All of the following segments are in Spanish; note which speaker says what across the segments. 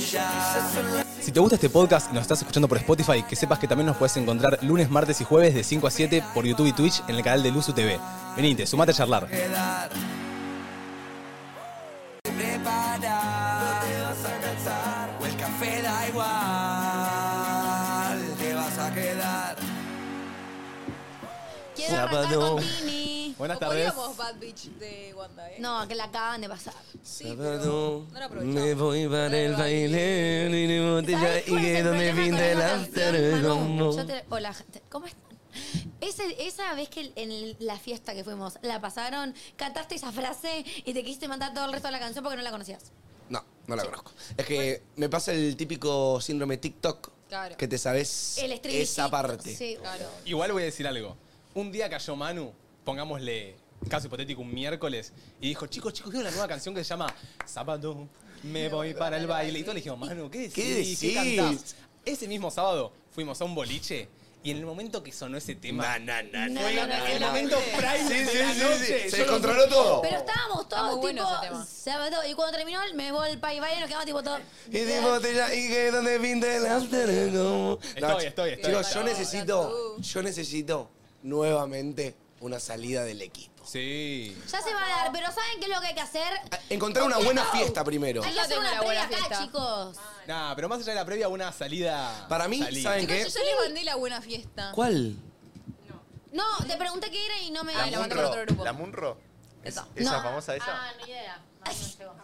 Speaker 1: Si te gusta este podcast y nos estás escuchando por Spotify, que sepas que también nos puedes encontrar lunes, martes y jueves de 5 a 7 por YouTube y Twitch en el canal de Luzu TV. Venite, sumate a charlar.
Speaker 2: Preparar, no te vas a cansar, o el café da igual, te vas a quedar.
Speaker 3: Quiero
Speaker 1: Sábado.
Speaker 3: arrancar con Tini.
Speaker 1: Buenas tardes.
Speaker 4: Buenas tardes. Bad Bitch de Wanda, ¿eh?
Speaker 3: No, que la acaban de pasar.
Speaker 4: Sí, pero no la aprovechamos.
Speaker 2: me voy para el baile, ni ni botella
Speaker 3: ¿Sabés
Speaker 2: y
Speaker 3: cuál es
Speaker 2: que
Speaker 3: el
Speaker 2: donde
Speaker 3: problema con
Speaker 2: pinta el
Speaker 3: esa
Speaker 2: after
Speaker 3: canción, Manu?
Speaker 2: como.
Speaker 3: Yo te- hola, gente. ¿cómo están? Ese- esa vez que en el- la fiesta que fuimos la pasaron, cantaste esa frase y te quisiste mandar todo el resto de la canción porque no la conocías.
Speaker 5: No, no la conozco. Es que me pasa el típico síndrome TikTok.
Speaker 4: Claro.
Speaker 5: Que te sabes
Speaker 3: El estribillo.
Speaker 5: esa parte.
Speaker 3: Sí.
Speaker 4: Claro.
Speaker 1: Igual voy a decir algo. Un día cayó Manu, pongámosle caso hipotético un miércoles, y dijo, chicos, chicos, ¿vieron la nueva canción que se llama Sábado, me voy para el baile? Y todos le dijimos, Manu, ¿qué decís?
Speaker 5: ¿Qué decís?
Speaker 1: cantás?". Ese mismo sábado fuimos a un boliche y en el momento que sonó ese tema...
Speaker 5: Na, na, na, na,
Speaker 3: No, no, no,
Speaker 5: na,
Speaker 3: no,
Speaker 5: na,
Speaker 3: no.
Speaker 5: na.
Speaker 1: momento prime
Speaker 5: Sí,
Speaker 1: de
Speaker 5: sí,
Speaker 1: la
Speaker 5: sí,
Speaker 1: noche.
Speaker 5: sí.
Speaker 1: Yo
Speaker 5: Se
Speaker 1: lo-
Speaker 5: controló todo.
Speaker 3: Pero estábamos
Speaker 4: Oh. Está
Speaker 3: todos
Speaker 4: muy bueno ese
Speaker 3: tipo,
Speaker 4: tema.
Speaker 3: sábado, y cuando terminó me voy al país baile y nos quedamos tipo todos.
Speaker 5: Y di botella y que donde pinta el after como.
Speaker 1: Estoy, estoy, estoy.
Speaker 5: Chicos, yo
Speaker 4: Estoy.
Speaker 5: necesito, yo necesito nuevamente una salida del equipo.
Speaker 1: Sí.
Speaker 3: Ya se va a dar, pero ¿saben qué es lo que hay que hacer?
Speaker 5: Encontrar una buena fiesta primero.
Speaker 3: Hay que
Speaker 4: Yo
Speaker 3: hacer
Speaker 4: tengo
Speaker 3: una
Speaker 4: una buena
Speaker 3: previa acá,
Speaker 4: fiesta.
Speaker 3: chicos.
Speaker 1: Nah, pero más allá de la previa, una salida.
Speaker 5: Para mí,
Speaker 1: salida.
Speaker 5: ¿saben
Speaker 4: Chicos,
Speaker 5: qué?
Speaker 4: yo ya les mandé la buena fiesta.
Speaker 5: ¿Cuál?
Speaker 3: No, te pregunté qué era y no me.
Speaker 4: Ah, la mandé para otro grupo.
Speaker 6: ¿La Munro? ¿Es-
Speaker 4: Esa. Ah,
Speaker 6: ¿Esa
Speaker 3: No.
Speaker 6: famosa esa?
Speaker 3: no Ah, idea.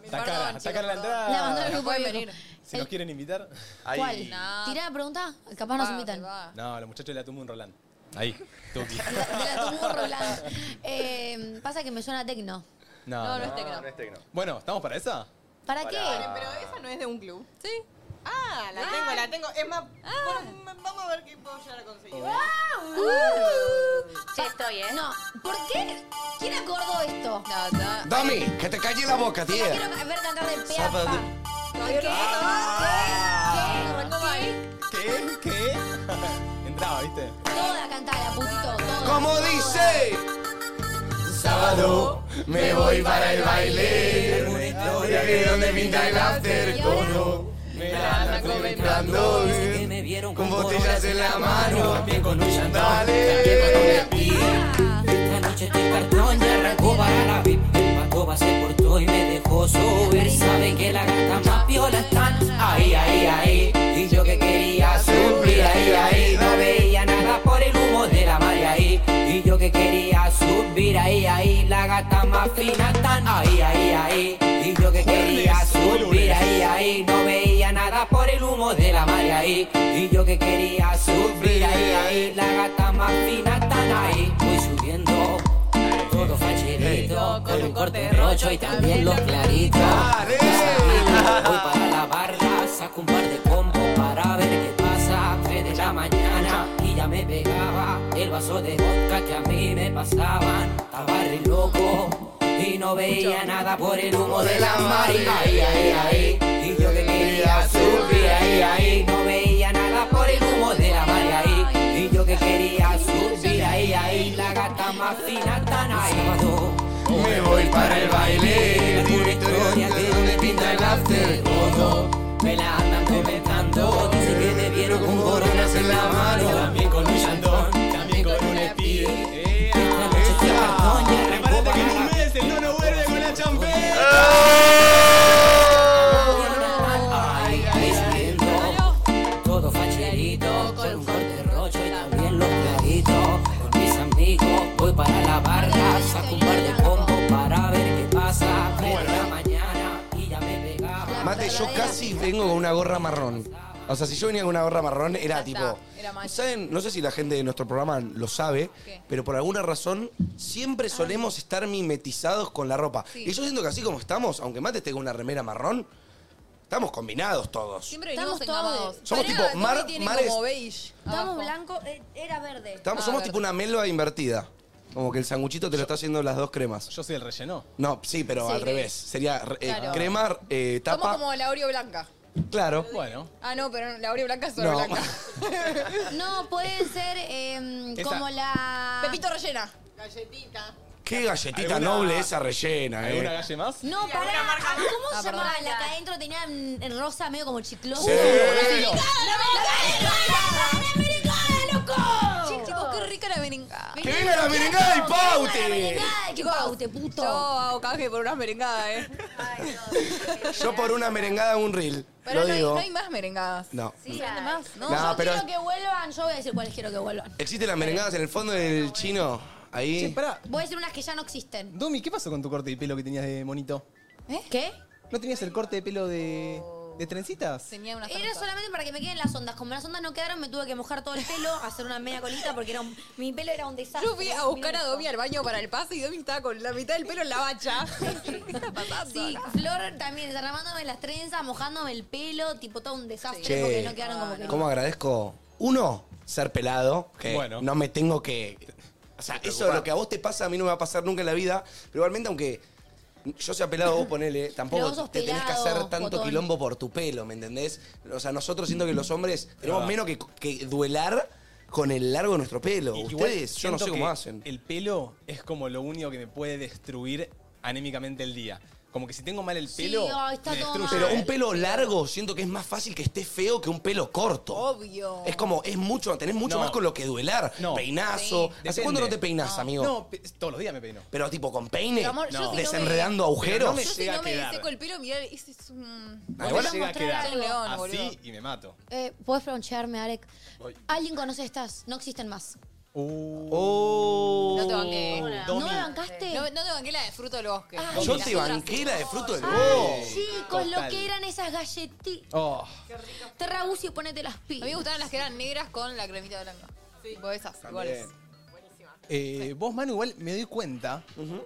Speaker 1: Está cara,
Speaker 4: Perdón,
Speaker 1: está cara la
Speaker 4: chicos,
Speaker 1: entrada.
Speaker 3: La mandó al grupo de
Speaker 4: Pueden
Speaker 3: viejo.
Speaker 4: venir.
Speaker 1: Si nos quieren invitar.
Speaker 6: Ahí.
Speaker 3: ¿Cuál?
Speaker 4: No.
Speaker 3: Tirá la pregunta, capaz nos
Speaker 4: Va,
Speaker 3: invitan.
Speaker 4: va.
Speaker 1: No, los muchachos de la Tumun Roland. Ahí, Tuki.
Speaker 3: La- Te la tomó Rolando. Eh, pasa que me suena a tecno.
Speaker 1: No,
Speaker 4: No,
Speaker 1: no.
Speaker 4: no es
Speaker 6: No,
Speaker 4: tecno.
Speaker 6: no es tecno.
Speaker 1: Bueno, ¿estamos para esa?
Speaker 3: ¿Para qué?
Speaker 6: Para-
Speaker 7: Pero
Speaker 4: Ah,
Speaker 7: esa no es de un club.
Speaker 4: Sí.
Speaker 7: Ah, la tengo, la tengo. Es más, por- vamos a ver qué puedo llegar a conseguir.
Speaker 3: Che, estoy, ¿eh? Uh. No, ¿por qué? ¿Quién acordó esto?
Speaker 4: No, no.
Speaker 5: Dami, que te calle la boca,
Speaker 3: Yo la
Speaker 5: tía.
Speaker 3: quiero ver cantar de
Speaker 5: Sábado.
Speaker 3: peapa. ¿Qué? ¿Qué?
Speaker 4: Ah. Arrancó mal.
Speaker 1: ¿Qué? ¿Qué? Entraba, ¿viste?
Speaker 3: ¿Qué? Toda cantala, putito, toda.
Speaker 5: Como
Speaker 3: toda.
Speaker 5: dice. Sábado me voy para el baile. Ya que donde pinta el after como me la anda comentando. Con botellas en la mano, también con un Dale.
Speaker 8: Esta noche este cartón ya arrancó para la VIP El Pacoba se portó y me dejó subir Saben que la gata más piola están ahí, ahí, ahí Y yo que quería subir, ahí, ahí No veía nada por el humo de la marea ahí Y yo que quería subir, ahí, ahí La gata más fina están ahí, ahí, ahí Y yo que quería subir, ahí, ahí No veía nada por el humo de la marea ahí Y yo que quería subir, ahí, ahí La gata más fina están ahí Voy subiendo todo facherito Con un corte de rollo y también los claritos Voy para la barra, saco un par de combos Para ver qué pasa, 3 de la mañana Y ya me pegaba el vaso de vodka que a mí me pasaban Estaba re loco y no veía nada por el humo de la marina Ahí, ahí, ahí Y yo que quería subir, ahí, ahí No veía nada por el humo de la marea ahí Y yo que quería subir, ahí, ahí La gata más fina tan ahí
Speaker 5: Me voy para el baile. Una historia de donde pinta el after.
Speaker 8: Todo me la andan comentando Dicen que me vieron con coronas en la mano También con un chandón, también con un espí Esta noche este cartón ya arrancó
Speaker 1: Prepárate que en
Speaker 8: para
Speaker 1: un
Speaker 8: la
Speaker 1: mes el nono vuelve con la champé.
Speaker 8: Ay, ay, subiendo, Todo facherito, con un corte rocho y también los claritos. Con mis amigos voy para la barra, saco un par de combos para ver qué pasa. Pero la mañana y ya me pegaba.
Speaker 5: Mate, yo casi vengo con una gorra marrón. O sea, si yo venía con una gorra marrón, era
Speaker 4: Ya
Speaker 5: tipo.
Speaker 4: está, era macho.
Speaker 5: ¿Saben? No sé si la gente de nuestro programa lo sabe,
Speaker 4: ¿Qué? Ah.
Speaker 5: pero por alguna razón siempre solemos estar mimetizados con la ropa.
Speaker 4: Sí.
Speaker 5: Y yo siento que así como estamos, aunque Mate esté con una remera marrón, estamos combinados todos.
Speaker 4: Siempre
Speaker 3: Estamos
Speaker 4: venimos
Speaker 3: todos-
Speaker 4: engamados.
Speaker 5: Somos
Speaker 4: Pará,
Speaker 5: tipo
Speaker 4: Tommy
Speaker 5: mar-
Speaker 4: tiene
Speaker 5: mares-
Speaker 4: como beige.
Speaker 3: Estamos
Speaker 4: abajo.
Speaker 3: blanco, eh, era verde.
Speaker 5: Estamos,
Speaker 4: Ah,
Speaker 5: somos
Speaker 4: a ver.
Speaker 5: tipo una melva invertida. Como que el sanguchito te lo está haciendo las dos cremas.
Speaker 1: Yo soy el relleno.
Speaker 5: No, sí, pero
Speaker 4: Sí.
Speaker 5: al revés. Sería eh,
Speaker 4: Claro.
Speaker 5: crema, eh,
Speaker 4: Somos
Speaker 5: tapa.
Speaker 4: como la Oreo blanca.
Speaker 5: Claro.
Speaker 1: Bueno.
Speaker 4: Ah, no, pero la Oreo blanca es solo
Speaker 5: No.
Speaker 4: blanca.
Speaker 3: No, puede ser eh,
Speaker 1: Esa-
Speaker 3: como la. Ah.
Speaker 4: Pepito rellena.
Speaker 7: Galletita.
Speaker 5: Qué galletita
Speaker 1: ¿Alguna-
Speaker 5: noble esa rellena, eh.
Speaker 1: ¿Alguna galle más?
Speaker 3: No, pará.
Speaker 7: marca más.
Speaker 3: ¿Cómo
Speaker 4: Ah,
Speaker 3: se llamaba?
Speaker 4: perdón.
Speaker 3: La que adentro tenía mm, en rosa medio como chicloso.
Speaker 5: Sí.
Speaker 4: ¡Ah,
Speaker 3: Chicos, qué rica la merengada.
Speaker 5: ¡Que venga la merengada del paute!
Speaker 3: Ay, qué paute, puto.
Speaker 4: Yo hago canje por unas merengadas, ¿eh?
Speaker 5: Yo por una merengada un reel.
Speaker 4: Pero
Speaker 5: lo
Speaker 4: no, hay,
Speaker 5: digo.
Speaker 4: no hay más merengadas.
Speaker 5: No.
Speaker 3: más. No,
Speaker 5: No,
Speaker 3: yo
Speaker 5: pero-
Speaker 3: quiero que vuelvan. Yo voy a decir cuáles quiero que vuelvan.
Speaker 5: ¿Existen las merengadas en el fondo del chino?
Speaker 1: Che,
Speaker 5: Ahí.
Speaker 1: pará.
Speaker 3: Voy a decir unas que ya no existen.
Speaker 1: Domi, ¿qué pasó con tu corte de pelo que tenías de monito?
Speaker 4: ¿Eh?
Speaker 3: ¿Qué?
Speaker 1: ¿No tenías el corte de pelo de, de trencitas?
Speaker 4: Tenía unas
Speaker 3: Era
Speaker 4: tartas.
Speaker 3: solamente para que me queden las ondas. Como las ondas no quedaron, me tuve que mojar todo el pelo, hacer una media colita porque era un- mi pelo era un desastre.
Speaker 4: Yo fui a buscar a Domi al baño para el pase y Domi estaba con la mitad del pelo en la bacha. ¿Qué está pasando?
Speaker 3: Sí,
Speaker 4: acá?
Speaker 3: Flor también, desarmándome las trenzas, mojándome el pelo, tipo todo un desastre
Speaker 5: Che.
Speaker 3: porque no
Speaker 7: Ah,
Speaker 3: quedaron como
Speaker 5: ¿Cómo agradezco? Uno, ser pelado, que
Speaker 1: Bueno.
Speaker 5: no me tengo que... O sea, eso lo que a vos te pasa a mí no me va a pasar nunca en la vida. Pero igualmente, aunque yo sea pelado, vos ponele, tampoco
Speaker 3: Pero vos sos
Speaker 5: te tenés que
Speaker 3: pelado,
Speaker 5: hacer tanto
Speaker 3: botón.
Speaker 5: quilombo por tu pelo, ¿me entendés? O sea, nosotros siento que los hombres tenemos
Speaker 1: verdad.
Speaker 5: menos que, que duelar con el largo de nuestro pelo.
Speaker 1: Y- igual
Speaker 5: Ustedes, yo no
Speaker 1: siento
Speaker 5: sé cómo
Speaker 1: que
Speaker 5: hacen.
Speaker 1: El pelo es como lo único que me puede destruir anémicamente el día. Como que si tengo mal el
Speaker 3: Sí,
Speaker 1: pelo,
Speaker 3: ay, está
Speaker 1: me
Speaker 3: todo
Speaker 1: destruye.
Speaker 3: mal.
Speaker 5: Pero un pelo largo siento que es más fácil que esté feo que un pelo corto.
Speaker 4: Obvio.
Speaker 5: Es como, es mucho, tenés mucho
Speaker 1: No.
Speaker 5: más con lo que duelar.
Speaker 1: No.
Speaker 5: Peinazo.
Speaker 1: Depende.
Speaker 5: ¿Hace cuándo no te peinas, amigo?
Speaker 1: No, pe- todos los días me peino.
Speaker 5: Pero tipo con peine,
Speaker 4: Pero, amor, yo No. si no me-
Speaker 5: desenredando agujeros.
Speaker 1: Pero no me-
Speaker 4: Yo si
Speaker 1: llega a
Speaker 4: no me
Speaker 1: quedar.
Speaker 4: deseco el pelo, mirá, ese es un...
Speaker 5: Ah,
Speaker 1: No
Speaker 5: igual
Speaker 1: me llega a
Speaker 3: mostrar
Speaker 1: quedar
Speaker 3: algo.
Speaker 4: León, boludo.
Speaker 1: así y me mato.
Speaker 3: Eh, ¿Puedes pronunciarme, Arek? ¿Alguien conoce estas? No existen más.
Speaker 5: Uh. Oh.
Speaker 4: No te banqué.
Speaker 1: Domi.
Speaker 3: ¿No me bancaste?
Speaker 4: No, no te banqué la de fruto del bosque.
Speaker 3: este. Ah,
Speaker 5: Yo
Speaker 4: Las
Speaker 5: te
Speaker 4: otras
Speaker 5: banqué la de fruto del
Speaker 3: Ay,
Speaker 5: bosque.
Speaker 3: chicos, lo
Speaker 1: Total.
Speaker 3: que eran esas galletitas.
Speaker 1: Oh,
Speaker 3: Terrabusi, ponete las
Speaker 4: A mí me
Speaker 3: pilas.
Speaker 4: gustaban las que eran negras con la cremita blanca. Sí. esas, iguales.
Speaker 1: eh, Vos, Manu, igual me doy cuenta.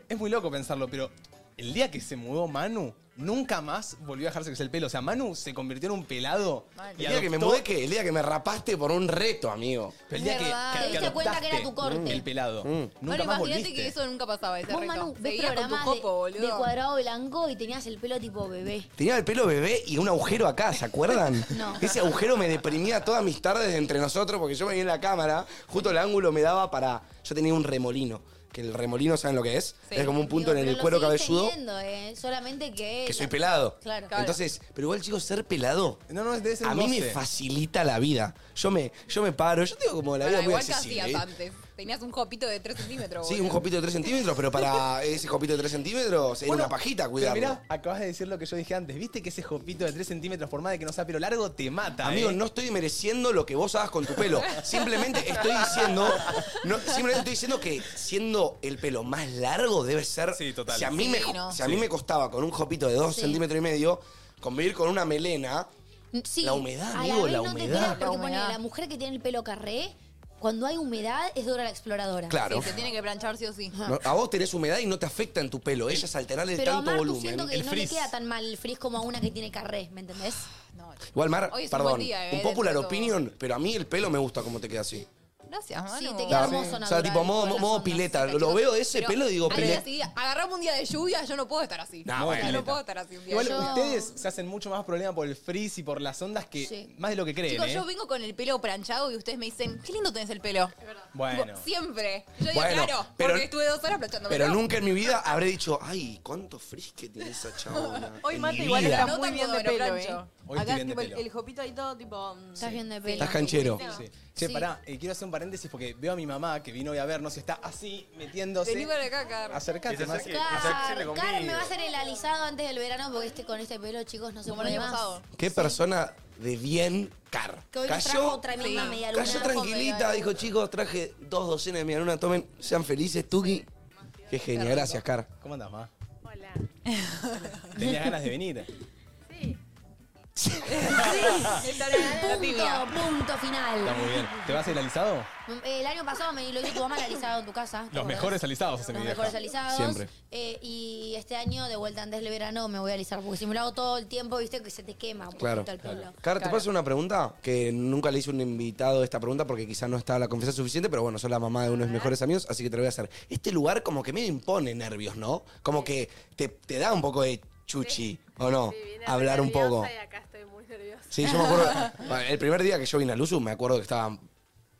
Speaker 1: Es muy loco pensarlo, pero el día que se mudó Manu, nunca más volvió a dejarse crecer el pelo. O sea, Manu se convirtió en un pelado.
Speaker 4: Mal.
Speaker 1: y
Speaker 5: El día que me
Speaker 1: adoptó-
Speaker 5: mudé, ¿qué? El día que me rapaste por un reto, amigo.
Speaker 1: Pero el día
Speaker 4: Es
Speaker 1: que,
Speaker 4: verdad.
Speaker 1: que-
Speaker 4: Te
Speaker 1: que
Speaker 3: diste cuenta que era
Speaker 1: adoptaste
Speaker 3: tu corte.
Speaker 1: El pelado.
Speaker 5: Mm.
Speaker 1: Nunca
Speaker 4: Bueno,
Speaker 1: más
Speaker 4: imagínate
Speaker 1: volviste.
Speaker 4: que eso nunca pasaba, ese
Speaker 3: Vos,
Speaker 4: reto.
Speaker 3: Manu, ves
Speaker 4: Seguías con tu
Speaker 3: programas
Speaker 4: copo,
Speaker 3: de, de
Speaker 4: boludo.
Speaker 3: cuadrado blanco y tenías el pelo tipo bebé.
Speaker 5: Tenía el pelo bebé y un agujero acá, ¿se acuerdan?
Speaker 3: No.
Speaker 5: Ese agujero me deprimía todas mis tardes entre nosotros porque yo venía en la cámara, justo el ángulo me daba para. Yo tenía un remolino, que el remolino, ¿saben lo que es?
Speaker 4: Sí.
Speaker 5: es como un punto
Speaker 3: Digo,
Speaker 5: en
Speaker 3: pero
Speaker 5: el
Speaker 3: lo
Speaker 5: cuero
Speaker 3: seguís
Speaker 5: cabelludo
Speaker 3: teniendo, eh, solamente que...
Speaker 5: que soy pelado.
Speaker 3: Claro.
Speaker 5: Entonces, pero igual, chicos, ser pelado.
Speaker 1: No, no, debe ser
Speaker 5: A
Speaker 1: un
Speaker 5: mí me
Speaker 1: goce.
Speaker 5: facilita la vida. Yo me, yo me paro, yo tengo como la vida
Speaker 4: Pará,
Speaker 5: muy
Speaker 4: igual que hacías
Speaker 5: accesible. ¿eh?
Speaker 4: antes. Tenías un jopito de 3 centímetros.
Speaker 5: Sí,
Speaker 4: boludo.
Speaker 5: un jopito de 3 centímetros, pero para ese jopito de 3 centímetros era
Speaker 1: Bueno,
Speaker 5: una pajita
Speaker 1: pero
Speaker 5: cuidarlo.
Speaker 1: Mirá, acabas de decir lo que yo dije antes. ¿Viste que ese jopito de 3 centímetros por más de que no sea pelo largo te mata?
Speaker 5: Amigo,
Speaker 1: eh?
Speaker 5: no estoy mereciendo lo que vos hagas con tu pelo. Simplemente estoy diciendo. no, simplemente estoy diciendo que siendo el pelo más largo debe ser.
Speaker 1: Sí, total.
Speaker 5: Si a mí,
Speaker 4: Sí,
Speaker 5: me,
Speaker 4: ¿no?
Speaker 5: si a mí me costaba con un jopito de 2
Speaker 3: Sí.
Speaker 5: centímetros y medio, convivir con una melena.
Speaker 3: Mm, Sí,
Speaker 5: La humedad,
Speaker 3: a
Speaker 5: amigo,
Speaker 3: vez
Speaker 5: la
Speaker 3: no te
Speaker 5: humedad.
Speaker 3: creas,
Speaker 4: La
Speaker 3: porque ponele,
Speaker 4: humedad.
Speaker 3: la mujer que tiene el pelo carré, cuando hay humedad es dura la exploradora.
Speaker 5: Claro.
Speaker 4: Sí, se tiene que planchar sí o sí.
Speaker 5: No, a vos tenés humedad y no te afecta en tu pelo. Ella es alterar el
Speaker 3: Ah. Pero a
Speaker 5: tanto
Speaker 3: Martu
Speaker 5: volumen.
Speaker 3: siento que
Speaker 1: el
Speaker 3: no
Speaker 1: frizz.
Speaker 3: le queda tan mal el frizz como a una que tiene carré, ¿me entendés?
Speaker 4: No, che.
Speaker 5: Igual, Mar,
Speaker 4: Hoy es un
Speaker 5: perdón.
Speaker 4: buen día, eh,
Speaker 5: un popular
Speaker 4: dentro de todo.
Speaker 5: opinion, pero a mí el pelo me gusta como te queda así.
Speaker 4: Gracias, Manu.
Speaker 3: Sí, te queda
Speaker 5: Claro.
Speaker 3: hermoso
Speaker 5: O sea,
Speaker 3: natural,
Speaker 5: tipo modo,
Speaker 3: con las
Speaker 5: modo
Speaker 3: ondas.
Speaker 5: pileta.
Speaker 4: Pero
Speaker 5: Lo, lo veo de ese pelo y digo,
Speaker 4: al día
Speaker 5: pileta.
Speaker 4: siguiente, agarrame un día de lluvia, yo no puedo estar así.
Speaker 5: No,
Speaker 4: No,
Speaker 5: bueno.
Speaker 4: yo no
Speaker 1: Pileta.
Speaker 4: puedo estar así un día.
Speaker 1: Igual
Speaker 4: de lluvia.
Speaker 1: ustedes se hacen mucho más problema por el frizz y por las ondas que
Speaker 3: Sí.
Speaker 1: más de lo que creen,
Speaker 4: Chicos,
Speaker 1: ¿eh?
Speaker 4: yo vengo con el pelo planchado y ustedes me dicen, qué lindo tenés el pelo.
Speaker 1: Bueno.
Speaker 4: Tipo, Siempre. Yo digo,
Speaker 5: Bueno,
Speaker 4: claro,
Speaker 5: pero-
Speaker 4: porque estuve dos horas planchándome.
Speaker 5: Pero
Speaker 4: el pelo.
Speaker 5: nunca en mi vida habré dicho, ay, cuánto frizz que tiene esa chabona.
Speaker 7: Hoy
Speaker 5: En
Speaker 7: Mate
Speaker 5: mi
Speaker 7: igual
Speaker 5: vida.
Speaker 7: está
Speaker 4: No
Speaker 7: muy
Speaker 4: tan
Speaker 7: bien de
Speaker 4: bueno,
Speaker 7: pelo,
Speaker 4: pero,
Speaker 7: eh.
Speaker 4: eh.
Speaker 1: Hoy estoy
Speaker 7: Acá
Speaker 1: bien de
Speaker 7: tipo el,
Speaker 1: pelo.
Speaker 7: el jopito ahí todo tipo... mm,
Speaker 3: Estás bien de pelo.
Speaker 5: Estás canchero.
Speaker 1: Sí. Che,
Speaker 3: Sí.
Speaker 1: pará, eh, quiero hacer un paréntesis porque veo a mi mamá que vino hoy a vernos y está así metiéndose.
Speaker 4: Vení para acá, Car.
Speaker 1: Acercate
Speaker 9: Que se
Speaker 1: más.
Speaker 9: acerque.
Speaker 3: Car,
Speaker 9: Hacerle conmigo.
Speaker 3: Ah, Car me va a hacer el alisado antes del verano porque este, con este pelo, chicos, no se
Speaker 4: Como el
Speaker 3: puede
Speaker 4: año
Speaker 3: más.
Speaker 4: pasado.
Speaker 5: Qué persona de bien, Car.
Speaker 3: Que hoy nos trajo
Speaker 5: Cayó,
Speaker 3: otra misma
Speaker 4: Sí.
Speaker 3: media luna.
Speaker 5: cayó
Speaker 3: joder.
Speaker 5: tranquilita, dijo, chicos, traje dos docenas de mi luna, tomen, sean felices, Tuki. Qué genial, gracias, Car.
Speaker 1: ¿Cómo andás, ma?
Speaker 10: Hola.
Speaker 1: Tenías ganas de venir.
Speaker 10: Sí.
Speaker 4: La tibia.
Speaker 3: Punto, punto
Speaker 1: Está
Speaker 3: final. Eh,
Speaker 1: muy bien. ¿Te vas a ir alisado?
Speaker 3: El año pasado me lo hizo tu mamá el alisado en tu casa. ¿te
Speaker 1: Los
Speaker 3: acordás?
Speaker 1: mejores alisados hace mi
Speaker 3: Los
Speaker 1: vieja.
Speaker 3: mejores alisados.
Speaker 5: Siempre.
Speaker 3: Eh, y este año, de vuelta antes del verano, me voy a alisar. Porque si me lo hago todo el tiempo, viste que se te quema un
Speaker 5: Claro.
Speaker 3: poquito el pelo.
Speaker 5: Car, ¿te puedo hacer una pregunta? Que nunca le hice a un invitado esta pregunta porque quizás no estaba la confianza suficiente, pero bueno, soy la mamá de unos mejores amigos, así que te lo voy a hacer. Este lugar como que me impone nervios, ¿no? Como que te, te da un poco de chuchi, ¿o no?
Speaker 10: Sí, vine re
Speaker 5: Hablar un
Speaker 10: nerviosa
Speaker 5: poco.
Speaker 10: Y acá estoy muy nerviosa.
Speaker 5: Sí, yo me acuerdo. bueno, El primer día que yo vine a Luzu, me acuerdo que estaba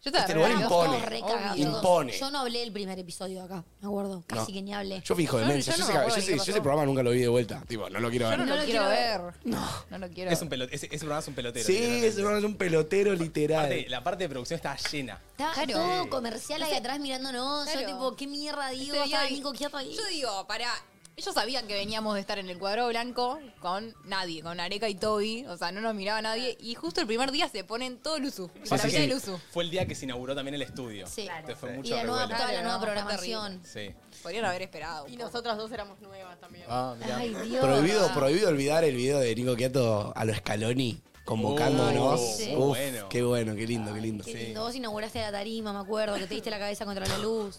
Speaker 4: Yo
Speaker 5: Este
Speaker 4: te agarré
Speaker 5: lugar
Speaker 4: la-
Speaker 5: impone.
Speaker 3: Estamos recagados.
Speaker 5: Impone.
Speaker 3: Yo no hablé el primer episodio acá, me acuerdo. Casi
Speaker 5: No.
Speaker 3: que ni hablé.
Speaker 5: Yo fijo de
Speaker 4: Yo-
Speaker 5: mensa. Yo,
Speaker 4: yo no
Speaker 5: ese
Speaker 4: me
Speaker 5: ca-
Speaker 4: acuerdo
Speaker 5: yo
Speaker 4: qué
Speaker 5: ese- yo
Speaker 4: pasó.
Speaker 5: ese programa nunca lo vi de vuelta. Tipo, no lo quiero
Speaker 4: Yo
Speaker 5: ver.
Speaker 4: no,
Speaker 3: No
Speaker 4: lo
Speaker 3: lo
Speaker 4: quiero ver.
Speaker 3: quiero
Speaker 4: No. No lo quiero
Speaker 1: Es un
Speaker 4: ver.
Speaker 1: pelote- ese, ese programa es un pelotero.
Speaker 5: sí,
Speaker 1: literalmente.
Speaker 5: ese programa es un pelotero literal.
Speaker 1: Aparte, la parte de producción está llena.
Speaker 3: Estaba
Speaker 4: Claro.
Speaker 3: todo comercial ahí atrás mirándonos. Yo
Speaker 4: Claro.
Speaker 3: tipo, ¿qué mierda
Speaker 4: Ese
Speaker 3: digo?
Speaker 4: día
Speaker 3: Estaba
Speaker 4: y-
Speaker 3: Nico quieto ahí.
Speaker 4: Yo digo, para. Ellos sabían que veníamos de estar en el cuadro blanco con nadie, con Areca y Toby. O sea, no nos miraba nadie. Y justo el primer día se ponen todo Luzu. Para
Speaker 5: sí,
Speaker 4: la vida
Speaker 5: sí.
Speaker 4: de Luzu.
Speaker 1: Fue el día que se inauguró también el estudio.
Speaker 3: Sí. Claro.
Speaker 1: Entonces fue
Speaker 3: y
Speaker 1: mucho
Speaker 3: la nueva,
Speaker 1: revuelo.
Speaker 3: toda la
Speaker 4: Claro,
Speaker 3: nueva
Speaker 4: no, está
Speaker 3: programación.
Speaker 1: Sí.
Speaker 4: Podrían haber esperado.
Speaker 7: Y nosotras dos éramos nuevas también.
Speaker 5: Ah, mirá.
Speaker 3: Ay, Dios.
Speaker 5: Prohibido, prohibido olvidar el video de Nico Quiato a lo Scaloni convocándonos.
Speaker 1: Oh, sí.
Speaker 5: Uf,
Speaker 1: Bueno.
Speaker 5: Qué bueno, qué lindo, qué lindo.
Speaker 3: Qué lindo. Vos inauguraste la tarima, me acuerdo, que te diste la cabeza contra la luz.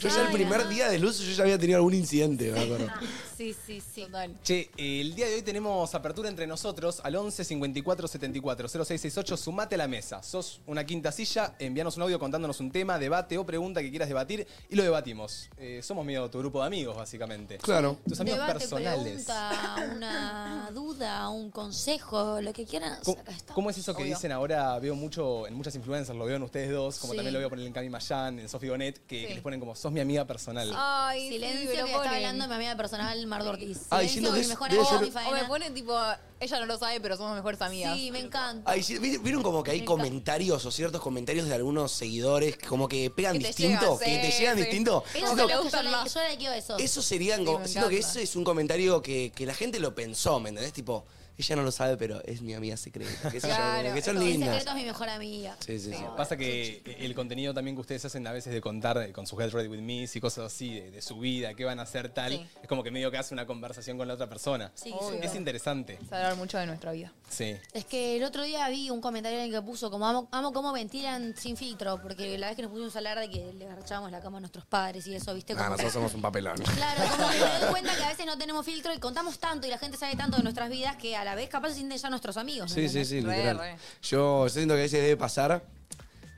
Speaker 5: Yo ya el
Speaker 3: Ay,
Speaker 5: primer
Speaker 3: no.
Speaker 5: día de luz yo ya había tenido algún incidente, me acuerdo.
Speaker 3: Ah,
Speaker 4: Sí, sí, sí. Total.
Speaker 1: Che, eh, el día de hoy tenemos apertura entre nosotros al 11 54 74 0668. Sumate a la mesa. Sos una quinta silla, envíanos un audio contándonos un tema, debate o pregunta que quieras debatir y lo debatimos. Eh, somos medio tu grupo de amigos, básicamente.
Speaker 5: Claro.
Speaker 1: Tus amigos
Speaker 3: Debate,
Speaker 1: personales.
Speaker 3: pregunta, una duda, un consejo, lo que quieras.
Speaker 1: ¿Cómo,
Speaker 3: Acá está.
Speaker 1: cómo es eso que
Speaker 4: Obvio.
Speaker 1: dicen ahora? Veo mucho en muchas influencers, lo veo en ustedes dos, como
Speaker 3: Sí.
Speaker 1: también lo veo por el Cami Mayan, en Sofi Bonet, que, que
Speaker 4: Sí.
Speaker 1: les ponen como sos mi amiga personal.
Speaker 3: Ah.
Speaker 4: Ay, sí,
Speaker 3: Silencio,
Speaker 4: me lo
Speaker 3: que está
Speaker 4: ponen.
Speaker 3: hablando mi amiga personal, Mardo Ortiz.
Speaker 5: Ah,
Speaker 3: Silencio,
Speaker 5: diciendo que
Speaker 3: mi
Speaker 5: es-
Speaker 3: mejor
Speaker 5: debe
Speaker 3: amiga,
Speaker 5: ser-
Speaker 3: mi
Speaker 4: O me
Speaker 3: faena.
Speaker 4: ponen tipo, ella no lo sabe, pero somos mejores amigas.
Speaker 3: Sí, me encanta.
Speaker 5: Ay, sí, ¿vi- ¿Vieron como que hay comentarios o ciertos comentarios de algunos seguidores que como que pegan
Speaker 4: Que te
Speaker 5: distinto?
Speaker 4: llegan,
Speaker 5: que te
Speaker 4: sí,
Speaker 5: llegan
Speaker 4: sí.
Speaker 5: distinto.
Speaker 3: Esos
Speaker 4: como
Speaker 3: son
Speaker 4: que
Speaker 3: los
Speaker 4: le
Speaker 3: que yo
Speaker 4: gustan
Speaker 3: le,
Speaker 4: más.
Speaker 3: yo le quiero esos.
Speaker 5: Eso serían
Speaker 4: Sí,
Speaker 5: como.
Speaker 4: me
Speaker 5: Siento que
Speaker 4: encanta.
Speaker 5: eso es un comentario que, que la gente lo pensó, ¿me entendés? Tipo, ella no lo sabe, pero es mi amiga secreta. qué sé yo, como
Speaker 4: Claro,
Speaker 5: que son
Speaker 3: Mi
Speaker 5: lindas.
Speaker 3: secreto es mi mejor amiga.
Speaker 5: Sí, sí, sí.
Speaker 1: Pasa que el contenido también que ustedes hacen a veces de contar eh, con su Get Ready With Me y cosas así, de, de su vida, qué van a hacer tal,
Speaker 4: Sí.
Speaker 1: es como que medio que hace una conversación con la otra persona.
Speaker 3: Sí,
Speaker 4: Obvio.
Speaker 3: súper.
Speaker 1: Es interesante.
Speaker 4: Se hablar mucho de nuestra vida.
Speaker 1: Sí.
Speaker 3: Es que el otro día vi un comentario en el que puso como amo, amo cómo ventilan sin filtro, porque la vez que nos pusimos a hablar de que le garchábamos la cama a nuestros padres y eso, ¿viste?
Speaker 5: Nah,
Speaker 3: Como que-
Speaker 5: nosotros somos un papelón.
Speaker 3: Claro, como que se dan cuenta que a veces no tenemos filtro y contamos tanto y la gente sabe tanto de nuestras vidas que a la vez capaz se sienten ya nuestros amigos. ¿me
Speaker 5: Sí, sí,
Speaker 3: entendés?
Speaker 5: sí,
Speaker 4: Re,
Speaker 5: literal.
Speaker 4: re.
Speaker 5: Yo siento que a veces debe pasar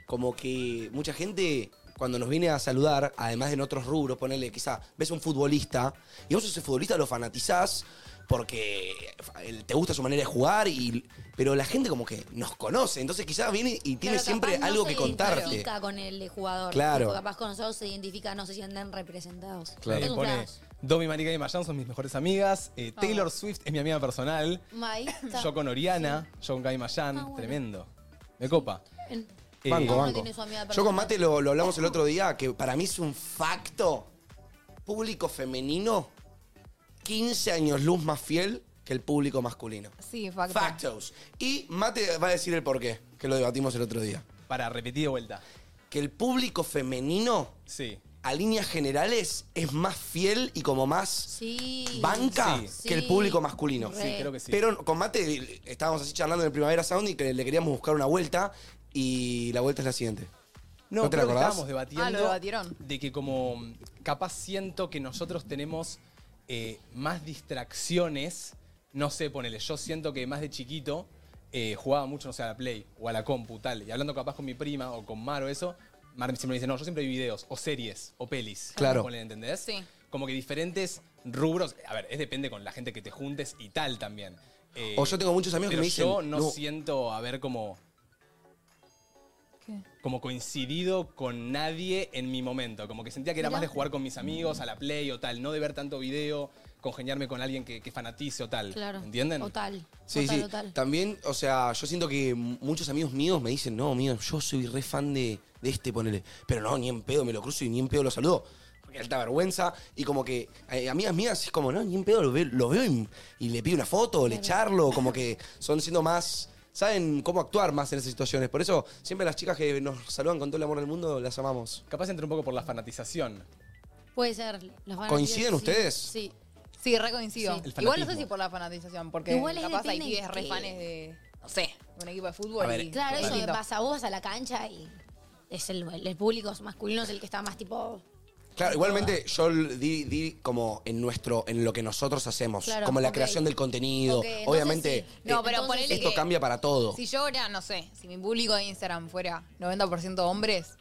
Speaker 5: como que mucha gente cuando nos viene a saludar, además de en otros rubros, ponele, quizá ves un futbolista y vos ese futbolista lo fanatizás porque eh, te gusta su manera de jugar, y, pero la gente como que nos conoce, entonces quizás viene y tiene
Speaker 3: Pero
Speaker 5: siempre
Speaker 3: capaz no
Speaker 5: algo
Speaker 3: se
Speaker 5: que contarte.
Speaker 3: identifica con el jugador.
Speaker 5: Claro.
Speaker 3: Tipo, capaz con nosotros se identifica, no se sienten representados.
Speaker 5: Claro.
Speaker 1: Ahí
Speaker 3: Es un
Speaker 1: pone
Speaker 3: flash.
Speaker 1: Domi, Marica y Mayan son mis mejores amigas. eh, Taylor Swift es mi amiga personal.
Speaker 3: Ahí Ah. está.
Speaker 1: Yo con Oriana, yo con Cami Mayan.
Speaker 3: Ah, bueno.
Speaker 1: Tremendo. Me copa.
Speaker 3: En-
Speaker 1: Eh,
Speaker 5: Banco,
Speaker 3: Cada uno
Speaker 5: banco.
Speaker 3: tiene su amiga
Speaker 5: Yo
Speaker 3: personal.
Speaker 5: con Mate lo, lo hablamos el otro día, que para mí es un facto. Público femenino, 15 años luz más fiel que el público masculino.
Speaker 4: Sí, facto.
Speaker 5: Factos. Y Mate va a decir el porqué, que lo debatimos el otro día.
Speaker 1: Para repetir de vuelta.
Speaker 5: Que el público femenino,
Speaker 1: Sí.
Speaker 5: a líneas generales, es más fiel y como más
Speaker 3: Sí.
Speaker 5: banca
Speaker 1: Sí.
Speaker 5: que el
Speaker 3: Sí.
Speaker 5: público masculino.
Speaker 3: Sí, Re.
Speaker 1: creo que sí.
Speaker 5: Pero con Mate estábamos así charlando en el Primavera Sound y que le queríamos buscar una vuelta y la vuelta es la siguiente.
Speaker 1: No,
Speaker 5: ¿No te la
Speaker 1: creo que
Speaker 5: acordás?
Speaker 1: estábamos debatiendo.
Speaker 4: Ah, lo debatieron.
Speaker 1: De que como mm, capaz siento que nosotros tenemos eh, más distracciones. No sé, ponele, yo siento que más de chiquito eh, jugaba mucho, no sé, a la Play o a la compu, tal. Y hablando capaz con mi prima o con Mar o eso, Mar siempre me dice, no, yo siempre vi videos o series o pelis.
Speaker 5: Claro.
Speaker 1: Ponele, ¿entendés?
Speaker 4: Sí.
Speaker 1: Como que diferentes rubros. A ver, es depende con la gente que te juntes y tal también. Eh,
Speaker 5: O yo tengo muchos amigos que
Speaker 1: pero
Speaker 5: me dicen,
Speaker 1: Yo no,
Speaker 5: "No".
Speaker 1: siento haber como. Como coincidido con nadie en mi momento. Como que sentía que era más de jugar con mis amigos, a la play o tal, no de ver tanto video, congeniarme con alguien que, que fanatice o tal.
Speaker 3: Claro.
Speaker 1: ¿Entienden?
Speaker 3: O tal.
Speaker 5: Sí,
Speaker 3: o tal,
Speaker 5: sí.
Speaker 3: o tal.
Speaker 5: También, o sea, yo siento que m- muchos amigos míos me dicen, no, mío, yo soy re fan de, de este, ponele. Pero no, ni en pedo me lo cruzo y ni en pedo lo saludo. Porque alta vergüenza. Y como que eh, amigas mías es como, no, ni en pedo lo veo, lo veo y, y le pido una foto, le charlo. Como que son siendo más... Saben cómo actuar más en esas situaciones. Por eso, siempre las chicas que nos saludan con todo el amor del mundo, las amamos.
Speaker 1: Capaz entré un poco por la fanatización.
Speaker 3: Puede ser. los van a
Speaker 5: ¿Coinciden
Speaker 3: decir, sí,
Speaker 5: ustedes?
Speaker 3: Sí.
Speaker 4: Sí, re coincido.
Speaker 1: Sí. El
Speaker 4: Igual no sé
Speaker 1: fanatismo.
Speaker 4: si por la fanatización, porque
Speaker 3: Igual es
Speaker 4: capaz hay
Speaker 3: depende
Speaker 4: pibes re
Speaker 3: que-
Speaker 4: fanes de, no sé, de un equipo de fútbol.
Speaker 5: A ver,
Speaker 4: y-
Speaker 3: Claro, eso me
Speaker 4: Lindo.
Speaker 3: pasa. Vos vas a la cancha y es el, el público masculino es el que está más tipo.
Speaker 5: Claro, igualmente yo l- di, di como en nuestro, en lo que nosotros hacemos,
Speaker 3: Claro,
Speaker 5: como la
Speaker 3: ok.
Speaker 5: creación del contenido.
Speaker 3: Ok, entonces
Speaker 5: Obviamente,
Speaker 3: sí.
Speaker 4: No,
Speaker 5: eh,
Speaker 4: pero
Speaker 3: Entonces,
Speaker 4: ponele
Speaker 5: esto
Speaker 4: que
Speaker 5: cambia para todo.
Speaker 4: Si yo ahora, no sé, si mi público de Instagram fuera 90% hombres,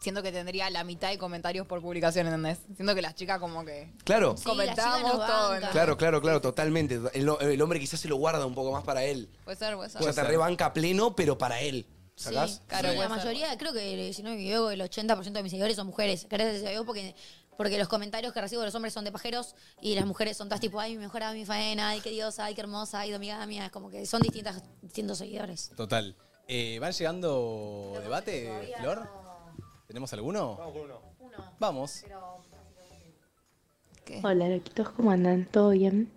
Speaker 4: siento que tendría la mitad de comentarios por publicación, ¿entendés? Siento que las chicas como que...
Speaker 5: Claro,
Speaker 3: Sí,
Speaker 4: Comentábamos
Speaker 3: la chica nos
Speaker 4: todo,
Speaker 3: banca.
Speaker 5: claro, claro, claro, totalmente. El, el hombre quizás se lo guarda un poco más para él.
Speaker 4: Puede ser, puede ser.
Speaker 5: O sea, te rebanca pleno, pero para él. ¿Sacás?
Speaker 3: Sí, claro,
Speaker 4: Sí.
Speaker 3: la mayoría, creo que si no me equivoco, el 80% de mis seguidores son mujeres. Gracias a Dios porque, porque los comentarios que recibo de los hombres son de pajeros y las mujeres son todas tipo, ay, mi mejor amiga, mi faena, ay, qué diosa, ay, qué hermosa, ay, dominga mía. Es como que son distintas, distintos seguidores.
Speaker 1: Total. Eh, ¿Van llegando debate, Flor? ¿Tenemos alguno? Vamos Vamos.
Speaker 6: Hola, loquitos, ¿cómo andan? ¿Todo bien?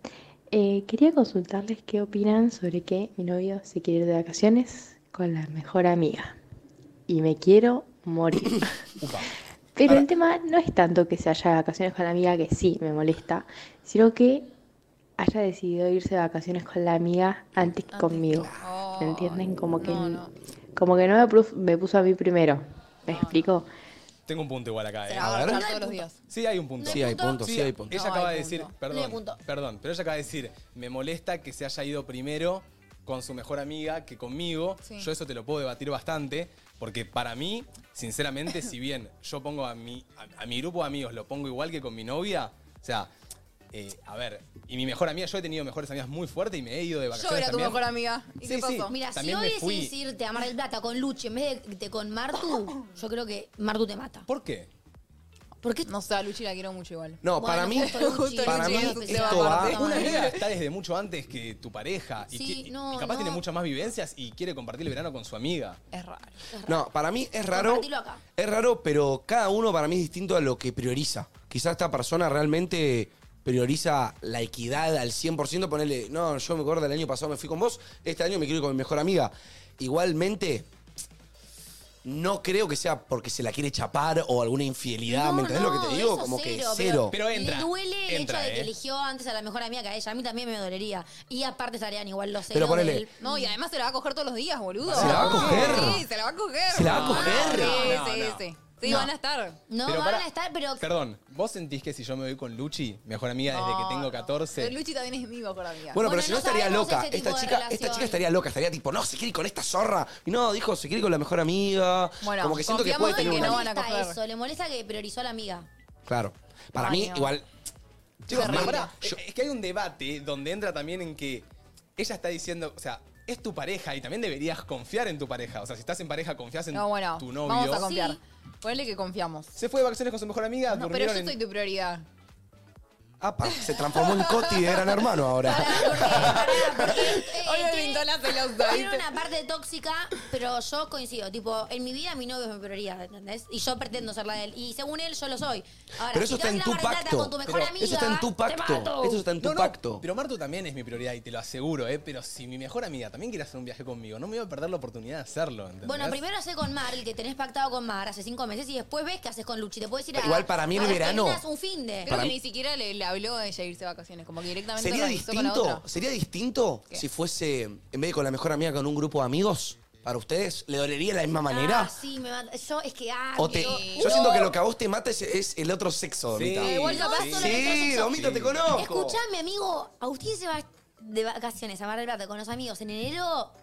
Speaker 6: Eh, quería consultarles qué opinan sobre que mi novio se quiere ir de vacaciones con la mejor amiga. Y me quiero morir.
Speaker 1: Upa.
Speaker 6: Pero el tema no es tanto que se haya de vacaciones con la amiga, que sí, me molesta, sino que haya decidido irse de vacaciones con la amiga antes que conmigo. ¿Me entienden? Como que
Speaker 4: no,
Speaker 6: n-
Speaker 4: no.
Speaker 6: como que no me pru- me puso a mí primero. ¿Me explico?
Speaker 1: Tengo un punto igual acá, eh.
Speaker 4: Te la van a cortar todos los días.
Speaker 1: Sí, hay un punto.
Speaker 5: Sí, hay punto, sí hay punto.
Speaker 1: Ella
Speaker 4: No,
Speaker 1: acaba de
Speaker 4: hay
Speaker 1: decir,
Speaker 4: punto.
Speaker 3: No
Speaker 1: perdón,
Speaker 3: hay punto.
Speaker 1: perdón, pero ella acaba de decir, me molesta que se haya ido primero con su mejor amiga que conmigo.
Speaker 4: Sí.
Speaker 1: Yo eso te lo puedo debatir bastante, porque para mí, sinceramente, si bien yo pongo a mi, a, a mi grupo de amigos, lo pongo igual que con mi novia, o sea, eh, a ver, y mi mejor amiga, yo he tenido mejores amigas muy fuertes y me he ido de
Speaker 4: Yo
Speaker 1: vacaciones
Speaker 4: era tu
Speaker 1: también.
Speaker 4: mejor amiga. ¿Y
Speaker 1: Sí,
Speaker 4: qué
Speaker 1: sí.
Speaker 4: pasó?
Speaker 3: Mira, si
Speaker 1: También me
Speaker 3: hoy
Speaker 1: fui.
Speaker 3: decidís irte a Mar del Plata con Luchi en vez de, de con Martu, yo creo que Martu te mata.
Speaker 1: ¿Por qué?
Speaker 3: ¿Por qué?
Speaker 4: No sé, a Luchi la quiero mucho igual.
Speaker 5: No, para
Speaker 3: Bueno,
Speaker 5: mí,
Speaker 3: justo Luchi,
Speaker 4: justo
Speaker 5: para
Speaker 4: Luchi
Speaker 5: mí
Speaker 4: es
Speaker 5: esto
Speaker 4: especial.
Speaker 5: va...
Speaker 4: Aparte,
Speaker 1: Una amiga está desde mucho antes que tu pareja y,
Speaker 3: Sí,
Speaker 1: que- y
Speaker 3: no,
Speaker 1: capaz
Speaker 3: no.
Speaker 1: tiene muchas más vivencias y quiere compartir el verano con su amiga.
Speaker 4: Es raro.
Speaker 5: No, para mí es raro.
Speaker 3: Compartilo acá.
Speaker 5: Es raro, pero cada uno para mí es distinto a lo que prioriza. Quizás esta persona realmente prioriza la equidad al 100%. Ponerle, no, yo me acuerdo del año pasado me fui con vos, este año me quiero ir con mi mejor amiga. Igualmente, no creo que sea porque se la quiere chapar o alguna infidelidad.
Speaker 3: No,
Speaker 5: ¿Me entendés Ah, lo que
Speaker 3: no,
Speaker 5: te digo?
Speaker 3: eso
Speaker 5: Como que
Speaker 3: cero,
Speaker 5: cero.
Speaker 1: Pero entra.
Speaker 3: Le duele el
Speaker 1: entra,
Speaker 3: hecho de que
Speaker 1: ¿eh?
Speaker 3: eligió antes a la mejor amiga que a ella. A mí también me dolería. Y aparte estarían igual los
Speaker 5: Pero
Speaker 3: celos
Speaker 5: ponele-
Speaker 3: del-
Speaker 4: No, y además se la va a coger todos los días, boludo.
Speaker 5: ¿Se la va a coger?
Speaker 4: Sí, se la va a coger.
Speaker 5: ¿Se la va a
Speaker 4: No,
Speaker 5: coger?
Speaker 1: No, no,
Speaker 4: Sí,
Speaker 1: no.
Speaker 4: sí, sí. Sí, van a estar.
Speaker 3: No
Speaker 1: Pero
Speaker 3: van
Speaker 1: para-
Speaker 3: a estar, pero.
Speaker 1: Perdón, ¿vos sentís que si yo me voy con Luchi, mejor amiga desde que tengo 14?
Speaker 4: Pero Luchi también es mi mejor amiga.
Speaker 5: Bueno,
Speaker 3: Bueno,
Speaker 5: pero si no,
Speaker 3: no
Speaker 5: estaría
Speaker 3: sabemos
Speaker 5: loca.
Speaker 3: ese este tipo
Speaker 5: Esta
Speaker 3: de
Speaker 5: chica, esta
Speaker 3: relación.
Speaker 5: chica estaría loca, estaría tipo, no, se quiere ir con esta zorra. Y no, dijo, se quiere ir con la mejor amiga.
Speaker 4: Bueno,
Speaker 5: como que siento que
Speaker 4: confiamos
Speaker 5: puede
Speaker 4: en
Speaker 5: tener
Speaker 4: que
Speaker 5: una.
Speaker 4: no
Speaker 3: le
Speaker 4: van a
Speaker 3: molesta
Speaker 4: coger.
Speaker 3: eso, le molesta que priorizó a la amiga.
Speaker 5: Claro. Para
Speaker 4: Ay,
Speaker 5: mí,
Speaker 4: no.
Speaker 5: igual.
Speaker 1: Chicos,
Speaker 4: Terrible.
Speaker 1: pará, eh, es que hay un debate donde entra también en que ella está diciendo, o sea, es tu pareja y también deberías confiar en tu pareja. O sea, si estás en pareja, confías en
Speaker 4: No, bueno,
Speaker 1: tu novio.
Speaker 4: vamos a confiar.
Speaker 3: Sí.
Speaker 4: Ponle que confiamos.
Speaker 1: Se fue de vacaciones con su mejor amiga,
Speaker 4: No, pero
Speaker 1: durmieron
Speaker 4: yo
Speaker 1: en-
Speaker 4: soy tu prioridad.
Speaker 5: Apa, ah, se transformó en Coti de gran hermano ahora.
Speaker 3: Pará, porque- pará, porque, eh,
Speaker 4: Hoy me
Speaker 3: tiene-
Speaker 4: pintó la celosa,
Speaker 3: Tiene
Speaker 4: ¿viste?
Speaker 3: una parte tóxica, pero yo coincido. Tipo, en mi vida mi novio es mi prioridad, ¿entendés? Y yo pretendo ser la de él. Y según él, yo lo soy. Ahora,
Speaker 5: Pero eso
Speaker 3: si
Speaker 5: está
Speaker 3: te vas
Speaker 5: en
Speaker 3: a
Speaker 5: tu
Speaker 3: la Mar del Plata
Speaker 5: pacto.
Speaker 3: Con tu mejor
Speaker 1: Pero
Speaker 3: amiga,
Speaker 5: Eso está en tu
Speaker 3: te
Speaker 5: pacto.
Speaker 3: mato.
Speaker 5: Eso está en tu
Speaker 1: No, no,
Speaker 5: pacto.
Speaker 1: Pero Martu también es mi prioridad y te lo aseguro, ¿eh? Pero si mi mejor amiga también quiere hacer un viaje conmigo, no me voy a perder la oportunidad de hacerlo, ¿entendés?
Speaker 3: Bueno, primero haces con Mar, el que tenés pactado con Mar hace cinco meses, y después ves qué haces con Luchi. Te puedes ir a.
Speaker 5: Igual para mí el
Speaker 3: a las
Speaker 5: verano-
Speaker 3: Malvinas un fin de.
Speaker 4: Creo
Speaker 5: Para
Speaker 4: que
Speaker 5: mí-
Speaker 4: ni siquiera le, le habló de ella irse de vacaciones, como que directamente
Speaker 5: ¿Sería
Speaker 4: la avisó con la otra.
Speaker 5: distinto, ¿Sería distinto si fuese, en vez de con la mejor amiga, con un grupo de amigos? ¿Para ustedes? ¿Le dolería de la misma manera?
Speaker 3: Ah, sí, me mata. Yo es que. Ah,
Speaker 5: O te-
Speaker 3: yo-
Speaker 5: yo siento que lo que a vos te mata es, es el otro sexo,
Speaker 1: Sí.
Speaker 5: Domita.
Speaker 1: Eh,
Speaker 3: igual capaz
Speaker 1: sí.
Speaker 3: solo
Speaker 1: Sí,
Speaker 3: el otro sexo.
Speaker 5: Domita, te conozco.
Speaker 3: Escuchame, amigo, Agustín se va de vacaciones a Mar del Plata con los amigos en enero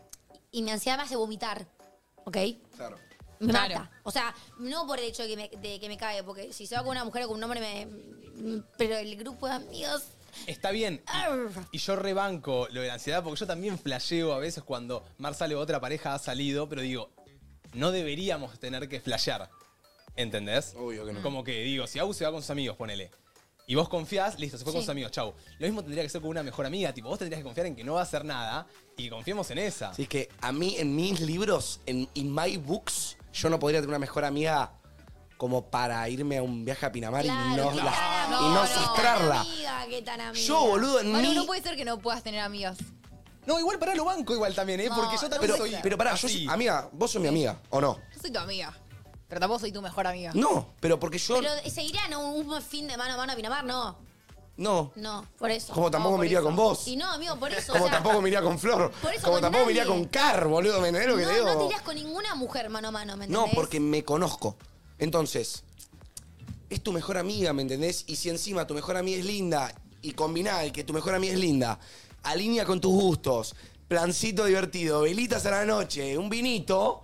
Speaker 3: y mi ansiedad me hace vomitar. ¿Ok?
Speaker 5: Claro.
Speaker 3: Me
Speaker 4: Claro.
Speaker 3: mata. O sea, no por el hecho de que me, de que me cague, porque si se va con una mujer o con un hombre, me. Pero el grupo de amigos.
Speaker 1: Está bien.
Speaker 3: Arr.
Speaker 1: Y yo rebanco lo de la ansiedad porque yo también flasheo a veces cuando Mar sale o otra pareja ha salido, pero digo, no deberíamos tener que flashear. ¿Entendés?
Speaker 5: Obvio que no.
Speaker 1: Como que digo, si Agus se va con sus amigos, ponele. Y vos confiás, listo, se fue con sus amigos, chau. Lo mismo tendría que ser con una mejor amiga, tipo, vos tendrías que confiar en que no va a hacer nada y que confiemos en esa.
Speaker 5: Así que a mí, en mis libros, en in my books, yo no podría tener una mejor amiga como para irme a un viaje a Pinamar y
Speaker 3: Claro,
Speaker 5: no,
Speaker 3: qué
Speaker 5: la- y
Speaker 3: tan
Speaker 5: no
Speaker 3: amiga, qué tan
Speaker 5: sestrarla.
Speaker 3: amiga, qué tan amiga.
Speaker 5: Yo, boludo, en
Speaker 4: Bueno,
Speaker 5: mí...
Speaker 4: no puede ser que no puedas tener amigas.
Speaker 1: No, igual para lo banco igual también, ¿eh? Porque yo también
Speaker 5: Pero,
Speaker 1: soy.
Speaker 5: pero pará, yo
Speaker 1: así.
Speaker 5: soy- amiga, vos sos mi amiga, ¿o no?
Speaker 4: Yo soy tu amiga, pero tampoco soy tu mejor amiga.
Speaker 5: No, pero porque yo...
Speaker 3: Pero seguirán un, un fin de mano a mano a Pinamar, no.
Speaker 5: no,
Speaker 3: No, por eso.
Speaker 5: como tampoco
Speaker 4: por
Speaker 5: me iría
Speaker 4: eso.
Speaker 5: con vos.
Speaker 3: Y no, amigo, por eso. o
Speaker 5: Como
Speaker 3: sea,
Speaker 5: tampoco me iría con Flor.
Speaker 3: Por eso
Speaker 5: Como
Speaker 3: con
Speaker 5: tampoco me
Speaker 3: nadie.
Speaker 5: iría con Car, boludo, ¿me entendés lo que
Speaker 3: no,
Speaker 5: te digo?
Speaker 3: no te irás con ninguna mujer mano a mano, ¿me
Speaker 5: No,
Speaker 3: entendés?
Speaker 5: porque me conozco. Entonces, es tu mejor amiga, ¿me entendés? Y si encima tu mejor amiga es linda y combiná el que tu mejor amiga es linda, alinea con tus gustos, plancito divertido, velitas a la noche, un vinito,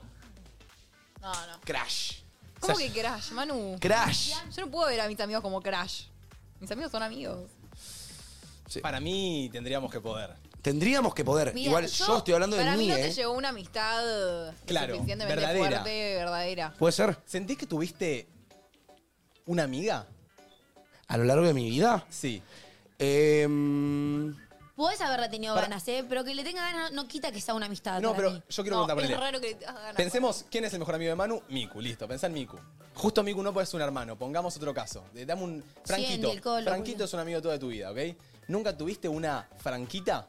Speaker 4: No, no.
Speaker 5: crash.
Speaker 4: ¿Cómo
Speaker 5: O sea,
Speaker 4: que Crash, Manu?
Speaker 5: Crash.
Speaker 4: Yo no puedo ver a mis amigos como Crash. Mis amigos son amigos.
Speaker 5: Sí.
Speaker 1: Para mí tendríamos que poder.
Speaker 5: Tendríamos que poder.
Speaker 4: Mira,
Speaker 5: Igual yo, estoy hablando de
Speaker 4: Para
Speaker 5: mí,
Speaker 4: mí no
Speaker 5: ¿eh?
Speaker 4: te llegó una amistad eh,
Speaker 1: Claro,
Speaker 4: suficientemente
Speaker 1: verdadera.
Speaker 4: fuerte, verdadera.
Speaker 5: ¿Puede ser?
Speaker 1: ¿Sentís que tuviste una amiga?
Speaker 5: ¿A lo largo de mi vida?
Speaker 1: Sí.
Speaker 5: Em,
Speaker 3: Podés haberla tenido
Speaker 1: Para-
Speaker 3: ganas, ¿eh? Pero que le tenga ganas no quita que sea una amistad.
Speaker 1: No,
Speaker 3: para
Speaker 1: pero
Speaker 3: mí.
Speaker 1: yo quiero preguntar por
Speaker 4: es raro que te hagas ganas.
Speaker 1: Pensemos, ¿quién es el mejor amigo de Manu? Miku, listo, pensá en Miku. Justo Miku no puede ser un hermano, pongamos otro caso. Eh, Dame un. Franquito.
Speaker 3: Siente el colo,
Speaker 1: Franquito
Speaker 3: boludo.
Speaker 1: es un amigo de toda tu vida, ¿ok? ¿Nunca tuviste una franquita?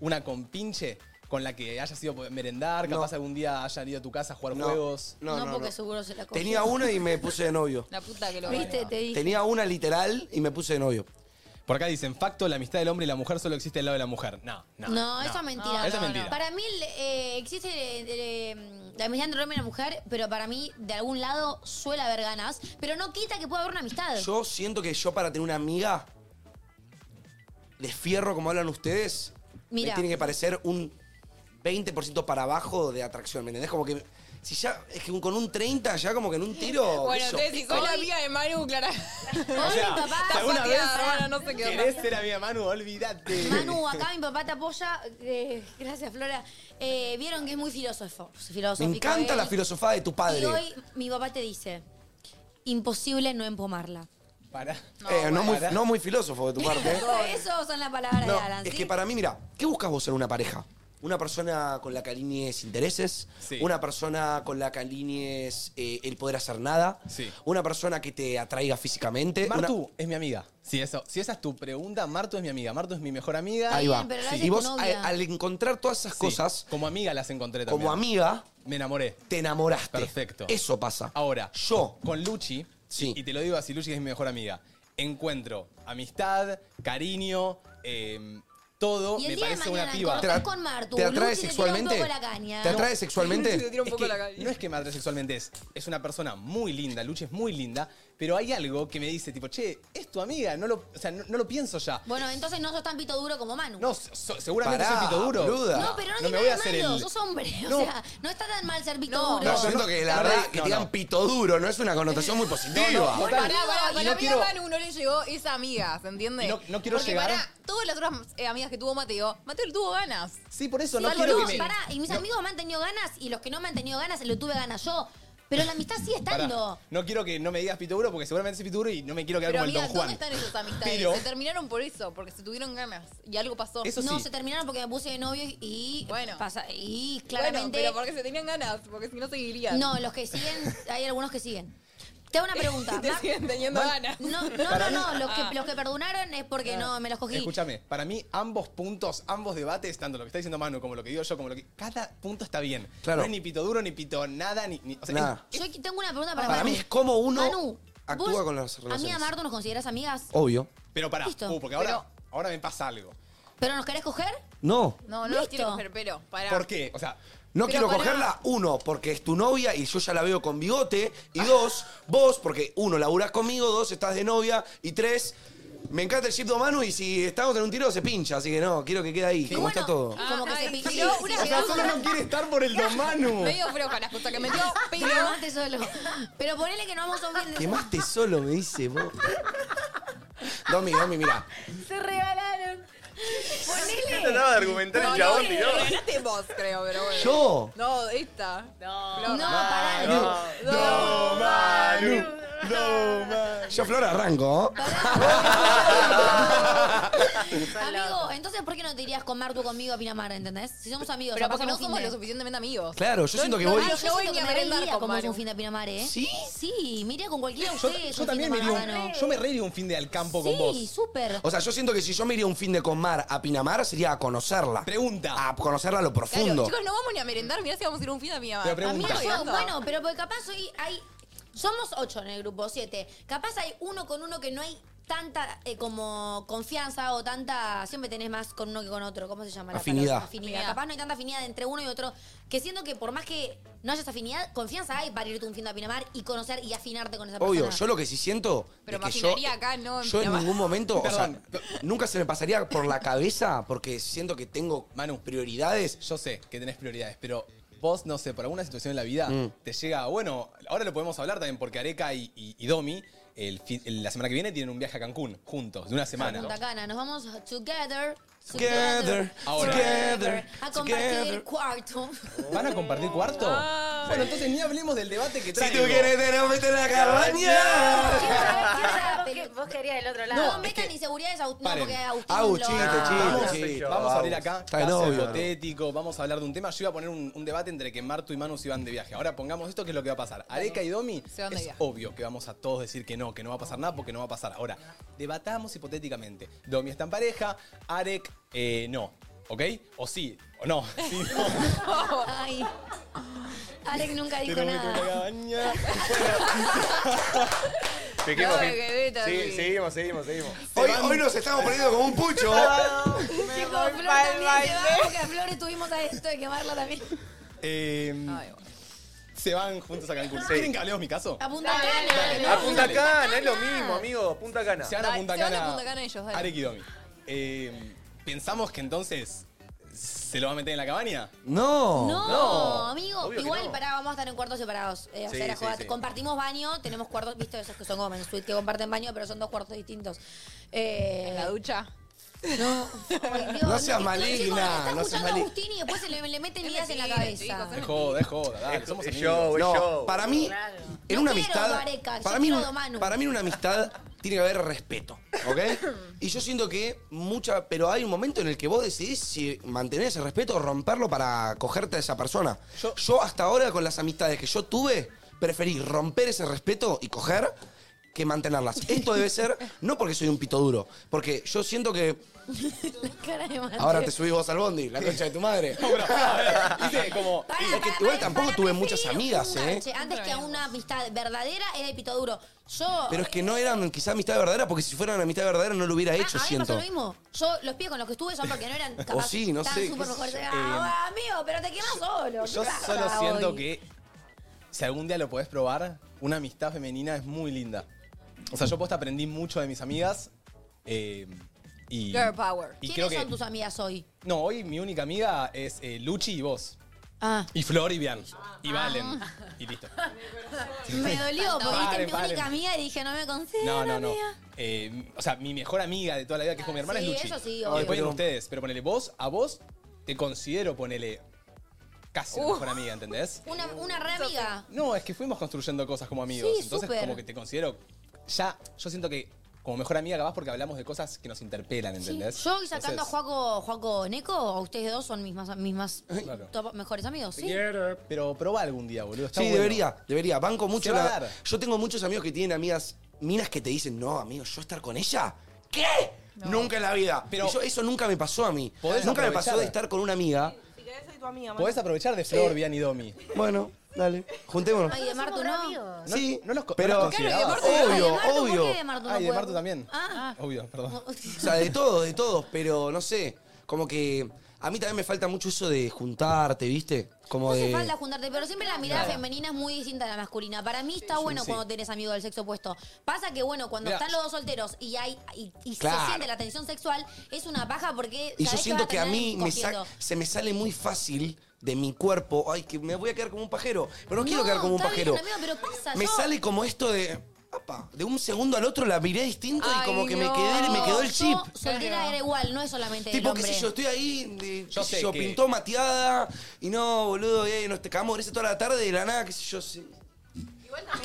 Speaker 1: ¿Una compinche con la que hayas ido a merendar?
Speaker 5: No.
Speaker 1: Capaz algún día hayan ido a tu casa a jugar
Speaker 5: no,
Speaker 1: juegos.
Speaker 5: No,
Speaker 3: no,
Speaker 5: no,
Speaker 3: porque
Speaker 5: no.
Speaker 3: seguro se la cogió.
Speaker 5: Tenía una y me puse de novio.
Speaker 4: La puta que lo
Speaker 3: ¿Viste?
Speaker 4: parió.
Speaker 3: Te dije.
Speaker 5: Tenía una literal y me puse de novio.
Speaker 1: Por acá dicen, facto, la amistad del hombre y la mujer solo existe al lado de la mujer. No, no.
Speaker 3: No, eso es mentira.
Speaker 1: Eso es mentira.
Speaker 3: Para mí el, eh, existe el- el- el- la amistad entre el hombre y la mujer, pero para mí de algún lado suele haber ganas, pero no quita que pueda haber una amistad.
Speaker 5: Yo siento que yo para tener una amiga de fierro como hablan ustedes, me
Speaker 3: Mira.
Speaker 5: eh, tiene que parecer un 20% para abajo de atracción, ¿me entendés? Como que si ya es que con un 30 ya como que en un tiro
Speaker 4: Bueno,
Speaker 5: eso,
Speaker 4: entonces si soy la
Speaker 3: Hoy-
Speaker 4: amiga de Manu, Clara.
Speaker 1: O sea,
Speaker 3: mi papá-
Speaker 1: si alguna vez
Speaker 4: Pateada, hermano, no sé qué
Speaker 1: querés ser amiga de Manu, olvídate.
Speaker 3: Manu, acá mi papá te apoya. eh, gracias, Flora. Eh, Vieron que es muy filósofo.
Speaker 5: me
Speaker 3: filosófico
Speaker 5: encanta
Speaker 3: él.
Speaker 5: la filosofía de tu padre.
Speaker 3: Y hoy mi papá te dice, imposible no empomarla.
Speaker 1: Pará.
Speaker 5: Eh, no, muy,
Speaker 1: pará.
Speaker 5: no muy filósofo de tu parte. ¿eh?
Speaker 3: Esas son las palabras
Speaker 5: No,
Speaker 3: de Alan,
Speaker 5: es
Speaker 3: ¿sí?
Speaker 5: que para mí, mira, ¿qué buscas vos en una pareja? Una persona con la que alinees intereses,
Speaker 1: Sí.
Speaker 5: una persona con la que alinees eh, el poder hacer nada,
Speaker 1: Sí.
Speaker 5: una persona que te atraiga físicamente. Eh, una-
Speaker 1: Martu es mi amiga. Si, eso, si esa es tu pregunta, Martu es mi amiga. Martu es mi mejor amiga.
Speaker 5: Ahí
Speaker 3: Bien,
Speaker 5: va.
Speaker 3: pero la haces
Speaker 5: Y
Speaker 3: tu
Speaker 5: vos,
Speaker 3: novia.
Speaker 5: al, al encontrar todas esas
Speaker 1: Sí,
Speaker 5: cosas,
Speaker 1: Como amiga las encontré también.
Speaker 5: como amiga,
Speaker 1: Me enamoré.
Speaker 5: te enamoraste.
Speaker 1: Perfecto.
Speaker 5: Eso pasa.
Speaker 1: Ahora,
Speaker 5: yo,
Speaker 1: con Luchi,
Speaker 5: Sí.
Speaker 1: y, y te lo digo así, Luchi es mi mejor amiga, encuentro amistad, cariño, eh, todo.
Speaker 3: Y el
Speaker 1: me
Speaker 3: día de
Speaker 1: parece una
Speaker 3: mañana
Speaker 1: piba.
Speaker 3: cortás con Martu,
Speaker 5: ¿te atrae
Speaker 3: Luchi te tira un
Speaker 5: sexualmente?
Speaker 3: poco la caña.
Speaker 5: ¿Te atrae
Speaker 3: No.
Speaker 4: Te
Speaker 5: sexualmente?
Speaker 4: tira un poco
Speaker 1: Es que
Speaker 4: la calle.
Speaker 1: no es que me atrae sexualmente, es, es una persona muy linda, Luchi es muy linda, pero hay algo que me dice, tipo, che, es tu amiga, no lo, o sea, no, no lo pienso ya.
Speaker 3: Bueno, entonces no sos tan pito duro como Manu.
Speaker 1: No, so- so- seguramente
Speaker 5: Pará,
Speaker 1: soy pito duro.
Speaker 5: boluda.
Speaker 3: No, pero no,
Speaker 1: me
Speaker 3: tiene
Speaker 1: voy a
Speaker 3: nada
Speaker 1: hacer
Speaker 3: malo,
Speaker 1: el-
Speaker 3: sos hombre.
Speaker 1: No.
Speaker 3: O sea, no está tan mal ser pito
Speaker 4: No.
Speaker 3: duro.
Speaker 5: No,
Speaker 1: No,
Speaker 5: yo siento
Speaker 1: no,
Speaker 5: que la
Speaker 1: no,
Speaker 5: verdad
Speaker 1: no,
Speaker 5: que
Speaker 1: no,
Speaker 5: te digan
Speaker 1: no.
Speaker 5: pito duro no es una connotación muy positiva.
Speaker 1: no,
Speaker 4: Pará,
Speaker 1: Total.
Speaker 4: pará,
Speaker 1: Y
Speaker 4: para
Speaker 1: no
Speaker 4: la
Speaker 1: quiero-
Speaker 4: amiga Manu no le llegó esa amiga, ¿se entiende?
Speaker 1: Y no- no quiero
Speaker 4: Porque
Speaker 1: llegar-
Speaker 4: Para todas las otras eh, amigas que tuvo Mateo, Mateo le tuvo ganas.
Speaker 1: Sí, por eso
Speaker 3: Sí,
Speaker 1: no
Speaker 3: boludo,
Speaker 1: quiero que me...
Speaker 3: pará, y mis
Speaker 1: no-
Speaker 3: amigos me han tenido ganas y los que no me han tenido ganas lo tuve ganas yo. Pero la amistad sigue
Speaker 1: Pará,
Speaker 3: estando.
Speaker 1: no quiero que no me digas pito duro porque seguramente soy pito duro y no me quiero quedar
Speaker 4: Pero
Speaker 1: como
Speaker 4: amiga,
Speaker 1: el Don Juan.
Speaker 4: ¿dónde están esas amistades?
Speaker 1: Pero-
Speaker 4: Se terminaron por eso, porque se tuvieron ganas y algo pasó.
Speaker 1: Eso
Speaker 3: no,
Speaker 1: sí.
Speaker 3: se terminaron porque me puse de novio y
Speaker 4: Bueno.
Speaker 3: pasa- y
Speaker 4: Bueno,
Speaker 3: claramente
Speaker 4: pero porque se tenían ganas, porque si no seguirían.
Speaker 3: No, los que siguen, hay algunos que siguen. Te hago una pregunta.
Speaker 4: Te
Speaker 3: Mar-
Speaker 4: siguen teniendo ganas. Ah.
Speaker 3: No, no, no, no, los que, los que perdonaron es
Speaker 1: Ah.
Speaker 3: porque no, me los cogí.
Speaker 1: Escúchame, para mí ambos puntos, ambos debates, tanto lo que está diciendo Manu como lo que digo yo, como lo que. Cada punto está bien.
Speaker 5: Claro.
Speaker 1: No es ni pito duro, ni pito nada, ni. ni- o sea,
Speaker 5: Nada.
Speaker 3: Yo aquí tengo una
Speaker 1: Ah,
Speaker 3: pregunta para,
Speaker 5: Para
Speaker 3: Manu.
Speaker 5: mí es como uno
Speaker 3: Manu,
Speaker 5: actúa
Speaker 3: vos,
Speaker 5: con las relaciones.
Speaker 3: Amiga Marto, ¿nos consideras amigas?
Speaker 5: Obvio.
Speaker 1: es- pero pará,
Speaker 3: Listo.
Speaker 1: uh, porque ahora, ahora me pasa algo.
Speaker 3: ¿Pero nos querés coger?
Speaker 5: No.
Speaker 4: No, no los
Speaker 3: Listo.
Speaker 4: quiero coger, pero para.
Speaker 1: ¿Por qué? O sea,
Speaker 5: No
Speaker 4: Pero
Speaker 5: quiero
Speaker 4: pará.
Speaker 5: cogerla, uno, porque es tu novia y yo ya la veo con bigote. Y dos, vos, porque uno, laburás conmigo, dos, estás de novia. Y tres, me encanta el chip de Manu y si estamos en un tiro se pincha. Así que no, quiero que quede ahí, como está todo.
Speaker 3: Como que
Speaker 4: Ah, ay,
Speaker 3: se
Speaker 4: sí,
Speaker 3: pidió
Speaker 4: sí,
Speaker 3: una
Speaker 4: sí,
Speaker 1: o sea, solo no quiere estar por el Don Manu.
Speaker 4: Medio floja la cosa que me dio, pero.
Speaker 3: Pero mate solo. Pero ponele que no vamos a un fin de
Speaker 5: Quemaste solo, me dice vos. Domi, Domi, mira.
Speaker 3: Se regalaron. Ponele.
Speaker 11: Trataba de argumentar el
Speaker 4: no,
Speaker 11: chabón, tiró.
Speaker 4: no, ganaste vos, creo, pero bueno.
Speaker 5: Yo.
Speaker 4: No, esta.
Speaker 3: No,
Speaker 4: No.
Speaker 1: Ah,
Speaker 3: pará.
Speaker 1: Don Manu. Don Manu.
Speaker 5: Yo, Flor, arranco. ¿no?
Speaker 3: Amigo, entonces ¿por qué no te irías con Martu conmigo a Pinamar, entendés? Si somos amigos,
Speaker 4: Pero
Speaker 3: capaz
Speaker 4: porque
Speaker 3: que
Speaker 4: no
Speaker 3: un fin
Speaker 4: somos
Speaker 3: de-
Speaker 4: lo suficientemente amigos.
Speaker 5: Claro, yo siento que
Speaker 4: no,
Speaker 5: voy.
Speaker 3: Ah, yo
Speaker 4: no
Speaker 3: siento
Speaker 4: voy ni
Speaker 3: que
Speaker 4: a
Speaker 3: me re
Speaker 4: merendar
Speaker 3: iría
Speaker 4: con
Speaker 3: con vos
Speaker 4: Maru.
Speaker 3: un fin de Pinamar, ¿eh?
Speaker 5: ¿Sí?
Speaker 3: Sí, me iría con cualquiera de
Speaker 1: Yo,
Speaker 3: ustedes.
Speaker 1: yo
Speaker 3: un
Speaker 1: también me
Speaker 3: fin de
Speaker 1: iría
Speaker 3: Pinamar,
Speaker 1: un,
Speaker 3: mano.
Speaker 1: yo me reiría un fin de al campo con
Speaker 3: Sí,
Speaker 1: vos.
Speaker 3: súper.
Speaker 5: O sea, yo siento que si yo me iría un fin de con Mar a Pinamar sería a conocerla.
Speaker 1: Pregunta.
Speaker 5: A conocerla a lo
Speaker 4: Claro,
Speaker 5: profundo.
Speaker 4: chicos, no vamos ni a merendar, mirá si vamos a ir a un fin de mi mamá.
Speaker 1: Pero pregunta.
Speaker 3: Amigo,
Speaker 1: Nunca.
Speaker 3: yo, bueno, pero porque capaz hoy hay. Somos ocho en el grupo, siete. Capaz hay uno con uno que no hay tanta eh, como confianza o tanta. Siempre tenés más con uno que con otro. ¿Cómo se llama? la
Speaker 5: Afinidad.
Speaker 3: palabra? afinidad.
Speaker 4: Afinidad.
Speaker 3: Capaz no hay tanta afinidad entre uno y otro. Que siento que por más que no hayas afinidad, confianza hay para irte un fin de a Pinamar y conocer y afinarte con esa
Speaker 5: Obvio,
Speaker 3: persona.
Speaker 5: yo lo que sí siento.
Speaker 4: Pero
Speaker 5: es que yo,
Speaker 4: maquinaria acá, no en
Speaker 5: Yo en
Speaker 4: Pinamar.
Speaker 5: ningún momento, o sea,
Speaker 1: Perdón.
Speaker 5: nunca se me pasaría por la cabeza porque siento que tengo
Speaker 1: Manu.
Speaker 5: prioridades.
Speaker 1: Yo sé que tenés prioridades, pero vos, no sé, por alguna situación en la vida
Speaker 5: Mm.
Speaker 1: te llega. Bueno, ahora lo podemos hablar también porque Areca y, y- y Domi el fi- el- la semana que viene tienen un viaje a Cancún juntos, de una semana.
Speaker 3: Punta Cana, nos vamos together.
Speaker 5: Together,
Speaker 1: Ahora.
Speaker 5: together,
Speaker 3: A compartir
Speaker 5: together.
Speaker 3: el cuarto.
Speaker 1: ¿Van a compartir cuarto? Bueno, entonces ni hablemos del debate que
Speaker 5: Si
Speaker 1: traigo.
Speaker 5: tú quieres, te lo metes en la cabaña.
Speaker 12: Vos querías el otro
Speaker 3: No,
Speaker 12: lado.
Speaker 3: metan inseguridades a Agustín, no,
Speaker 1: Paren. Ah,
Speaker 3: porque Ah. Agustín.
Speaker 5: Agus,
Speaker 3: lo-
Speaker 5: chiste,
Speaker 1: Vamos,
Speaker 5: chiste, chiste.
Speaker 1: vamos a abrir acá
Speaker 5: Está de
Speaker 1: caso
Speaker 5: novio,
Speaker 1: hipotético, vamos a hablar de un tema. Yo iba a poner un, un debate entre que Martu y Manu se iban de viaje. Ahora pongamos esto que es lo que va a pasar. Areca y Domi,
Speaker 4: Se van de
Speaker 1: es
Speaker 4: viaje.
Speaker 1: obvio que vamos a todos decir que no, que no va a pasar nada porque no va a pasar. Ahora, debatamos hipotéticamente. Domi está en pareja, Arek eh, no, ¿ok? O sí, o no. Sí, no.
Speaker 3: Ay. Alex nunca
Speaker 1: Te
Speaker 3: dijo
Speaker 1: lo meto en la
Speaker 3: nada.
Speaker 1: cabaña.
Speaker 11: Seguimos,
Speaker 4: No,
Speaker 11: sí.
Speaker 4: que vete,
Speaker 11: Sí,
Speaker 4: Domi.
Speaker 11: seguimos, seguimos, seguimos.
Speaker 5: Hoy, hoy nos estamos poniendo como un pucho.
Speaker 3: Chicos, Flor también se va, porque a Flor estuvimos a esto de quemarla también.
Speaker 1: Eh,
Speaker 4: Ay, bueno.
Speaker 1: se van juntos a Cancún. ¿Quieren que hablemos mi caso?
Speaker 3: Apunta acá.
Speaker 11: A Ah, Punta Cana, es lo mismo, amigo. Punta Cana.
Speaker 1: Se van a
Speaker 4: Dale,
Speaker 1: Punta
Speaker 4: se van a
Speaker 1: Cana.
Speaker 4: Punta Cana ellos, dale.
Speaker 1: Arek y Domi. Eh, pensamos que entonces se lo va a meter en la cabaña.
Speaker 5: No.
Speaker 3: No,
Speaker 1: No,
Speaker 3: amigo,
Speaker 11: obvio que
Speaker 3: igual
Speaker 11: no.
Speaker 3: pará, vamos a estar en cuartos separados. Eh, o
Speaker 1: Sí,
Speaker 3: sea, era
Speaker 1: sí,
Speaker 3: joda.
Speaker 1: sí.
Speaker 3: Compartimos baño, tenemos cuartos, visto esos que son como mensuit que comparten baño, pero son dos cuartos distintos. Eh,
Speaker 4: En la ducha.
Speaker 3: No, ay, Dios,
Speaker 5: No seas
Speaker 3: que-
Speaker 5: maligna,
Speaker 3: chicos, está
Speaker 5: no seas
Speaker 3: escuchando
Speaker 5: maligna.
Speaker 3: Agustín y después se le, le meten
Speaker 4: Es
Speaker 3: ideas en la
Speaker 4: mentira,
Speaker 3: cabeza.
Speaker 4: chicos,
Speaker 1: Es
Speaker 4: es
Speaker 1: joda, es joda, dale,
Speaker 11: Es-
Speaker 1: somos
Speaker 11: es
Speaker 1: amigos.
Speaker 11: show, es
Speaker 5: No,
Speaker 11: show.
Speaker 5: para mí,
Speaker 12: Claro.
Speaker 5: en
Speaker 3: No
Speaker 5: una
Speaker 3: quiero
Speaker 5: amistad.
Speaker 3: Gareca, yo
Speaker 5: para, mí,
Speaker 3: quiero Domanu.
Speaker 5: para mí, en una amistad tiene que haber respeto, ¿ok? Y yo siento que mucha. Pero hay un momento en el que vos decidís si mantener ese respeto o romperlo para cogerte a esa persona. Yo,
Speaker 1: Yo-
Speaker 5: hasta ahora, con las amistades que yo tuve, preferí romper ese respeto y coger que mantenerlas. Esto debe ser, no porque soy un pito duro, porque yo siento que.
Speaker 3: Cara de Mateo.
Speaker 5: Ahora te subís vos al bondi, la concha de tu madre.
Speaker 1: Viste, como.
Speaker 3: Pará,
Speaker 5: Es que
Speaker 3: pará,
Speaker 5: igual
Speaker 3: pará,
Speaker 5: tampoco
Speaker 3: pará,
Speaker 5: tuve
Speaker 3: preferí
Speaker 5: muchas amigas,
Speaker 3: un
Speaker 5: ¿eh?
Speaker 3: garche Antes que a una amistad verdadera era de pito duro. Yo.
Speaker 5: Pero es que no eran quizá amistad verdadera, porque si fueran amistad verdadera no lo hubiera
Speaker 3: Ah,
Speaker 5: hecho,
Speaker 3: a mí me
Speaker 5: siento.
Speaker 3: pasó lo mismo. Yo los pies con los que estuve son porque no eran capaz
Speaker 5: sí, no
Speaker 3: tan
Speaker 5: sé,
Speaker 3: súper
Speaker 5: qué sé
Speaker 3: mejores.
Speaker 5: yo. eh.
Speaker 3: Ah, amigo, pero te quemas solo.
Speaker 1: Yo
Speaker 3: ¿qué pasa
Speaker 1: solo siento
Speaker 3: hoy?
Speaker 1: que si algún día lo podés probar, una amistad femenina es muy linda. O sea, yo posta aprendí mucho de mis amigas. eh, y,
Speaker 4: Girl power.
Speaker 1: y creo
Speaker 3: ¿Quiénes
Speaker 1: que.
Speaker 3: son tus amigas hoy?
Speaker 1: No, hoy mi única amiga es eh, Luchi y vos.
Speaker 3: Ah,
Speaker 1: Y Flor y Bian.
Speaker 4: Ah.
Speaker 1: Y Valen. Y listo.
Speaker 3: me dolió, porque viste
Speaker 1: Paren,
Speaker 3: mi
Speaker 1: paren.
Speaker 3: única amiga y dije, no me considero
Speaker 1: No, no, no.
Speaker 3: amiga.
Speaker 1: Eh, o sea, mi mejor amiga de toda la vida, que es como mi hermana,
Speaker 3: Ah, Sí,
Speaker 1: es Luchi.
Speaker 3: eso sí,
Speaker 1: Y
Speaker 3: obvio.
Speaker 1: después vienen ustedes. Pero ponele vos, a vos te considero, ponele, casi la mejor amiga, ¿entendés?
Speaker 3: Una, una re amiga.
Speaker 1: No, es que fuimos construyendo cosas como amigos.
Speaker 3: Sí,
Speaker 1: Entonces,
Speaker 3: súper.
Speaker 1: como que te considero. Ya, yo siento que como mejor amiga capaz porque hablamos de cosas que nos interpelan,
Speaker 3: Sí.
Speaker 1: ¿entendés?
Speaker 3: Yo voy sacando
Speaker 1: Entonces,
Speaker 3: a Joaco, Joaco Neco, a ustedes dos son mis más, mis más
Speaker 1: Claro.
Speaker 3: top- mejores amigos, ¿sí?
Speaker 1: Pero probá algún día, boludo. está
Speaker 5: Sí,
Speaker 1: bueno.
Speaker 5: debería, debería. Banco mucho
Speaker 1: Se va a
Speaker 5: la-
Speaker 1: dar.
Speaker 5: Yo tengo muchos amigos que tienen amigas, minas que te dicen, no, amigo, yo estar con ella. ¿Qué? Nunca en la vida. Pero
Speaker 1: Pero-
Speaker 5: eso nunca me pasó a mí.
Speaker 1: Podés
Speaker 5: Nunca me pasó
Speaker 1: aprovechar.
Speaker 5: de estar con una amiga.
Speaker 7: Si querés, soy tu amiga, Manu.
Speaker 1: Podés aprovechar de Flor, Bian y Domi.
Speaker 5: Bueno, dale. Juntémonos.
Speaker 3: Ay, de Martu no.
Speaker 1: No-
Speaker 5: sí,
Speaker 1: no los co-
Speaker 5: pero
Speaker 1: no los Claro, y de considerabas. Martu
Speaker 3: Ay, de
Speaker 5: obvio,
Speaker 3: Martu, ¿por
Speaker 5: obvio.
Speaker 3: qué de Martu no
Speaker 1: Ah, y de
Speaker 3: puede?
Speaker 1: Martu también.
Speaker 3: Ah.
Speaker 1: Obvio, perdón.
Speaker 5: O sea, de todo, de todos, pero no sé. Como que a mí también me falta mucho eso de juntarte, ¿viste? Como
Speaker 3: No
Speaker 5: de.
Speaker 3: hace falta juntarte, pero siempre la mirada femenina es muy distinta a la masculina. Para mí está bueno
Speaker 5: sí.
Speaker 3: cuando tenés amigos del sexo opuesto. Pasa que, bueno, cuando
Speaker 1: Mirá.
Speaker 3: están los dos solteros y hay y, y
Speaker 5: Claro.
Speaker 3: se siente la tensión sexual, es una paja porque.
Speaker 5: Y
Speaker 3: sabés
Speaker 5: yo siento
Speaker 3: vas
Speaker 5: que a
Speaker 3: terminar
Speaker 5: mí me
Speaker 3: cogiendo.
Speaker 5: sac- se me sale muy fácil de mi cuerpo. Ay, que me voy a quedar como un pajero. Pero no, quiero
Speaker 3: No,
Speaker 5: quedar como un
Speaker 3: está bien,
Speaker 5: pajero.
Speaker 3: amigo, pero pasa,
Speaker 5: me
Speaker 3: yo-
Speaker 5: sale como esto de. apa, de un segundo al otro la miré distinto y
Speaker 4: Ay,
Speaker 5: como que me
Speaker 4: no.
Speaker 5: quedé, me quedó el
Speaker 3: Yo
Speaker 5: chip.
Speaker 3: soltera era igual, no es solamente el
Speaker 5: Tipo, qué
Speaker 3: hombre.
Speaker 5: sé yo, estoy ahí, de,
Speaker 1: Yo
Speaker 5: qué sé
Speaker 1: sé
Speaker 5: yo,
Speaker 1: que-
Speaker 5: pintó mateada y no, boludo, eh, nos te cagamos de risa toda la tarde de la nada, qué sé yo. Se,
Speaker 3: Ni de la nada,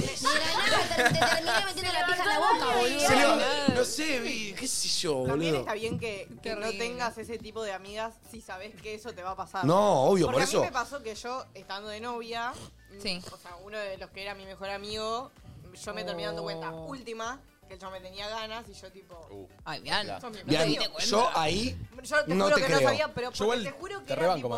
Speaker 3: te, te terminé metiendo la pija en la boca,
Speaker 5: se le
Speaker 3: boludo.
Speaker 5: va- no sé, vi- qué sé yo,
Speaker 7: También
Speaker 5: boludo.
Speaker 7: está bien que, que no
Speaker 4: horrible.
Speaker 7: tengas ese tipo de amigas si sabes que eso te va a pasar.
Speaker 5: No, obvio,
Speaker 7: Porque
Speaker 5: por
Speaker 7: a
Speaker 5: eso.
Speaker 7: mí me pasó que yo, estando de novia, mm,
Speaker 4: Sí.
Speaker 7: o sea, uno de los que era mi mejor amigo, yo me terminé dando cuenta, última, que yo me tenía ganas y yo tipo...
Speaker 4: Oh. Ay, bien.
Speaker 7: sos mi
Speaker 5: Bien,
Speaker 7: mejor amigo.
Speaker 5: yo ahí
Speaker 7: Yo te
Speaker 5: no
Speaker 7: juro
Speaker 5: te
Speaker 7: que
Speaker 5: creo.
Speaker 7: no sabía, pero
Speaker 1: Yo
Speaker 7: porque
Speaker 1: igual
Speaker 7: te juro que
Speaker 1: te
Speaker 7: era
Speaker 1: rebanco,
Speaker 7: tipo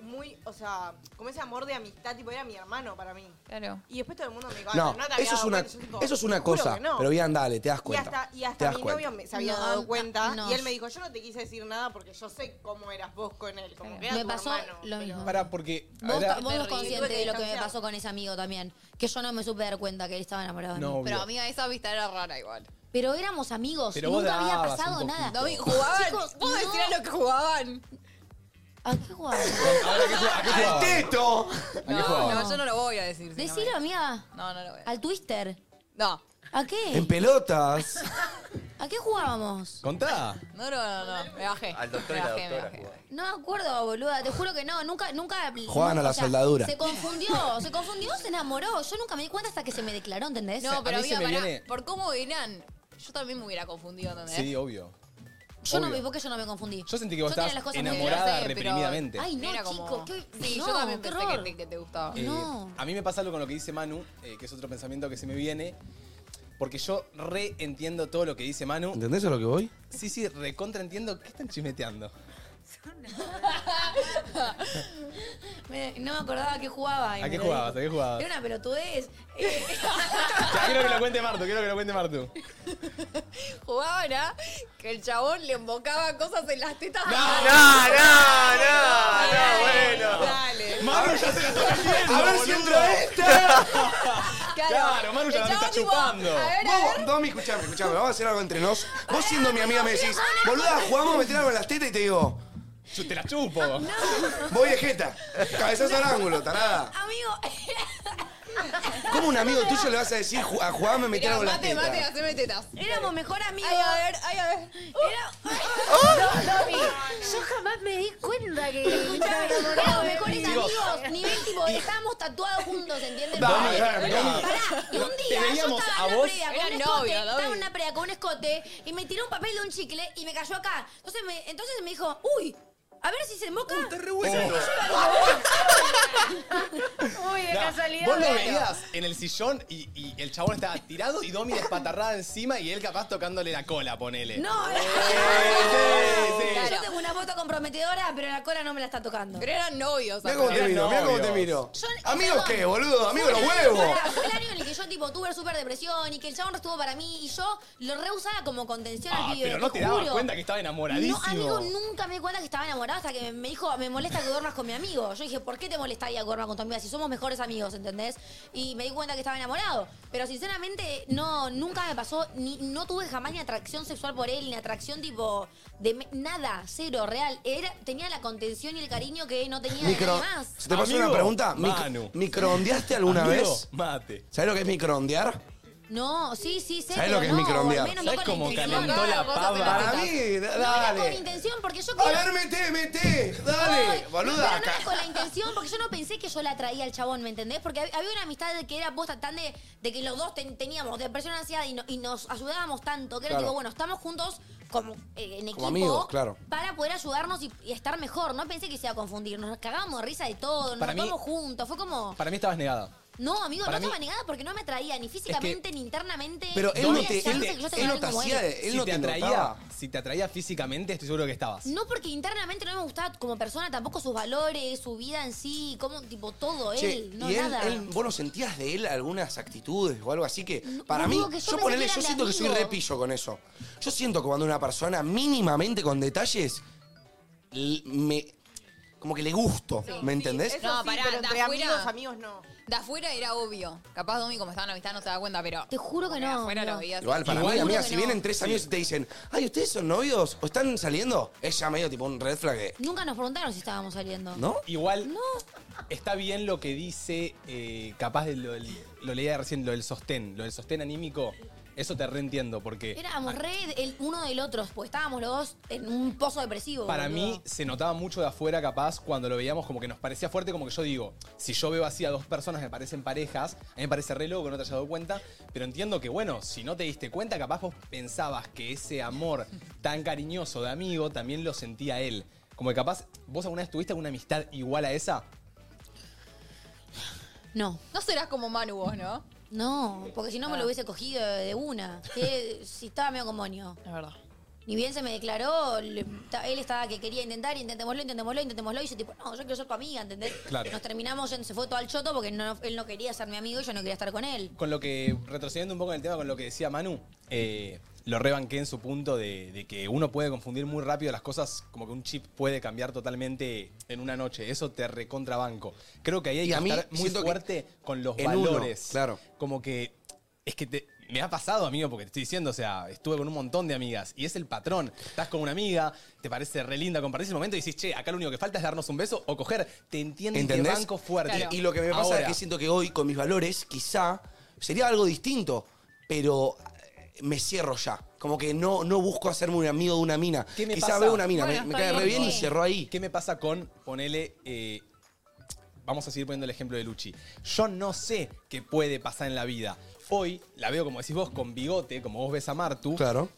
Speaker 1: Manu,
Speaker 7: muy, o sea, como ese amor de amistad, tipo era mi hermano para mí.
Speaker 4: Claro.
Speaker 7: Y después todo el mundo me dijo, "Ah,
Speaker 5: No,
Speaker 7: te había
Speaker 5: eso, es
Speaker 7: dado
Speaker 5: una,
Speaker 7: cuenta". Yo, tipo,
Speaker 5: eso es
Speaker 7: "Te
Speaker 5: una
Speaker 7: juro
Speaker 5: cosa.
Speaker 7: que no".
Speaker 5: Pero bien, dale, te das
Speaker 7: Y
Speaker 5: cuenta.
Speaker 7: hasta, y
Speaker 5: te
Speaker 7: hasta
Speaker 5: das
Speaker 7: mi
Speaker 5: cuenta.
Speaker 7: novio me- se había
Speaker 3: No,
Speaker 7: dado
Speaker 3: no,
Speaker 7: cuenta
Speaker 3: no.
Speaker 7: y él me dijo, yo no te quise decir nada porque yo sé cómo eras vos con él, como que era
Speaker 3: Me
Speaker 7: tu
Speaker 3: pasó
Speaker 7: hermano.
Speaker 3: lo mismo.
Speaker 1: Para, porque.
Speaker 3: Vos,
Speaker 1: era-
Speaker 3: vos sos consciente de lo que me
Speaker 7: Distanciado.
Speaker 3: pasó con ese amigo también. Que yo no me supe dar cuenta que él estaba enamorado de mí.
Speaker 1: No,
Speaker 4: Pero
Speaker 1: obvio.
Speaker 4: amiga, esa vista era rara igual.
Speaker 3: Pero éramos amigos,
Speaker 1: Pero vos
Speaker 3: nunca había
Speaker 1: dabas un
Speaker 3: pasado
Speaker 1: poquito.
Speaker 3: nada.
Speaker 1: No, y
Speaker 4: Jugaban.
Speaker 3: Chicos,
Speaker 4: ¿Puedo
Speaker 3: no.
Speaker 4: decir a lo que jugaban?
Speaker 3: ¿A qué jugabas?
Speaker 1: Ahora, ¿a qué jugaba? ¿A qué
Speaker 5: ¡Al
Speaker 1: jugaba?
Speaker 5: teto!
Speaker 1: ¿A qué
Speaker 4: No,
Speaker 1: jugaba?
Speaker 4: no, yo no lo voy a decir. si no me-
Speaker 3: Decilo, amiga.
Speaker 4: No, no lo voy a decir.
Speaker 3: Al Twister.
Speaker 4: No.
Speaker 3: ¿A
Speaker 5: En
Speaker 3: qué?
Speaker 5: pelotas.
Speaker 3: ¿A ¿A qué jugábamos?
Speaker 1: Contá.
Speaker 4: No, no, no, no, me bajé.
Speaker 11: Al doctor y
Speaker 4: me
Speaker 11: la
Speaker 4: bajé, me
Speaker 11: doctora.
Speaker 4: bajé.
Speaker 3: No me acuerdo, boluda, te juro que no, nunca, nunca.
Speaker 5: Jugaban a la
Speaker 3: o sea,
Speaker 5: soldadura.
Speaker 3: Se confundió, se confundió, se enamoró. Yo nunca me di cuenta hasta que se me declaró, ¿entendés?
Speaker 4: No, pero
Speaker 1: A mí se
Speaker 4: había,
Speaker 1: me
Speaker 4: pará,
Speaker 1: viene-
Speaker 4: por cómo eran, yo también me hubiera confundido, ¿entendés?
Speaker 1: Sí, obvio.
Speaker 3: ¿eh? Yo no
Speaker 1: obvio.
Speaker 3: me porque yo no me confundí.
Speaker 1: Yo sentí que vos
Speaker 3: tenía
Speaker 1: estabas
Speaker 3: las cosas muy
Speaker 1: enamorada
Speaker 4: claras, eh, pero-
Speaker 1: reprimidamente.
Speaker 3: Ay, no,
Speaker 4: Era
Speaker 3: chico,
Speaker 4: como-
Speaker 3: qué-
Speaker 4: Sí,
Speaker 3: no,
Speaker 4: yo también
Speaker 3: qué
Speaker 4: pensé que
Speaker 3: horror.
Speaker 4: te, que te gustaba.
Speaker 1: Eh,
Speaker 3: No.
Speaker 1: A mí me pasa algo con lo que dice Manu, eh, que es otro pensamiento que se me viene, porque yo re entiendo todo lo que dice Manu.
Speaker 5: ¿Entendés a lo que voy?
Speaker 1: Sí, sí, recontra entiendo. ¿Qué están chimeteando?
Speaker 3: Me- no me acordaba que jugaba. y
Speaker 1: ¿A
Speaker 3: me
Speaker 1: qué
Speaker 3: lo
Speaker 1: jugabas?
Speaker 3: dijo.
Speaker 1: ¿A qué jugabas?
Speaker 3: Era una pelotudez. Eh,
Speaker 1: Ya, quiero que lo cuente Martu, quiero que lo cuente Martu.
Speaker 4: Jugaban a que el chabón le embocaba cosas en las tetas.
Speaker 11: No, no, no, no, bueno.
Speaker 7: Dale.
Speaker 1: Manu ya se la está metiendo.
Speaker 5: A ver si
Speaker 1: boludo.
Speaker 5: entra este. esta.
Speaker 1: Claro, Manu ya
Speaker 4: El
Speaker 1: la está
Speaker 4: chabón, tipo,
Speaker 1: chupando.
Speaker 4: a ver, a ver.
Speaker 5: Vos, Domi, escuchame, escuchame, vamos a hacer algo entre nos. Vos siendo mi amiga me decís, boluda, jugamos a meter algo en las tetas y te digo,
Speaker 1: Yo te la chupo.
Speaker 5: voy de jeta, cabezazo al ángulo, tarada.
Speaker 3: Ah, amigo,
Speaker 5: ¿Cómo un amigo tuyo le vas a decir, "Ju- a jugarme a meter
Speaker 4: Mirá,
Speaker 5: algo en las
Speaker 4: mate, mate,
Speaker 5: tetas?
Speaker 4: haceme tetas.
Speaker 3: éramos mejor amigos.
Speaker 4: Ay, a ver, ay, a ver. Uh.
Speaker 12: Yo jamás me di cuenta que.
Speaker 3: Éramos mejores
Speaker 1: Chicos.
Speaker 3: amigos. Nivel tipo, estábamos tatuados juntos, ¿entiendes?
Speaker 1: Dame,
Speaker 3: Pará,
Speaker 1: dame.
Speaker 3: y un
Speaker 1: Te
Speaker 3: día yo
Speaker 1: veíamos
Speaker 3: estaba
Speaker 1: a
Speaker 3: en una
Speaker 1: vos.
Speaker 3: previa con
Speaker 4: Era
Speaker 3: un
Speaker 4: novio,
Speaker 3: escote, estaba en
Speaker 4: novio.
Speaker 3: una previa con un escote y me tiró un papel de un chicle y me cayó acá. Entonces me, entonces me dijo, uy, a ver si se moca.
Speaker 1: Uh,
Speaker 12: Uy, de casualidad.
Speaker 1: Vos lo
Speaker 12: bueno.
Speaker 1: veías en el sillón y, y el chabón estaba tirado y Domi despatarrada encima y él capaz tocándole la cola, ponele.
Speaker 3: No, eh.
Speaker 1: sí, sí.
Speaker 3: yo tengo una foto comprometedora, pero la cola no me la está tocando.
Speaker 4: Pero eran novios.
Speaker 5: Mira cómo te
Speaker 1: Eran
Speaker 5: miro, mira cómo te
Speaker 1: novios.
Speaker 5: miro.
Speaker 3: Yo-
Speaker 5: ¿Amigos
Speaker 3: perdón.
Speaker 5: qué, boludo? ¿Amigos los
Speaker 3: Fue el año-
Speaker 5: huevos?
Speaker 3: pará, Fue el año en el que yo tipo tuve súper depresión y que el chabón estuvo para mí y yo lo rehusaba como contención
Speaker 1: Ah,
Speaker 3: al pibe.
Speaker 1: pero no te dabas
Speaker 3: juro.
Speaker 1: cuenta que estaba enamoradísimo.
Speaker 3: No, amigo, nunca me di cuenta que estaba enamorada hasta que me, me dijo, me molesta que duermas con mi amigo. Yo dije, ¿por qué te molestaría que duerma con tu amiga si somos mejores amigos, ¿entendés? Y me di cuenta que estaba enamorado. Pero sinceramente, no, nunca me pasó, ni, no tuve jamás ni atracción sexual por él, ni atracción tipo de me- nada, cero, real. Era, tenía la contención y el cariño que no tenía de
Speaker 5: Micro.
Speaker 3: nadie más.
Speaker 5: ¿Se te pasó
Speaker 1: Amigo,
Speaker 5: una pregunta? Mic-
Speaker 1: Manu.
Speaker 5: ¿Microondeaste alguna
Speaker 1: Amigo,
Speaker 5: vez?
Speaker 1: Mate.
Speaker 5: ¿Sabes lo que es microondear?
Speaker 3: No, sí, sí, sé.
Speaker 5: ¿Sabés
Speaker 3: pero
Speaker 5: lo que es
Speaker 3: no,
Speaker 5: microondear?
Speaker 3: al menos no
Speaker 1: ¿Sabes
Speaker 3: con la
Speaker 1: cómo
Speaker 3: intención.
Speaker 1: calentó la
Speaker 4: Cosas
Speaker 1: pava?
Speaker 4: en las
Speaker 5: Para mí, da-
Speaker 3: No era con
Speaker 5: dale.
Speaker 3: intención porque yo
Speaker 5: A
Speaker 3: quiero...
Speaker 5: ver, meté, meté.
Speaker 3: Ay,
Speaker 5: Dale, boluda.
Speaker 3: no, pero no era
Speaker 5: acá.
Speaker 3: con la intención, porque yo no pensé que yo la atraía al chabón, ¿me entendés? Porque hab- había una amistad de que era posta tan de, de que los dos ten- teníamos depresión ansiedad y, no- y nos ayudábamos tanto, que era
Speaker 5: Claro.
Speaker 3: tipo, bueno, estamos juntos como eh, en equipo
Speaker 5: amigos, claro.
Speaker 3: para poder ayudarnos y, y estar mejor. No pensé que se iba a confundir, nos cagábamos de risa de todo,
Speaker 1: Para
Speaker 3: nos
Speaker 1: mí-
Speaker 3: tomamos juntos, fue como...
Speaker 1: Para mí estabas negada.
Speaker 3: No, amigo,
Speaker 1: para
Speaker 3: no
Speaker 1: mí-
Speaker 3: estaba negada porque no me atraía ni físicamente ni internamente.
Speaker 5: Pero
Speaker 3: ni
Speaker 5: él no
Speaker 3: había
Speaker 5: te,
Speaker 3: chance
Speaker 5: él,
Speaker 3: que yo
Speaker 5: él
Speaker 3: tenga
Speaker 5: no
Speaker 3: alguien
Speaker 5: te
Speaker 3: como
Speaker 5: hacía,
Speaker 3: él.
Speaker 5: él no
Speaker 1: si te
Speaker 5: te
Speaker 1: atraía,
Speaker 5: notaba.
Speaker 1: si te atraía físicamente, estoy seguro que estabas.
Speaker 3: No, porque internamente no me gustaba como persona, tampoco sus valores, su vida en sí, como tipo todo él,
Speaker 5: Che,
Speaker 3: no
Speaker 5: y él,
Speaker 3: nada.
Speaker 5: él- vos no sentías de él algunas actitudes o algo así que para mí,
Speaker 3: boludo, que yo
Speaker 5: yo,
Speaker 3: pensé
Speaker 5: ponele,
Speaker 3: que era
Speaker 5: yo
Speaker 3: de
Speaker 5: siento que soy
Speaker 3: amigo.
Speaker 5: repillo con eso. Yo siento que cuando una persona mínimamente con detalles l- me como que le gusto, ¿me entendés?
Speaker 7: Eso
Speaker 4: No,
Speaker 7: sí,
Speaker 4: pará,
Speaker 7: pero
Speaker 4: de
Speaker 7: entre
Speaker 4: afuera-
Speaker 7: amigos, amigos no.
Speaker 4: De afuera era obvio. Capaz Domi, como estaba en amistad, no se da cuenta, pero.
Speaker 3: Te juro que
Speaker 4: como De
Speaker 3: no,
Speaker 4: afuera
Speaker 3: no.
Speaker 4: lo veías.
Speaker 5: Igual para
Speaker 1: Igual
Speaker 5: mí, amiga,
Speaker 3: juro que
Speaker 5: si
Speaker 3: no.
Speaker 5: vienen tres amigos y te dicen, "Ay, ustedes son novios o están saliendo", es ya medio tipo un red flag, que-
Speaker 3: Nunca nos preguntaron si estábamos saliendo.
Speaker 5: ¿no?
Speaker 1: Igual
Speaker 3: No.
Speaker 1: está bien lo que dice, eh, capaz de lo, del- lo leía recién, lo del sostén, lo del sostén anímico. Eso te reentiendo porque
Speaker 3: Éramos re el uno del otro, pues estábamos los dos en un pozo depresivo.
Speaker 1: para
Speaker 3: boludo.
Speaker 1: mí se notaba mucho de afuera capaz cuando lo veíamos como que nos parecía fuerte, como que yo digo, si yo veo así a dos personas que parecen parejas, a mí me parece re loco, no te hayas dado cuenta, pero entiendo que bueno, si no te diste cuenta, capaz vos pensabas que ese amor tan cariñoso de amigo también lo sentía él. Como que capaz, ¿vos alguna vez tuviste alguna amistad igual a esa?
Speaker 3: No.
Speaker 4: No serás como Manu vos, ¿no?
Speaker 3: No, porque si no me
Speaker 4: Ah.
Speaker 3: lo hubiese cogido de una. Que si estaba medio como moño.
Speaker 4: Es verdad.
Speaker 3: Ni bien se me declaró, le- ta- él estaba que quería intentar, intentémoslo, intentémoslo, intentémoslo. Y yo tipo, no, yo quiero ser tu amiga, ¿entendés?
Speaker 1: Claro.
Speaker 3: Nos terminamos, yendo- se fue todo al choto porque no- él no quería ser mi amigo y yo no quería estar con él.
Speaker 1: Con lo que, retrocediendo un poco en el tema con lo que decía Manu, eh, lo rebanqué en su punto de, de que uno puede confundir muy rápido las cosas, como que un chip puede cambiar totalmente en una noche. Eso te recontrabanco. Creo que ahí hay
Speaker 5: Y
Speaker 1: que
Speaker 5: a mí
Speaker 1: estar muy
Speaker 5: siento que
Speaker 1: fuerte con los
Speaker 5: en uno,
Speaker 1: valores.
Speaker 5: claro.
Speaker 1: Como que es que te. Me ha pasado, amigo, porque te estoy diciendo, o sea, estuve con un montón de amigas y es el patrón. Estás con una amiga, te parece re linda, compartís el momento y dices, che, acá lo único que falta es darnos un beso o coger. Te entiendo y te
Speaker 5: ¿Entendés?
Speaker 1: banco fuerte.
Speaker 5: Y, y lo que me pasa
Speaker 1: Ahora,
Speaker 5: es que siento que hoy, con mis valores, quizá sería algo distinto, pero eh, me cierro ya. Como que no, no busco hacerme un amigo de una mina.
Speaker 1: ¿Qué me
Speaker 5: Quizá
Speaker 1: pasa?
Speaker 5: veo una mina, me- me, cae re bien y cerró ahí.
Speaker 1: ¿Qué me pasa con, ponele, eh, vamos a seguir poniendo el ejemplo de Luchi? Yo no sé qué puede pasar en la vida. Hoy la veo, como decís vos, con bigote, como vos ves a Martu.
Speaker 5: Claro.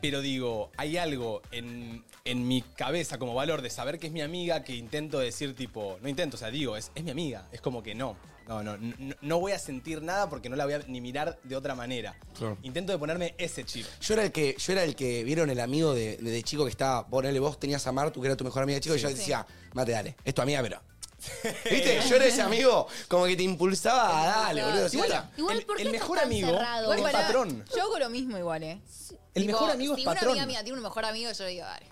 Speaker 1: Pero digo, hay algo en, en mi cabeza como valor de saber que es mi amiga que intento decir tipo, no intento, o sea, digo, es, es mi amiga. Es como que no, no, no, no, no voy a sentir nada porque no la voy a ni mirar de otra manera.
Speaker 5: Claro.
Speaker 1: Intento de ponerme ese chip.
Speaker 5: Yo era el que, yo era el que vieron el amigo de, de- de chico que estaba, ponele vos, tenías a Martu, que era tu mejor amiga de chico, y yo decía, mate, dale, es tu amiga, pero. ¿Viste? Yo era ese amigo, como que te impulsaba a dale, boludo.
Speaker 1: Igual-
Speaker 5: dale.
Speaker 1: igual, El- ¿por qué el estás mejor tan amigo cerrado? es
Speaker 4: pará,
Speaker 1: patrón.
Speaker 4: Yo hago lo mismo igual, ¿eh?
Speaker 1: El
Speaker 4: Tipo,
Speaker 1: mejor amigo es
Speaker 4: si
Speaker 1: patrón.
Speaker 4: una amiga mía tiene un mejor amigo, yo digo, dale.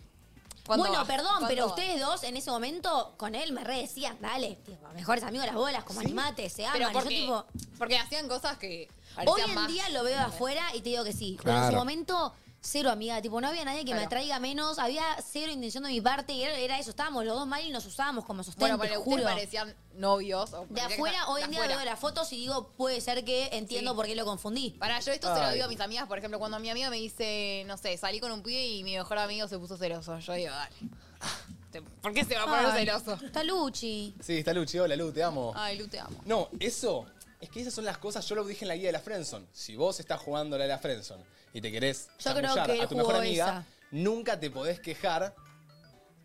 Speaker 4: ¿Cuándo
Speaker 3: Bueno,
Speaker 4: va?
Speaker 3: perdón,
Speaker 4: ¿Cuándo
Speaker 3: pero
Speaker 4: va?
Speaker 3: ustedes dos en ese momento con él me re decían, dale, tipo, mejores amigos de las bolas, como animate, se aman.
Speaker 4: Pero
Speaker 3: Y
Speaker 4: porque,
Speaker 3: yo,
Speaker 4: porque hacían cosas que
Speaker 3: tipo, hoy
Speaker 4: parecían
Speaker 3: en
Speaker 4: más-
Speaker 3: día lo veo de afuera y te digo que sí. Pero en su
Speaker 4: Claro.
Speaker 3: momento, cero amiga, tipo, no había nadie que me
Speaker 4: Claro.
Speaker 3: atraiga menos, había cero intención de mi parte y era, era eso, estábamos los dos mal y nos usábamos como sostén,
Speaker 4: Bueno,
Speaker 3: te
Speaker 4: pero ustedes
Speaker 3: juro.
Speaker 4: parecían novios. o
Speaker 3: De
Speaker 4: parecía que
Speaker 3: afuera,
Speaker 4: estaban-
Speaker 3: hoy
Speaker 4: de
Speaker 3: en día
Speaker 4: afuera.
Speaker 3: veo las fotos y digo, puede ser que eh, entiendo
Speaker 4: Sí.
Speaker 3: por qué lo confundí.
Speaker 4: Para yo esto se lo
Speaker 3: Ay.
Speaker 4: digo a mis amigas, por ejemplo, cuando mi amiga me dice, no sé, salí con un pibe y mi mejor amigo se puso celoso. Yo digo, dale. Te- ¿Por qué se va a poner
Speaker 3: Ay,
Speaker 4: celoso?
Speaker 3: Está Luchi.
Speaker 1: Sí, está Luchi, hola Lu, te amo.
Speaker 4: Ay, Lu, te amo.
Speaker 1: No, eso. Es que esas son las cosas, yo lo dije en la guía de la Friendson. Si vos estás jugando la de la Friendson y te querés
Speaker 3: Yo creo
Speaker 1: chamullar
Speaker 3: que él
Speaker 1: a tu mejor
Speaker 3: jugó
Speaker 1: amiga,
Speaker 3: esa.
Speaker 1: nunca te podés quejar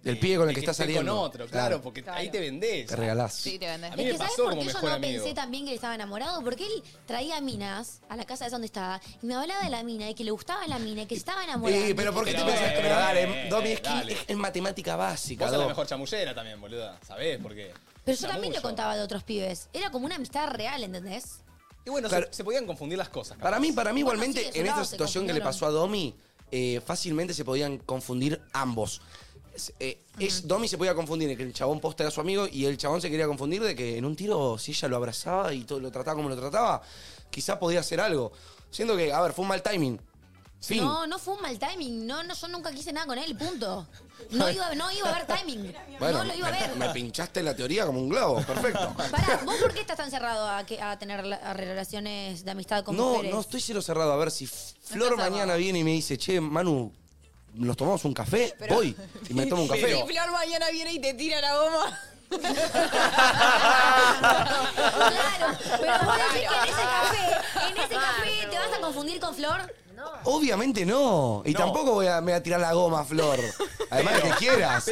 Speaker 5: El pibe con el que, estás
Speaker 1: esté
Speaker 5: saliendo.
Speaker 1: con otro, claro, porque ahí te vendés.
Speaker 5: Te regalás.
Speaker 4: Sí, te vendés.
Speaker 1: A mí
Speaker 3: es
Speaker 1: me
Speaker 3: que ¿sabes
Speaker 1: pasó
Speaker 3: por
Speaker 1: como
Speaker 3: qué yo
Speaker 1: mejor
Speaker 3: no
Speaker 1: amigo.
Speaker 3: pensé también que él estaba enamorado? Porque él traía minas a la casa de donde estaba y me hablaba de la mina y que le gustaba la mina y que estaba enamorado.
Speaker 5: Sí, pero porque te
Speaker 1: Eh, Pero
Speaker 5: pensás,
Speaker 1: bueno,
Speaker 5: pero dale,
Speaker 1: eh,
Speaker 5: Domi, es, que
Speaker 1: dale.
Speaker 5: es- es matemática básica.
Speaker 1: Vos sos la
Speaker 5: Domi.
Speaker 1: mejor chamullera también, boluda. ¿Sabés por qué?
Speaker 3: Pero yo también le
Speaker 1: Chamullo.
Speaker 3: contaba de otros pibes. Era como una amistad real, ¿entendés?
Speaker 1: Y bueno,
Speaker 5: Claro.
Speaker 1: se, se podían confundir las cosas.
Speaker 5: Para mí, para mí
Speaker 3: Bueno,
Speaker 5: igualmente,
Speaker 3: sí, de su
Speaker 5: en
Speaker 3: lado
Speaker 5: esta
Speaker 3: se
Speaker 5: situación que le pasó a Domi, eh, fácilmente se podían confundir ambos. Es- eh, es- Domi se podía confundir en que el chabón posta era su amigo y el chabón se quería confundir de que en un tiro, si ella lo abrazaba y todo, lo trataba como lo trataba, quizá podía hacer algo. Siendo que, a ver, fue un mal timing. Fin.
Speaker 3: No, no fue un mal timing. No, no, yo nunca quise nada con él, punto. No iba, no iba a haber timing.
Speaker 5: bueno,
Speaker 3: no lo iba a ver.
Speaker 5: me, me pinchaste la teoría como un globo, perfecto.
Speaker 3: Pará, ¿vos por qué estás tan cerrado a, que- a tener la- a relaciones de amistad con
Speaker 5: No,
Speaker 3: mujeres?
Speaker 5: no, estoy cero cerrado. A ver, si Flor mañana viene y me dice, che, Manu, ¿nos tomamos un café? Voy y me tomo un café.
Speaker 4: Y Flor mañana viene y te tira la goma.
Speaker 3: Claro, pero vos decís que en ese café, en ese café, ¿te vas a confundir con Flor?
Speaker 5: Obviamente no. Y tampoco voy a, me voy a tirar la goma, Flor. Además que quieras.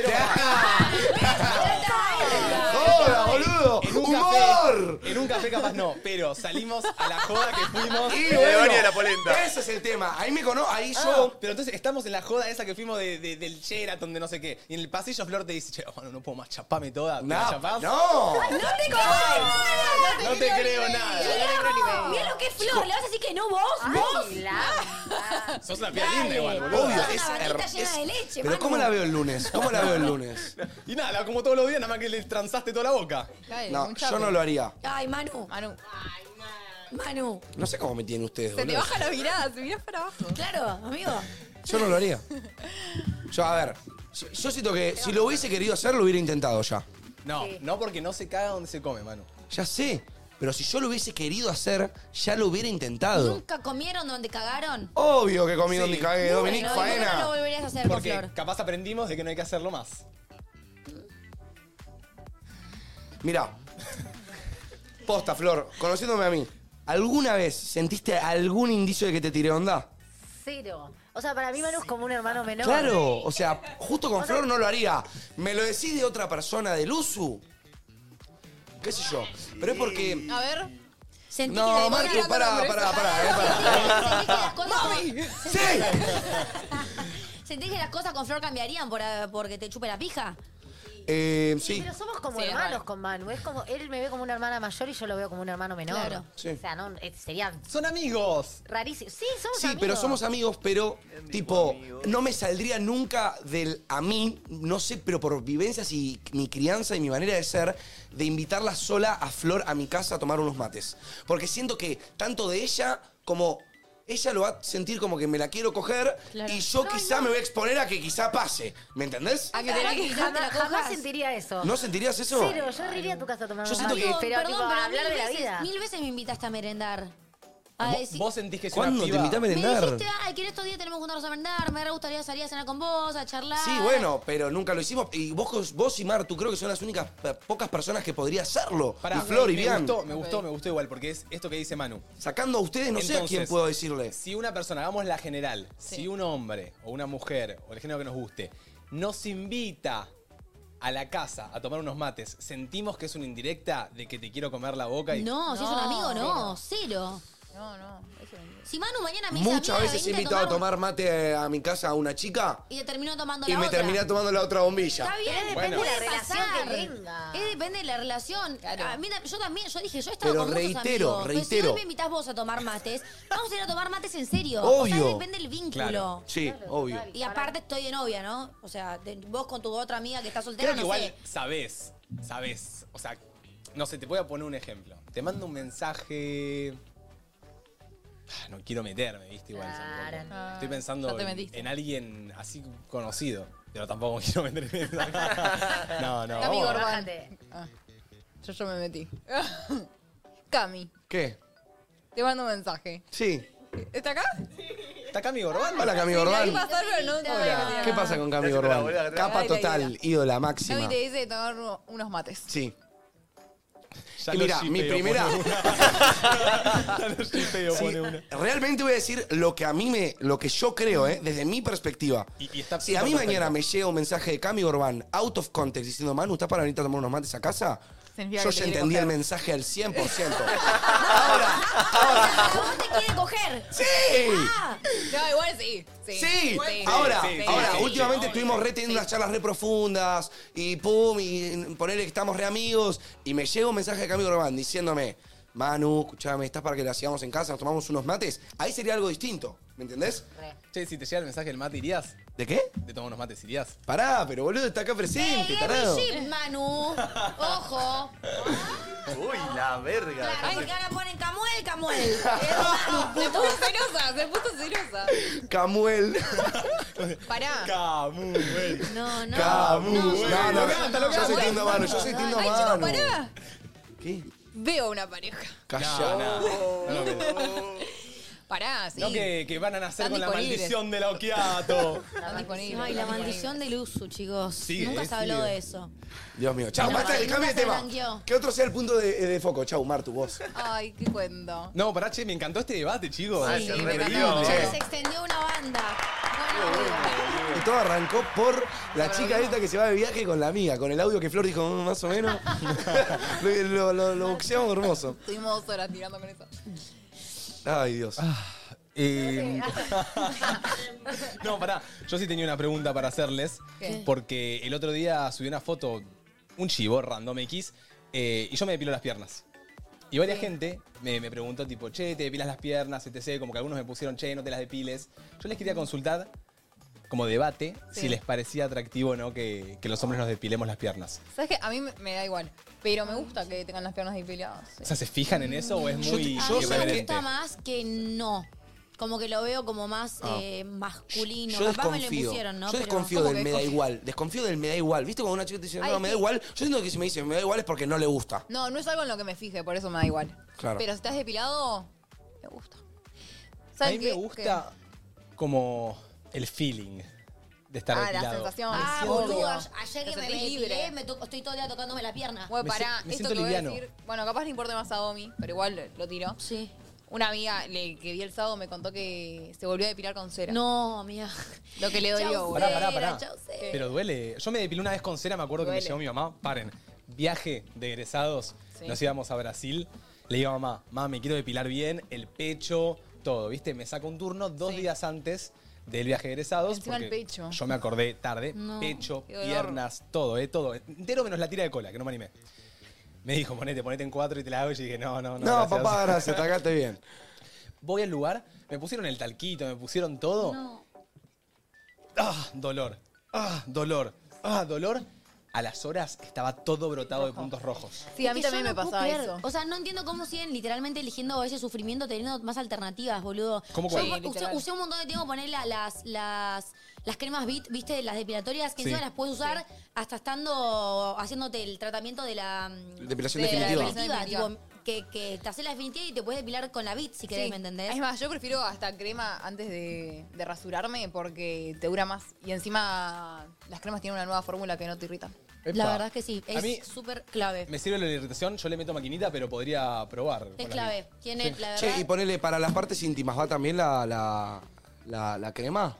Speaker 5: ¡Hola, boludo!
Speaker 1: En un
Speaker 5: ¡Humor!
Speaker 1: Café, en un café capaz no, pero salimos a la joda que fuimos.
Speaker 5: Y
Speaker 1: Pero
Speaker 5: bueno,
Speaker 1: bueno,
Speaker 5: Ese es el tema. Ahí me conozco, ahí
Speaker 1: Ah,
Speaker 5: yo.
Speaker 1: Pero entonces estamos en la joda esa que fuimos de, de- del Sheraton, de no sé qué. Y en el pasillo Flor te dice, che, bueno, no puedo más, chapame toda. ¿Me la
Speaker 5: No,
Speaker 1: chapás?
Speaker 5: no.
Speaker 3: te
Speaker 1: No te creo nada.
Speaker 3: Mira lo que es Flor, le vas a decir que no vos, vos.
Speaker 1: Sos la pía linda igual, boludo.
Speaker 5: Obvio, es
Speaker 3: Una vaquita
Speaker 5: her-
Speaker 3: llena
Speaker 5: es-
Speaker 3: de leche,
Speaker 5: Pero
Speaker 3: Manu.
Speaker 5: ¿cómo la veo el lunes? ¿Cómo la veo el lunes?
Speaker 1: Y nada, como todos los días, nada más que le transaste toda la boca.
Speaker 4: Dale,
Speaker 5: No, yo
Speaker 4: un chape.
Speaker 5: no lo haría.
Speaker 3: Ay, Manu,
Speaker 4: Manu,
Speaker 3: Manu.
Speaker 5: No sé cómo me tienen ustedes,
Speaker 4: se te
Speaker 5: boludo.
Speaker 4: baja la mirada, se mirás para abajo.
Speaker 3: Claro, amigo.
Speaker 5: Yo no lo haría. Yo, a ver, yo, yo siento que si lo hubiese querido hacer, lo hubiera intentado ya.
Speaker 1: No, no porque no se caga donde se come, mano.
Speaker 5: Ya sé. Pero si yo lo hubiese querido hacer, ya lo hubiera intentado.
Speaker 3: ¿Nunca comieron donde cagaron?
Speaker 5: Obvio que comí eh,
Speaker 1: Sí.
Speaker 5: donde cagué,
Speaker 3: Bueno,
Speaker 5: Dominic
Speaker 3: ¿y por qué
Speaker 5: Faena.
Speaker 3: No lo volverías a hacer con
Speaker 1: Porque
Speaker 3: Flor.
Speaker 1: capaz aprendimos de que no hay que hacerlo más.
Speaker 5: Mirá. Posta, Flor, conociéndome a mí, ¿alguna vez sentiste algún indicio de que te tiré onda?
Speaker 12: Cero. O sea, para mí Manu es como un hermano menor.
Speaker 5: Claro, o sea, justo con Flor no lo haría. Me lo decís de otra persona del uso. ¿Qué sé yo? Pero es porque.
Speaker 4: A ver.
Speaker 3: Sentí que
Speaker 5: No,
Speaker 3: le-
Speaker 5: Marco, pará, pará, pará, eh,
Speaker 3: sentí que las cosas con-
Speaker 5: pará. ¡Sí!
Speaker 3: ¿Sentís que las cosas con Flor cambiarían por, eh, porque te chupe la pija?
Speaker 5: Eh, sí.
Speaker 12: Pero somos como
Speaker 4: Sí, es
Speaker 12: hermanos
Speaker 4: raro.
Speaker 12: con Manu. Es como, él me ve como una hermana mayor y yo lo veo como un hermano menor.
Speaker 3: Claro.
Speaker 5: Sí.
Speaker 12: O sea, no, eh, sería
Speaker 1: ¡Son amigos!
Speaker 12: rarísimo. Sí, somos
Speaker 5: Sí,
Speaker 12: amigos.
Speaker 5: pero somos amigos, pero tipo, no me saldría nunca del a mí, no sé, pero por vivencias y mi crianza y mi manera de ser, de invitarla sola a Flor a mi casa a tomar unos mates. Porque siento que tanto de ella como ella lo va a sentir como que me la quiero coger
Speaker 3: Claro.
Speaker 5: y yo quizá me voy a exponer a que quizá pase. ¿Me entendés?
Speaker 13: Ah,
Speaker 4: A que te la que-
Speaker 12: Jamás,
Speaker 3: ¿Te la
Speaker 12: jamás
Speaker 3: cojas?
Speaker 12: sentiría eso.
Speaker 5: ¿No sentirías eso?
Speaker 12: Cero, yo iría a tu casa a tomar
Speaker 5: Yo
Speaker 12: un
Speaker 5: siento
Speaker 12: mate,
Speaker 5: que-
Speaker 12: pero tipo, a hablar
Speaker 3: mil
Speaker 12: de la
Speaker 3: veces-
Speaker 12: vida.
Speaker 3: Mil veces me invitaste a merendar. Ay,
Speaker 1: ¿Vos,
Speaker 3: Ah, sí.
Speaker 1: vos sentís que es una
Speaker 5: ¿Cuándo te
Speaker 1: piba-
Speaker 5: invitás a merendar?
Speaker 3: Me dijiste, ay, que en estos días tenemos que juntarnos a merendar, me re gustaría salir a cenar con vos, a charlar.
Speaker 5: Sí, bueno, pero nunca lo hicimos. Y vos, vos y Martu creo que son las únicas pe- pocas personas que podría hacerlo.
Speaker 1: Pará,
Speaker 5: y Flor y
Speaker 1: me
Speaker 5: Bian.
Speaker 1: gustó, me gustó, me gustó igual, porque es esto que dice Manu.
Speaker 5: Sacando a ustedes, no sé a quién
Speaker 1: Entonces,
Speaker 5: puedo decirle.
Speaker 1: Si una persona, hagamos la general, si un hombre o una mujer o el género que nos guste nos invita a la casa a tomar unos mates, sentimos que es una indirecta de que te quiero comer la boca y.
Speaker 3: No, si es un amigo, no, cero.
Speaker 4: No, no.
Speaker 3: Si Manu mañana me dice,
Speaker 5: Muchas
Speaker 3: amiga,
Speaker 5: veces he
Speaker 3: venite
Speaker 5: invitado a
Speaker 3: un-
Speaker 5: tomar mate a mi casa a una chica
Speaker 3: Y te terminó tomando
Speaker 5: y
Speaker 3: la
Speaker 5: me
Speaker 3: otra.
Speaker 5: terminé tomando la otra bombilla.
Speaker 3: Está bien,
Speaker 5: Bueno.
Speaker 3: puede
Speaker 12: de la relación
Speaker 3: pasar.
Speaker 12: que tenga.
Speaker 3: Es depende de la relación. A mí, yo también, yo dije, yo estaba
Speaker 5: Pero
Speaker 3: con muchos
Speaker 5: reitero,
Speaker 3: amigos. Pero si
Speaker 5: reitero.
Speaker 3: hoy me invitás vos a tomar mates, vamos a ir a tomar mates en serio. O sea,
Speaker 5: Obvio.
Speaker 3: depende del vínculo.
Speaker 5: Claro. Sí, obvio.
Speaker 3: Y aparte estoy de novia, ¿no? O sea, de- vos con tu otra amiga que está soltera,
Speaker 1: Creo que
Speaker 3: no
Speaker 1: igual
Speaker 3: sé.
Speaker 1: sabés, sabés. O sea, no sé, te voy a poner un ejemplo. Te mando un mensaje. Ah, No quiero meterme, ¿viste? Igual. tampoco.
Speaker 12: Claro, no.
Speaker 13: Ah.
Speaker 1: Estoy pensando
Speaker 4: Ya te
Speaker 1: en,
Speaker 4: metiste.
Speaker 1: en alguien así conocido, pero tampoco quiero meterme en esa. No, no.
Speaker 4: Cami
Speaker 1: vamos.
Speaker 4: Gorban.
Speaker 12: Bájate.
Speaker 4: Yo, yo me metí. Cami,
Speaker 5: ¿Qué?
Speaker 4: te mando un mensaje.
Speaker 5: Sí.
Speaker 4: ¿Está acá?
Speaker 1: ¿Está Cami Gorban?
Speaker 5: Hola, Cami
Speaker 4: Ahí
Speaker 5: Gorban.
Speaker 4: pasó, pero no-
Speaker 5: Hola. ¿Qué pasa con Cami Gorban? Capa
Speaker 4: Ay, la
Speaker 5: total,
Speaker 4: ídola.
Speaker 5: ídola
Speaker 4: Cami
Speaker 5: máxima.
Speaker 4: te dice tomar u- unos mates.
Speaker 5: Sí.
Speaker 1: Ya
Speaker 5: Y
Speaker 1: lo
Speaker 5: mira, mi
Speaker 1: shippeo,
Speaker 5: primera.
Speaker 1: pone una. Ya lo shippeo,
Speaker 5: Sí,
Speaker 1: pone una.
Speaker 5: realmente voy a decir lo que a mí me, lo que yo creo, ¿eh? desde mi perspectiva.
Speaker 1: Y- y está-
Speaker 5: si a mí mañana me llega un mensaje de Cami Orban out of context diciendo, Manu, ¿estás para venir a tomar unos mates a casa? yo
Speaker 4: Significa que te
Speaker 5: ya
Speaker 4: quiere
Speaker 5: entendí el
Speaker 4: coger.
Speaker 5: mensaje al 100%. ahora,
Speaker 3: Ah, vos te quiere coger.
Speaker 5: sí.
Speaker 3: Ah,
Speaker 4: No, igual sí. Sí.
Speaker 5: Sí,
Speaker 4: Sí.
Speaker 5: ahora,
Speaker 1: sí, sí,
Speaker 5: ahora
Speaker 1: sí,
Speaker 5: últimamente
Speaker 1: sí.
Speaker 5: estuvimos re teniendo unas charlas re profundas y pum, y ponerle que estamos re amigos. Y me llega un mensaje de Cami Orban diciéndome, Manu, escuchame, ¿estás para que la sigamos en casa, nos tomamos unos mates? Ahí sería algo distinto, ¿me entendés?
Speaker 1: Che, si te llega el mensaje del mate, ¿irías?
Speaker 5: ¿De qué?
Speaker 1: De tomar unos mates, ¿irías?
Speaker 5: Pará, pero boludo, está acá
Speaker 3: eh,
Speaker 5: presente, tarado.
Speaker 3: Gary Ship, Manu. Ojo.
Speaker 11: Uy, la verga.
Speaker 3: Claro, porque ahora ponen Camuel, Camuel. Es Manu.
Speaker 4: Se puso celosa, se puso celosa.
Speaker 5: Camuel.
Speaker 4: Pará.
Speaker 1: Camu, güey.
Speaker 3: No, no.
Speaker 5: Camu.
Speaker 3: No,
Speaker 5: No, no,
Speaker 1: Lo canta, lo
Speaker 5: yo soy
Speaker 1: canta.
Speaker 5: Tindo Manu, yo soy Tindo
Speaker 4: Ay, chicos,
Speaker 5: Manu.
Speaker 4: pará.
Speaker 5: ¿Qué?
Speaker 4: Veo una pareja.
Speaker 5: Calla.
Speaker 4: Pará, Oh. sí.
Speaker 1: No que, que van a nacer
Speaker 4: Están
Speaker 1: con la
Speaker 4: disponibles.
Speaker 1: maldición del Okiato.
Speaker 4: Están disponibles.
Speaker 3: Ay, la maldición del uso, chicos.
Speaker 1: Sigue,
Speaker 3: Nunca se habló
Speaker 1: sigue.
Speaker 3: de eso.
Speaker 5: Dios mío, chau,
Speaker 3: No,
Speaker 5: basta,
Speaker 3: nunca
Speaker 5: cambia de
Speaker 3: se
Speaker 5: tema.
Speaker 3: blanqueó.
Speaker 5: Que otro sea el punto de, de foco. Chau, Martu, vos.
Speaker 4: Ay, qué cuento.
Speaker 1: No, pará, che, me encantó este debate, chicos.
Speaker 11: Ah, se
Speaker 1: Sí,
Speaker 11: re
Speaker 1: increíble.
Speaker 11: prendió,
Speaker 3: Ya
Speaker 11: eh.
Speaker 3: se extendió una banda. Bueno, amigo.
Speaker 5: Y todo arrancó por la chica esta que se va de viaje con la amiga, con el audio que Flor dijo, "Mm, más o menos. lo, lo, lo- lo boxeamos hermoso.
Speaker 4: Estuvimos dos horas tirando con eso.
Speaker 5: Ay, Dios.
Speaker 1: Eh, no, pará. Yo sí tenía una pregunta para hacerles.
Speaker 4: ¿Qué?
Speaker 1: Porque el otro día subí una foto, un chivo, random X, eh, y yo me depilo las piernas. Y varias gente me, me preguntó, tipo, che, te depilas las piernas, etc. Como que algunos me pusieron, che, no te las depiles. Yo les quería consultar, como debate, si les parecía atractivo o no que, que los hombres nos depilemos las piernas.
Speaker 4: ¿Sabes qué? A mí me- me da igual. Pero me gusta que tengan las piernas depiladas. sí.
Speaker 1: O sea, ¿se fijan en eso o Oh, es
Speaker 5: Yo
Speaker 1: muy
Speaker 5: te-
Speaker 3: A
Speaker 5: yo
Speaker 3: mí me
Speaker 1: irreverente?
Speaker 3: gusta más que no. Como que lo veo como más eh, masculino.
Speaker 5: Ah. Yo
Speaker 3: Capaz me lo
Speaker 5: desconfío.
Speaker 3: impusieron, ¿no?
Speaker 5: Yo
Speaker 3: Pero-
Speaker 5: desconfío
Speaker 4: ¿cómo
Speaker 5: del
Speaker 4: que
Speaker 5: me da
Speaker 4: desconfío?
Speaker 5: igual. Desconfío del me da igual. ¿Viste cuando una chica te dice,
Speaker 4: Ay,
Speaker 5: no, me da
Speaker 4: sí.
Speaker 5: igual? Yo siento que si me dice, me da igual es porque no le gusta.
Speaker 4: No, no es algo en lo que me fije, por eso me da igual.
Speaker 5: Claro.
Speaker 4: Pero si estás depilado, me gusta.
Speaker 1: A
Speaker 4: ¿Saben
Speaker 1: mí me
Speaker 4: qué?
Speaker 1: gusta como el feeling de estar
Speaker 4: Ah, la
Speaker 1: depilado.
Speaker 4: sensación.
Speaker 3: Ah,
Speaker 4: Sí,
Speaker 3: boludo.
Speaker 4: obvio.
Speaker 3: Ayer
Speaker 4: Te
Speaker 3: que me
Speaker 4: sentís
Speaker 3: depilé,
Speaker 4: libre.
Speaker 3: me to- estoy todo el día tocándome la pierna.
Speaker 4: Bueno,
Speaker 1: Me
Speaker 4: pará,
Speaker 1: si- me
Speaker 4: esto
Speaker 1: siento
Speaker 4: que voy a
Speaker 1: liviano.
Speaker 4: decir, bueno, capaz le importa más a Omi, pero igual lo- lo tiro.
Speaker 3: Sí.
Speaker 4: Una amiga le- que vi el sábado me contó que se volvió a depilar con cera.
Speaker 3: No, amiga.
Speaker 4: Lo que le dolió,
Speaker 3: Chau,
Speaker 4: boludo.
Speaker 1: Pará, pará, pará.
Speaker 3: Cera, chau, cera.
Speaker 1: Pero duele. Yo me depilé una vez con cera, me acuerdo que
Speaker 4: Duele.
Speaker 1: me llevó mi mamá. Paren. Viaje de egresados. Nos íbamos a Brasil. Le digo a mamá, mamá, me quiero depilar bien, el pecho, todo, ¿viste? Me saco un turno dos días antes del viaje de egresados.
Speaker 4: Encima el
Speaker 1: porque
Speaker 4: pecho.
Speaker 1: Yo me acordé tarde.
Speaker 3: No,
Speaker 1: pecho,
Speaker 4: qué dolor.
Speaker 1: piernas, todo, ¿eh? Todo. Entero menos la tira de cola, que no me animé. Me dijo, ponete, ponete en cuatro y te la hago. Y yo dije, no, no, no.
Speaker 5: No,
Speaker 1: gracias.
Speaker 5: papá, gracias, atacaste bien.
Speaker 1: Voy al lugar, me pusieron el talquito, me pusieron todo. Ah, dolor. Ah, dolor. Ah, dolor. A las horas estaba todo brotado de puntos rojos.
Speaker 4: Sí, a
Speaker 3: Es
Speaker 4: mí
Speaker 3: que
Speaker 4: también me
Speaker 3: yo no puedo
Speaker 4: pasaba
Speaker 3: creer.
Speaker 4: eso.
Speaker 3: O sea, no entiendo cómo siguen literalmente eligiendo ese sufrimiento teniendo más alternativas, boludo.
Speaker 1: ¿Cómo
Speaker 3: Yo
Speaker 1: cuál?
Speaker 3: usé-
Speaker 4: Sí, literal.
Speaker 3: usé un montón de tiempo poner la- las, las, las cremas BIT, viste, las depilatorias, que
Speaker 1: Sí.
Speaker 3: encima las puedes usar hasta estando haciéndote el tratamiento de la mm,
Speaker 5: Depilación
Speaker 3: de la
Speaker 5: definitiva.
Speaker 3: definitiva.
Speaker 4: Definitiva.
Speaker 3: Tipo, que, que te hace la definitiva y te puedes depilar con la bit si querés,
Speaker 4: Sí.
Speaker 3: ¿me entendés?
Speaker 4: Es más, yo prefiero hasta crema antes de, de rasurarme porque te dura más. Y encima las cremas tienen una nueva fórmula que no te irrita.
Speaker 1: Epa.
Speaker 3: La verdad es que sí,
Speaker 1: A mí-
Speaker 3: es súper clave.
Speaker 1: Me sirve lo de la irritación, yo le meto maquinita, pero podría probar.
Speaker 3: Es clave. Tiene, la verdad,
Speaker 5: Che, y ponele para las partes íntimas, ¿va también la, la, la, la crema?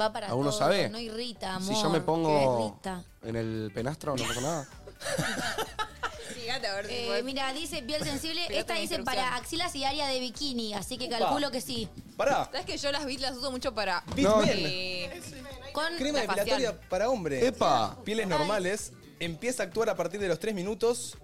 Speaker 3: va para
Speaker 5: ¿Alguno
Speaker 3: todo,
Speaker 5: sabe?
Speaker 3: No irrita, amor.
Speaker 5: si yo me
Speaker 3: que
Speaker 5: pongo
Speaker 3: irrita.
Speaker 5: en el penastro, no pasa nada.
Speaker 4: Fíjate, a ver.
Speaker 3: Eh, mira, dice piel sensible.
Speaker 4: Fíjate
Speaker 3: Esta
Speaker 4: la
Speaker 3: dice
Speaker 4: instrucción.
Speaker 3: para axilas y área de bikini, así que
Speaker 1: Opa.
Speaker 3: calculo que sí.
Speaker 1: Pará.
Speaker 4: ¿Sabes que yo las bit las uso mucho para.
Speaker 1: Bitmen.
Speaker 4: Eh,
Speaker 3: Con
Speaker 1: Crema
Speaker 4: La facial.
Speaker 1: depilatoria para hombres.
Speaker 5: ¡Epa!
Speaker 1: Pieles normales. Empieza a actuar a partir de los 3 minutos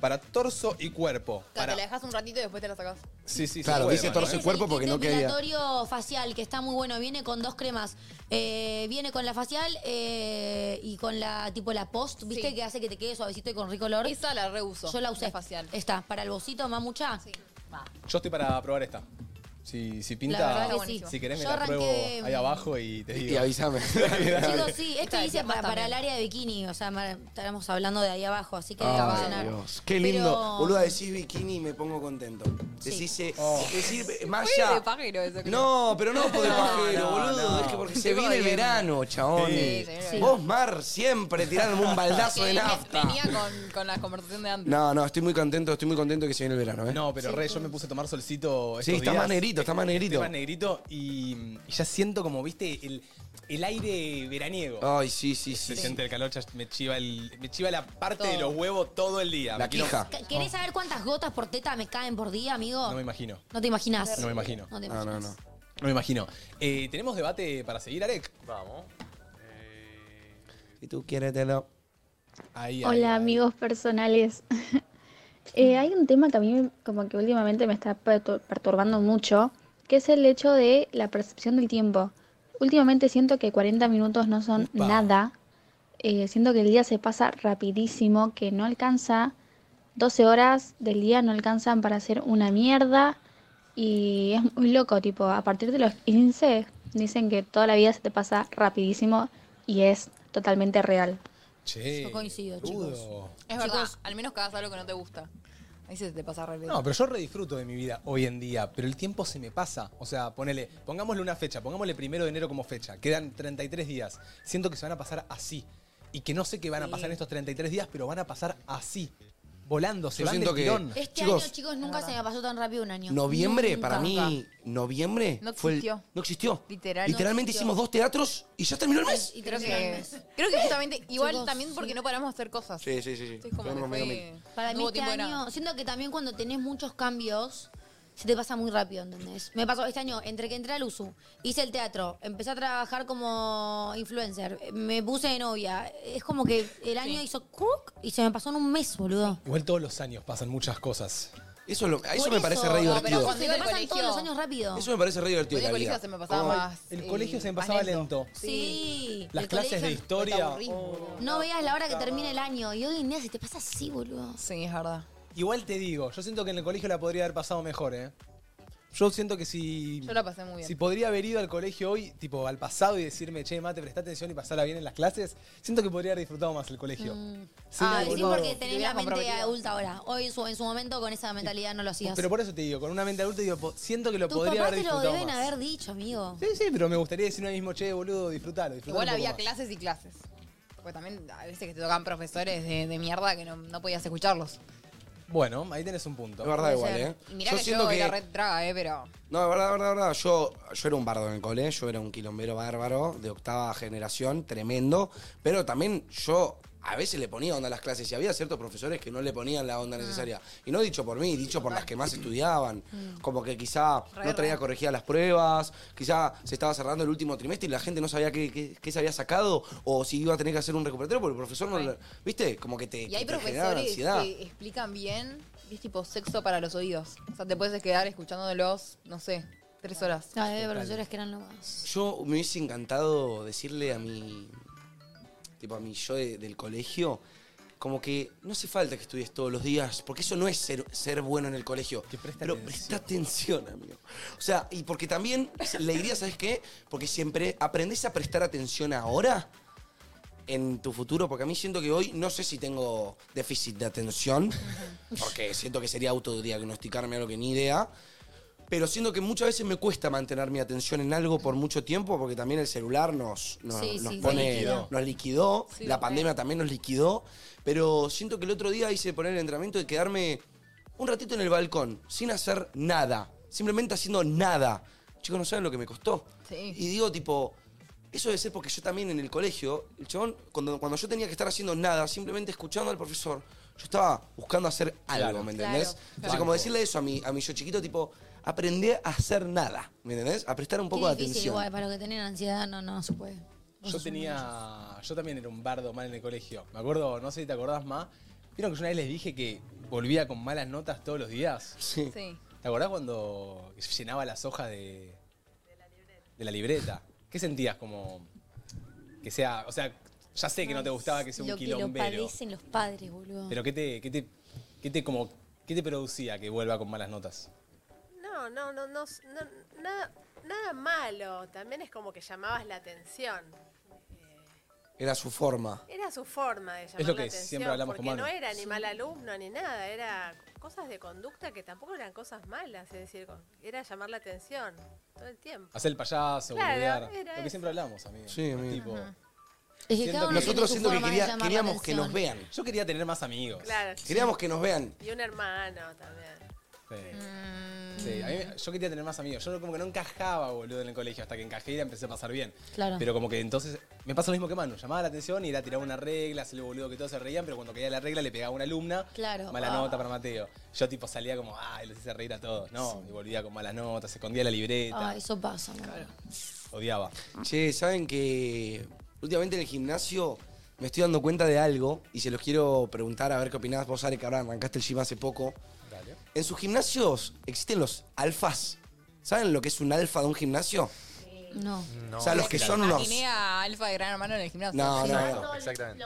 Speaker 1: para torso y cuerpo.
Speaker 4: o sea,
Speaker 1: Para...
Speaker 4: Te la dejas un ratito y después te la sacas.
Speaker 1: Sí, sí, se
Speaker 5: Claro,
Speaker 1: puede,
Speaker 5: dice
Speaker 1: mano,
Speaker 5: torso
Speaker 1: ¿eh?
Speaker 5: y cuerpo porque no quería.
Speaker 3: depilatorio facial, que está muy bueno. Viene con dos cremas. Eh, viene con la facial eh, y con la tipo la post, ¿viste?
Speaker 4: Sí.
Speaker 3: Que hace que te quede suavecito y con rico olor.
Speaker 4: Esa la reuso.
Speaker 3: Yo la usé.
Speaker 4: facial.
Speaker 3: Está, para el bocito, mamucha.
Speaker 1: Yo estoy para probar esta. Si, si
Speaker 3: La verdad
Speaker 1: pinta,
Speaker 3: que
Speaker 4: buenísimo.
Speaker 1: si querés me
Speaker 3: Yo
Speaker 1: la
Speaker 3: arranqué- mm,
Speaker 1: pruebo ahí abajo y te digo.
Speaker 5: Y avísame.
Speaker 3: Chicos, sí, esto
Speaker 4: Esta de piernas
Speaker 3: dice para, para
Speaker 4: también.
Speaker 3: el área de bikini, o sea, ma- estábamos hablando de ahí abajo, así que va a
Speaker 5: Ay,
Speaker 3: funcionar.
Speaker 5: Ah, Dios. Qué
Speaker 3: Pero-
Speaker 5: lindo. Boluda, decís bikini y me pongo contento. Decís, eh,
Speaker 1: Oh.
Speaker 5: decir, eh,
Speaker 4: Fue de
Speaker 5: malla.
Speaker 4: pájaro eso. creo.
Speaker 5: No, pero no por el pajero, boludo.
Speaker 1: no.
Speaker 5: Es que porque
Speaker 4: Sí,
Speaker 5: se viene el
Speaker 4: bien.
Speaker 5: verano, chabón.
Speaker 4: Sí, sí, sí.
Speaker 5: Vos, Mar, siempre tirándome un baldazo
Speaker 4: Que
Speaker 5: de
Speaker 4: ve-
Speaker 5: nafta.
Speaker 4: Venía con, con la conversación de antes.
Speaker 5: No, no, estoy muy contento, estoy muy contento que se viene el verano, ¿eh?
Speaker 1: No, pero re, yo me puse a tomar solcito estos
Speaker 5: sí, está
Speaker 1: días.
Speaker 5: más negrito, está más
Speaker 1: Estoy
Speaker 5: negrito.
Speaker 1: más negrito y, y ya siento como, viste, el, el aire veraniego.
Speaker 5: Ay, sí, sí,
Speaker 1: Se
Speaker 5: sí.
Speaker 1: siente el calor, ya me chiva, el, me chiva la parte
Speaker 4: Todo.
Speaker 1: de los huevos todo el día.
Speaker 5: La
Speaker 1: Me quiero-
Speaker 5: quija.
Speaker 3: ¿Qu- ¿Querés saber cuántas gotas por teta me caen por día, amigo?
Speaker 1: Ah. No me imagino.
Speaker 3: No te imaginas.
Speaker 1: No me imagino.
Speaker 3: No te
Speaker 5: No,
Speaker 3: imaginas.
Speaker 5: no, no.
Speaker 1: No me imagino. Eh, ¿Tenemos debate para seguir, Arek?
Speaker 11: Vamos. Eh,
Speaker 5: Si tú quieres, te lo...
Speaker 1: Ahí, ahí,
Speaker 6: Hola
Speaker 1: ahí.
Speaker 6: amigos personales. Eh, hay un tema que a mí como que últimamente me está pertur- perturbando mucho, que es el hecho de la percepción del tiempo. Últimamente siento que 40 minutos no son
Speaker 1: Upa.
Speaker 6: nada. Eh, siento que el día se pasa rapidísimo, que no alcanza. 12 horas del día no alcanzan para hacer una mierda. Y es muy loco, tipo, a partir de los 15 dicen que toda la vida se te pasa rapidísimo y es totalmente real.
Speaker 1: Che,
Speaker 3: Yo coincido,
Speaker 1: boludo.
Speaker 4: Es verdad, al menos cada algo que no te gusta. Ahí se te pasa re
Speaker 1: No, pero yo redisfruto de mi vida hoy en día, pero el tiempo se me pasa. O sea, ponele, pongámosle una fecha, pongámosle primero de enero como fecha. Quedan 33 días. Siento que se van a pasar así. Y que no sé qué van a pasar en estos 33 días, pero van a pasar así. Volando, se
Speaker 5: Yo
Speaker 1: van
Speaker 5: siento
Speaker 1: del
Speaker 5: que-
Speaker 1: tirón.
Speaker 3: Este
Speaker 5: Chicos,
Speaker 3: año, chicos, nunca se me pasó tan rápido un año.
Speaker 5: Noviembre,
Speaker 3: Nunca.
Speaker 5: para mí, noviembre.
Speaker 4: No
Speaker 5: fue el-
Speaker 4: existió.
Speaker 5: no existió.
Speaker 4: Literal, no
Speaker 5: Literalmente
Speaker 3: existió.
Speaker 5: hicimos dos teatros y ya terminó el mes.
Speaker 3: Y
Speaker 4: Creo
Speaker 3: creo
Speaker 4: que, creo que justamente, igual
Speaker 3: Chicos,
Speaker 4: también porque
Speaker 3: sí.
Speaker 4: no paramos de hacer cosas.
Speaker 5: Sí, sí, sí. sí.
Speaker 4: Es como que
Speaker 5: Tenemos medio
Speaker 4: fue-
Speaker 5: mil.
Speaker 3: Para
Speaker 4: no
Speaker 3: mí
Speaker 4: hubo
Speaker 3: este
Speaker 4: tiempo de
Speaker 3: año,
Speaker 4: nada.
Speaker 3: siento que también cuando tenés muchos cambios, se te pasa muy rápido, ¿entendés? Me pasó este año, entre que entré al USU, hice el teatro, empecé a trabajar como influencer, me puse de novia. Es como que el año hizo crook y se me pasó en un mes, boludo.
Speaker 1: Igual todos los años pasan muchas cosas.
Speaker 5: Eso, es lo- eso
Speaker 3: Por
Speaker 5: me parece re
Speaker 3: no, pero
Speaker 5: divertido.
Speaker 4: cuando
Speaker 3: se
Speaker 4: iba
Speaker 3: me
Speaker 4: al
Speaker 3: pasan todos
Speaker 4: colegio-
Speaker 3: los años rápido.
Speaker 5: Eso me parece re divertido.
Speaker 4: Hoy
Speaker 5: la
Speaker 4: el colegio
Speaker 5: vida.
Speaker 4: se me pasaba
Speaker 5: Ay,
Speaker 4: más.
Speaker 1: El
Speaker 4: eh,
Speaker 1: colegio se me
Speaker 4: más
Speaker 1: pasaba lento.
Speaker 3: Oh. Sí.
Speaker 1: Las
Speaker 3: El
Speaker 1: clases de
Speaker 3: colegio-
Speaker 1: historia.
Speaker 4: aburrí.
Speaker 1: oh.
Speaker 3: No veas la hora que termina el año. Y hoy en día se te pasa así, boludo.
Speaker 4: Sí, es verdad.
Speaker 1: Igual te digo, yo siento que en el colegio la podría haber pasado mejor, ¿eh? Yo siento que si.
Speaker 4: Yo la pasé muy bien.
Speaker 1: Si podría haber ido al colegio hoy, tipo al pasado, y decirme, che, mate, prestá atención y pasarla bien en las clases, siento que podría haber disfrutado más el colegio. Sí,
Speaker 3: Ah,
Speaker 4: Ay,
Speaker 3: sí,
Speaker 1: boludo.
Speaker 3: porque
Speaker 4: Te
Speaker 3: tenés
Speaker 4: hubiera
Speaker 3: la mente
Speaker 4: comprometido.
Speaker 3: adulta ahora. Hoy en su, en su momento con esa mentalidad no lo hacías.
Speaker 1: Pero por eso te digo, con una mente adulta, digo, po- siento que lo
Speaker 3: Tus
Speaker 1: podría
Speaker 3: papás
Speaker 1: haber
Speaker 3: te lo
Speaker 1: disfrutado
Speaker 3: deben
Speaker 1: más.
Speaker 3: haber dicho, amigo.
Speaker 1: Sí, sí, pero me gustaría decirme ahora mismo, che, boludo, disfrutalo, disfrutalo.
Speaker 4: Igual
Speaker 1: un poco
Speaker 4: había
Speaker 1: más".
Speaker 4: clases y clases. Porque también a veces que te tocaban profesores de, de mierda que no, no podías escucharlos.
Speaker 1: Bueno, ahí tenés un punto.
Speaker 5: Es verdad
Speaker 4: Puede
Speaker 5: igual,
Speaker 4: ser.
Speaker 5: ¿eh?
Speaker 4: Y mirá que yo era red traga, ¿eh? Pero
Speaker 5: No, de verdad, de verdad, de verdad. Yo, yo era un bardo en el cole, yo era un quilombero bárbaro de octava generación, tremendo. Pero también yo a veces le ponía onda a las clases y había ciertos profesores que no le ponían la
Speaker 4: Ah.
Speaker 5: onda necesaria. Y no dicho por mí, dicho por las que más estudiaban.
Speaker 4: Mm.
Speaker 5: Como que quizá no traía corregidas las pruebas, quizá se estaba cerrando el último trimestre y la gente no sabía qué, qué- qué se había sacado o si iba a tener que hacer un recuperatorio porque el profesor no... lo- ¿Viste? Como que te,
Speaker 4: Y hay
Speaker 5: eh, que te generaba
Speaker 4: profesores
Speaker 5: ansiedad.
Speaker 4: que explican bien, y es tipo sexo para los oídos. O sea, te puedes quedar escuchándolos, no sé, tres horas.
Speaker 3: No, había profesores que eran lo más.
Speaker 5: Yo me hubiese encantado decirle a mi. Tipo, a mi yo de- del colegio. Como que no hace falta que estudies todos los días, porque eso no es ser, ser bueno en el colegio.
Speaker 1: Que presta
Speaker 5: pero
Speaker 1: atención.
Speaker 5: presta atención, amigo. O sea, y porque también la idea, ¿sabes qué? Porque siempre aprendés a prestar atención ahora, en tu futuro? Porque a mí siento que hoy no sé si tengo déficit de atención, porque siento que sería autodiagnosticarme algo que ni idea. Pero siento que muchas veces me cuesta mantener mi atención en algo por mucho tiempo, porque también el celular nos, nos,
Speaker 11: Sí,
Speaker 5: nos
Speaker 11: sí,
Speaker 5: pone.
Speaker 11: nos liquidó.
Speaker 5: Nos liquidó.
Speaker 11: Sí,
Speaker 5: la
Speaker 11: re.
Speaker 5: pandemia también nos liquidó. Pero siento que el otro día hice poner el entrenamiento de quedarme un ratito en el balcón, sin hacer nada. Simplemente haciendo nada. Chicos, no saben lo que me costó. Y digo, tipo, eso debe ser porque yo también en el colegio, el chabón, cuando, cuando yo tenía que estar haciendo nada, simplemente escuchando al profesor, yo estaba buscando hacer algo,
Speaker 11: Claro.
Speaker 5: ¿me entendés?
Speaker 11: Claro.
Speaker 5: Entonces, como decirle eso a mi, a mi yo chiquito, tipo, aprendí a hacer nada, ¿me entendés? A prestar un poco de
Speaker 3: Qué difícil,
Speaker 5: atención.
Speaker 3: igual, para los que tienen ansiedad, no, no se puede.
Speaker 1: Yo tenía. Yo también era un bardo mal en el colegio. Me acuerdo, no sé si te acordás más. ¿Vieron que yo una vez les dije que volvía con malas notas todos los días?
Speaker 5: Sí.
Speaker 4: Sí.
Speaker 1: ¿Te acordás cuando llenaba las hojas de. de la libreta? ¿Qué sentías como. que sea. O sea, ya sé que no te gustaba que sea un
Speaker 3: lo que lo
Speaker 1: quilombero.
Speaker 3: padecen los padres, boludo.
Speaker 1: Pero ¿qué te. qué te. qué te como. qué te producía que vuelva con malas notas?
Speaker 14: No, no, no, no, no, nada, nada malo. También es como que llamabas la atención.
Speaker 5: Era su forma.
Speaker 14: Era su forma de llamar
Speaker 5: lo que
Speaker 14: la atención.
Speaker 5: siempre hablamos con
Speaker 14: porque no
Speaker 5: Manu.
Speaker 14: era ni
Speaker 5: Sí.
Speaker 14: mal alumno ni nada, era cosas de conducta que tampoco eran cosas malas, es decir, con- era llamar la atención todo el tiempo.
Speaker 1: Hacer el payaso,
Speaker 14: Claro,
Speaker 1: boludear.
Speaker 14: era
Speaker 1: Lo
Speaker 14: eso.
Speaker 1: que siempre hablamos, amigo.
Speaker 5: Sí, amigo.
Speaker 1: Tipo,
Speaker 3: Es
Speaker 1: siento
Speaker 14: cada uno tiene
Speaker 5: Nosotros siento
Speaker 14: su
Speaker 5: que
Speaker 14: forma de
Speaker 5: quería-
Speaker 14: llamar la
Speaker 5: queríamos que nos
Speaker 14: atención.
Speaker 5: vean.
Speaker 1: Yo quería tener más amigos.
Speaker 14: Claro.
Speaker 5: Queríamos que nos vean.
Speaker 14: Y un hermano también.
Speaker 1: Sí.
Speaker 14: Mm.
Speaker 1: Sí, a mí me- yo quería tener más amigos. Yo como que no encajaba, boludo, en el colegio. Hasta que encajé y la empecé a pasar bien.
Speaker 14: Claro.
Speaker 1: Pero como que entonces me pasa lo mismo que Manu. Llamaba la atención y era tirar una regla, hacerle boludo que todos se reían, pero cuando caía la regla le pegaba a una alumna.
Speaker 3: Claro.
Speaker 1: Mala
Speaker 3: Ah.
Speaker 1: nota para Mateo. Yo tipo salía como, ay, les hice reír a todos. No, y volvía con malas notas, se escondía la libreta.
Speaker 3: Ah, eso pasa, amor.
Speaker 1: Odiaba.
Speaker 5: Che, ¿saben que últimamente en el gimnasio me estoy dando cuenta de algo y se los quiero preguntar a ver qué opinás vos, Ale, que ahora arrancaste el gym hace poco.
Speaker 1: Dale.
Speaker 5: En sus gimnasios existen los alfas. ¿Saben lo que es un alfa de un gimnasio?
Speaker 3: No.
Speaker 5: O sea, los que son unos...
Speaker 4: Imaginé a Alfa de Gran Hermano en el gimnasio.
Speaker 5: No, no, no.
Speaker 4: Exactamente.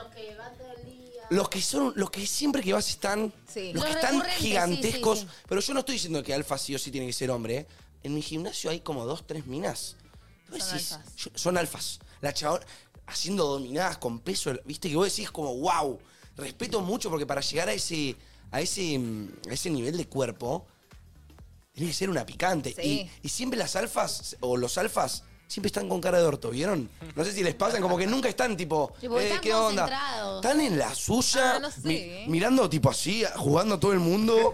Speaker 5: Los que son, los que siempre que vas están,
Speaker 4: Sí.
Speaker 5: los que
Speaker 4: Los
Speaker 5: están
Speaker 4: recurrentes,
Speaker 5: gigantescos.
Speaker 4: sí, sí,
Speaker 5: Pero yo no estoy diciendo que alfa sí o sí tiene que ser hombre. ¿eh? En mi gimnasio hay como dos, tres minas. Y vos decís, Pues yo- son, alfas. La chabón haciendo dominadas con peso, viste que vos decís como, wow, respeto mucho porque para llegar a ese, a ese, mm, a ese nivel de cuerpo, tiene que ser una picante.
Speaker 11: Sí.
Speaker 5: Y, y siempre las alfas, o los alfas, siempre están con cara de orto, ¿vieron? No sé si les pasan, como que nunca están tipo,
Speaker 3: Sí, porque
Speaker 5: "Eh,
Speaker 3: están
Speaker 5: ¿qué onda?
Speaker 3: concentrados.
Speaker 5: Están en la suya,
Speaker 4: Ah, no sé,
Speaker 5: mi-
Speaker 4: eh.
Speaker 5: mirando tipo así, jugando a todo el mundo.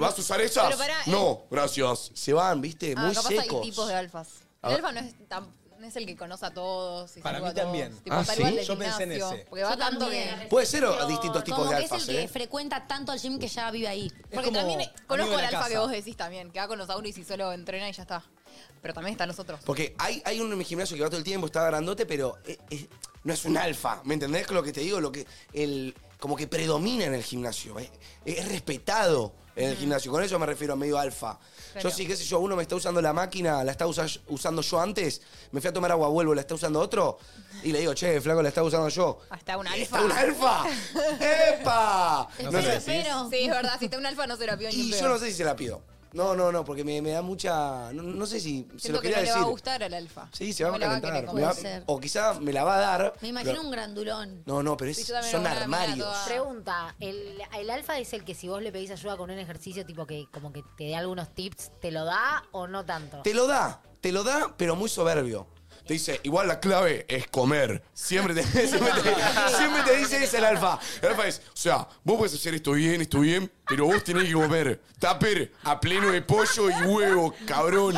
Speaker 5: ¿Vas a usar esas?
Speaker 4: Pero pará, eh.
Speaker 5: no, gracias. Se van, viste,
Speaker 4: Ah,
Speaker 5: eh, muy
Speaker 4: capaz
Speaker 5: secos.
Speaker 4: hay tipos de alfas.
Speaker 5: A
Speaker 4: El
Speaker 5: ver.
Speaker 4: alfa no es, tan- no es el que conoce a todos. y
Speaker 5: Para
Speaker 4: saluda
Speaker 5: mí
Speaker 4: a todos.
Speaker 5: también.
Speaker 4: Tipo,
Speaker 5: Ah,
Speaker 4: está
Speaker 5: ¿sí?
Speaker 4: igual del
Speaker 5: Yo pensé en
Speaker 4: gimnasio,
Speaker 5: ese.
Speaker 4: Porque va tanto que...
Speaker 5: Puede ser o- distintos tipos
Speaker 3: Como
Speaker 5: de
Speaker 3: que es
Speaker 5: alfas,
Speaker 3: el que
Speaker 5: ¿eh?
Speaker 3: frecuenta tanto al gym que ya vive ahí.
Speaker 4: Porque también eh, conozco
Speaker 5: amigo de
Speaker 4: al
Speaker 5: la
Speaker 4: alfa
Speaker 5: casa.
Speaker 4: que vos decís también, que va con los auris y solo entrena y ya está. Pero también están los otros.
Speaker 5: Porque hay, hay uno en mi gimnasio que va todo el tiempo, está grandote, pero eh, eh, no es un alfa. ¿Me entendés lo que te digo? Lo que, el, como que predomina en el gimnasio. eh. Es respetado en el gimnasio. Con eso me refiero a medio alfa.
Speaker 11: Claro.
Speaker 5: Yo sí, qué sé yo, uno me está usando la máquina, la está usa- usando yo antes, me fui a tomar agua, vuelvo, la está usando otro, y le digo, che, flaco, la está usando yo.
Speaker 4: Hasta un alfa.
Speaker 5: ¡Está un alfa! ¡Epa!
Speaker 4: Espero,
Speaker 5: sé.
Speaker 4: espero. Sí, es verdad. Si está un alfa, no se lo pido ni
Speaker 5: Y
Speaker 4: un
Speaker 5: yo
Speaker 4: pedo.
Speaker 5: no sé si se la pido. No, no, no, porque me, me da mucha. No, no sé si se
Speaker 4: Siento
Speaker 5: lo
Speaker 4: que no
Speaker 5: quería
Speaker 4: le va a
Speaker 5: decir.
Speaker 4: gustar al alfa.
Speaker 5: Sí, se va
Speaker 4: No
Speaker 5: a
Speaker 4: le
Speaker 5: calentar.
Speaker 4: querer
Speaker 5: Me va-
Speaker 4: convencer.
Speaker 5: o quizá me la va a dar.
Speaker 3: Me imagino
Speaker 5: pero-
Speaker 3: un grandulón.
Speaker 5: No, no, pero
Speaker 12: Sí,
Speaker 5: es,
Speaker 12: yo también
Speaker 5: son
Speaker 12: lo voy a mirar
Speaker 5: armarios.
Speaker 12: toda. Pregunta, el, el alfa es el que si vos le pedís ayuda con un ejercicio tipo que como que te dé algunos tips, ¿te lo da o no tanto?
Speaker 5: Te lo da, te lo da, pero muy soberbio. Te dice, igual la clave es comer. Siempre te, siempre te- siempre te dice eso el alfa. El alfa es, o sea, vos podés hacer esto bien, esto bien, pero vos tenés que comer. Tupper a pleno de pollo y huevo, cabrón.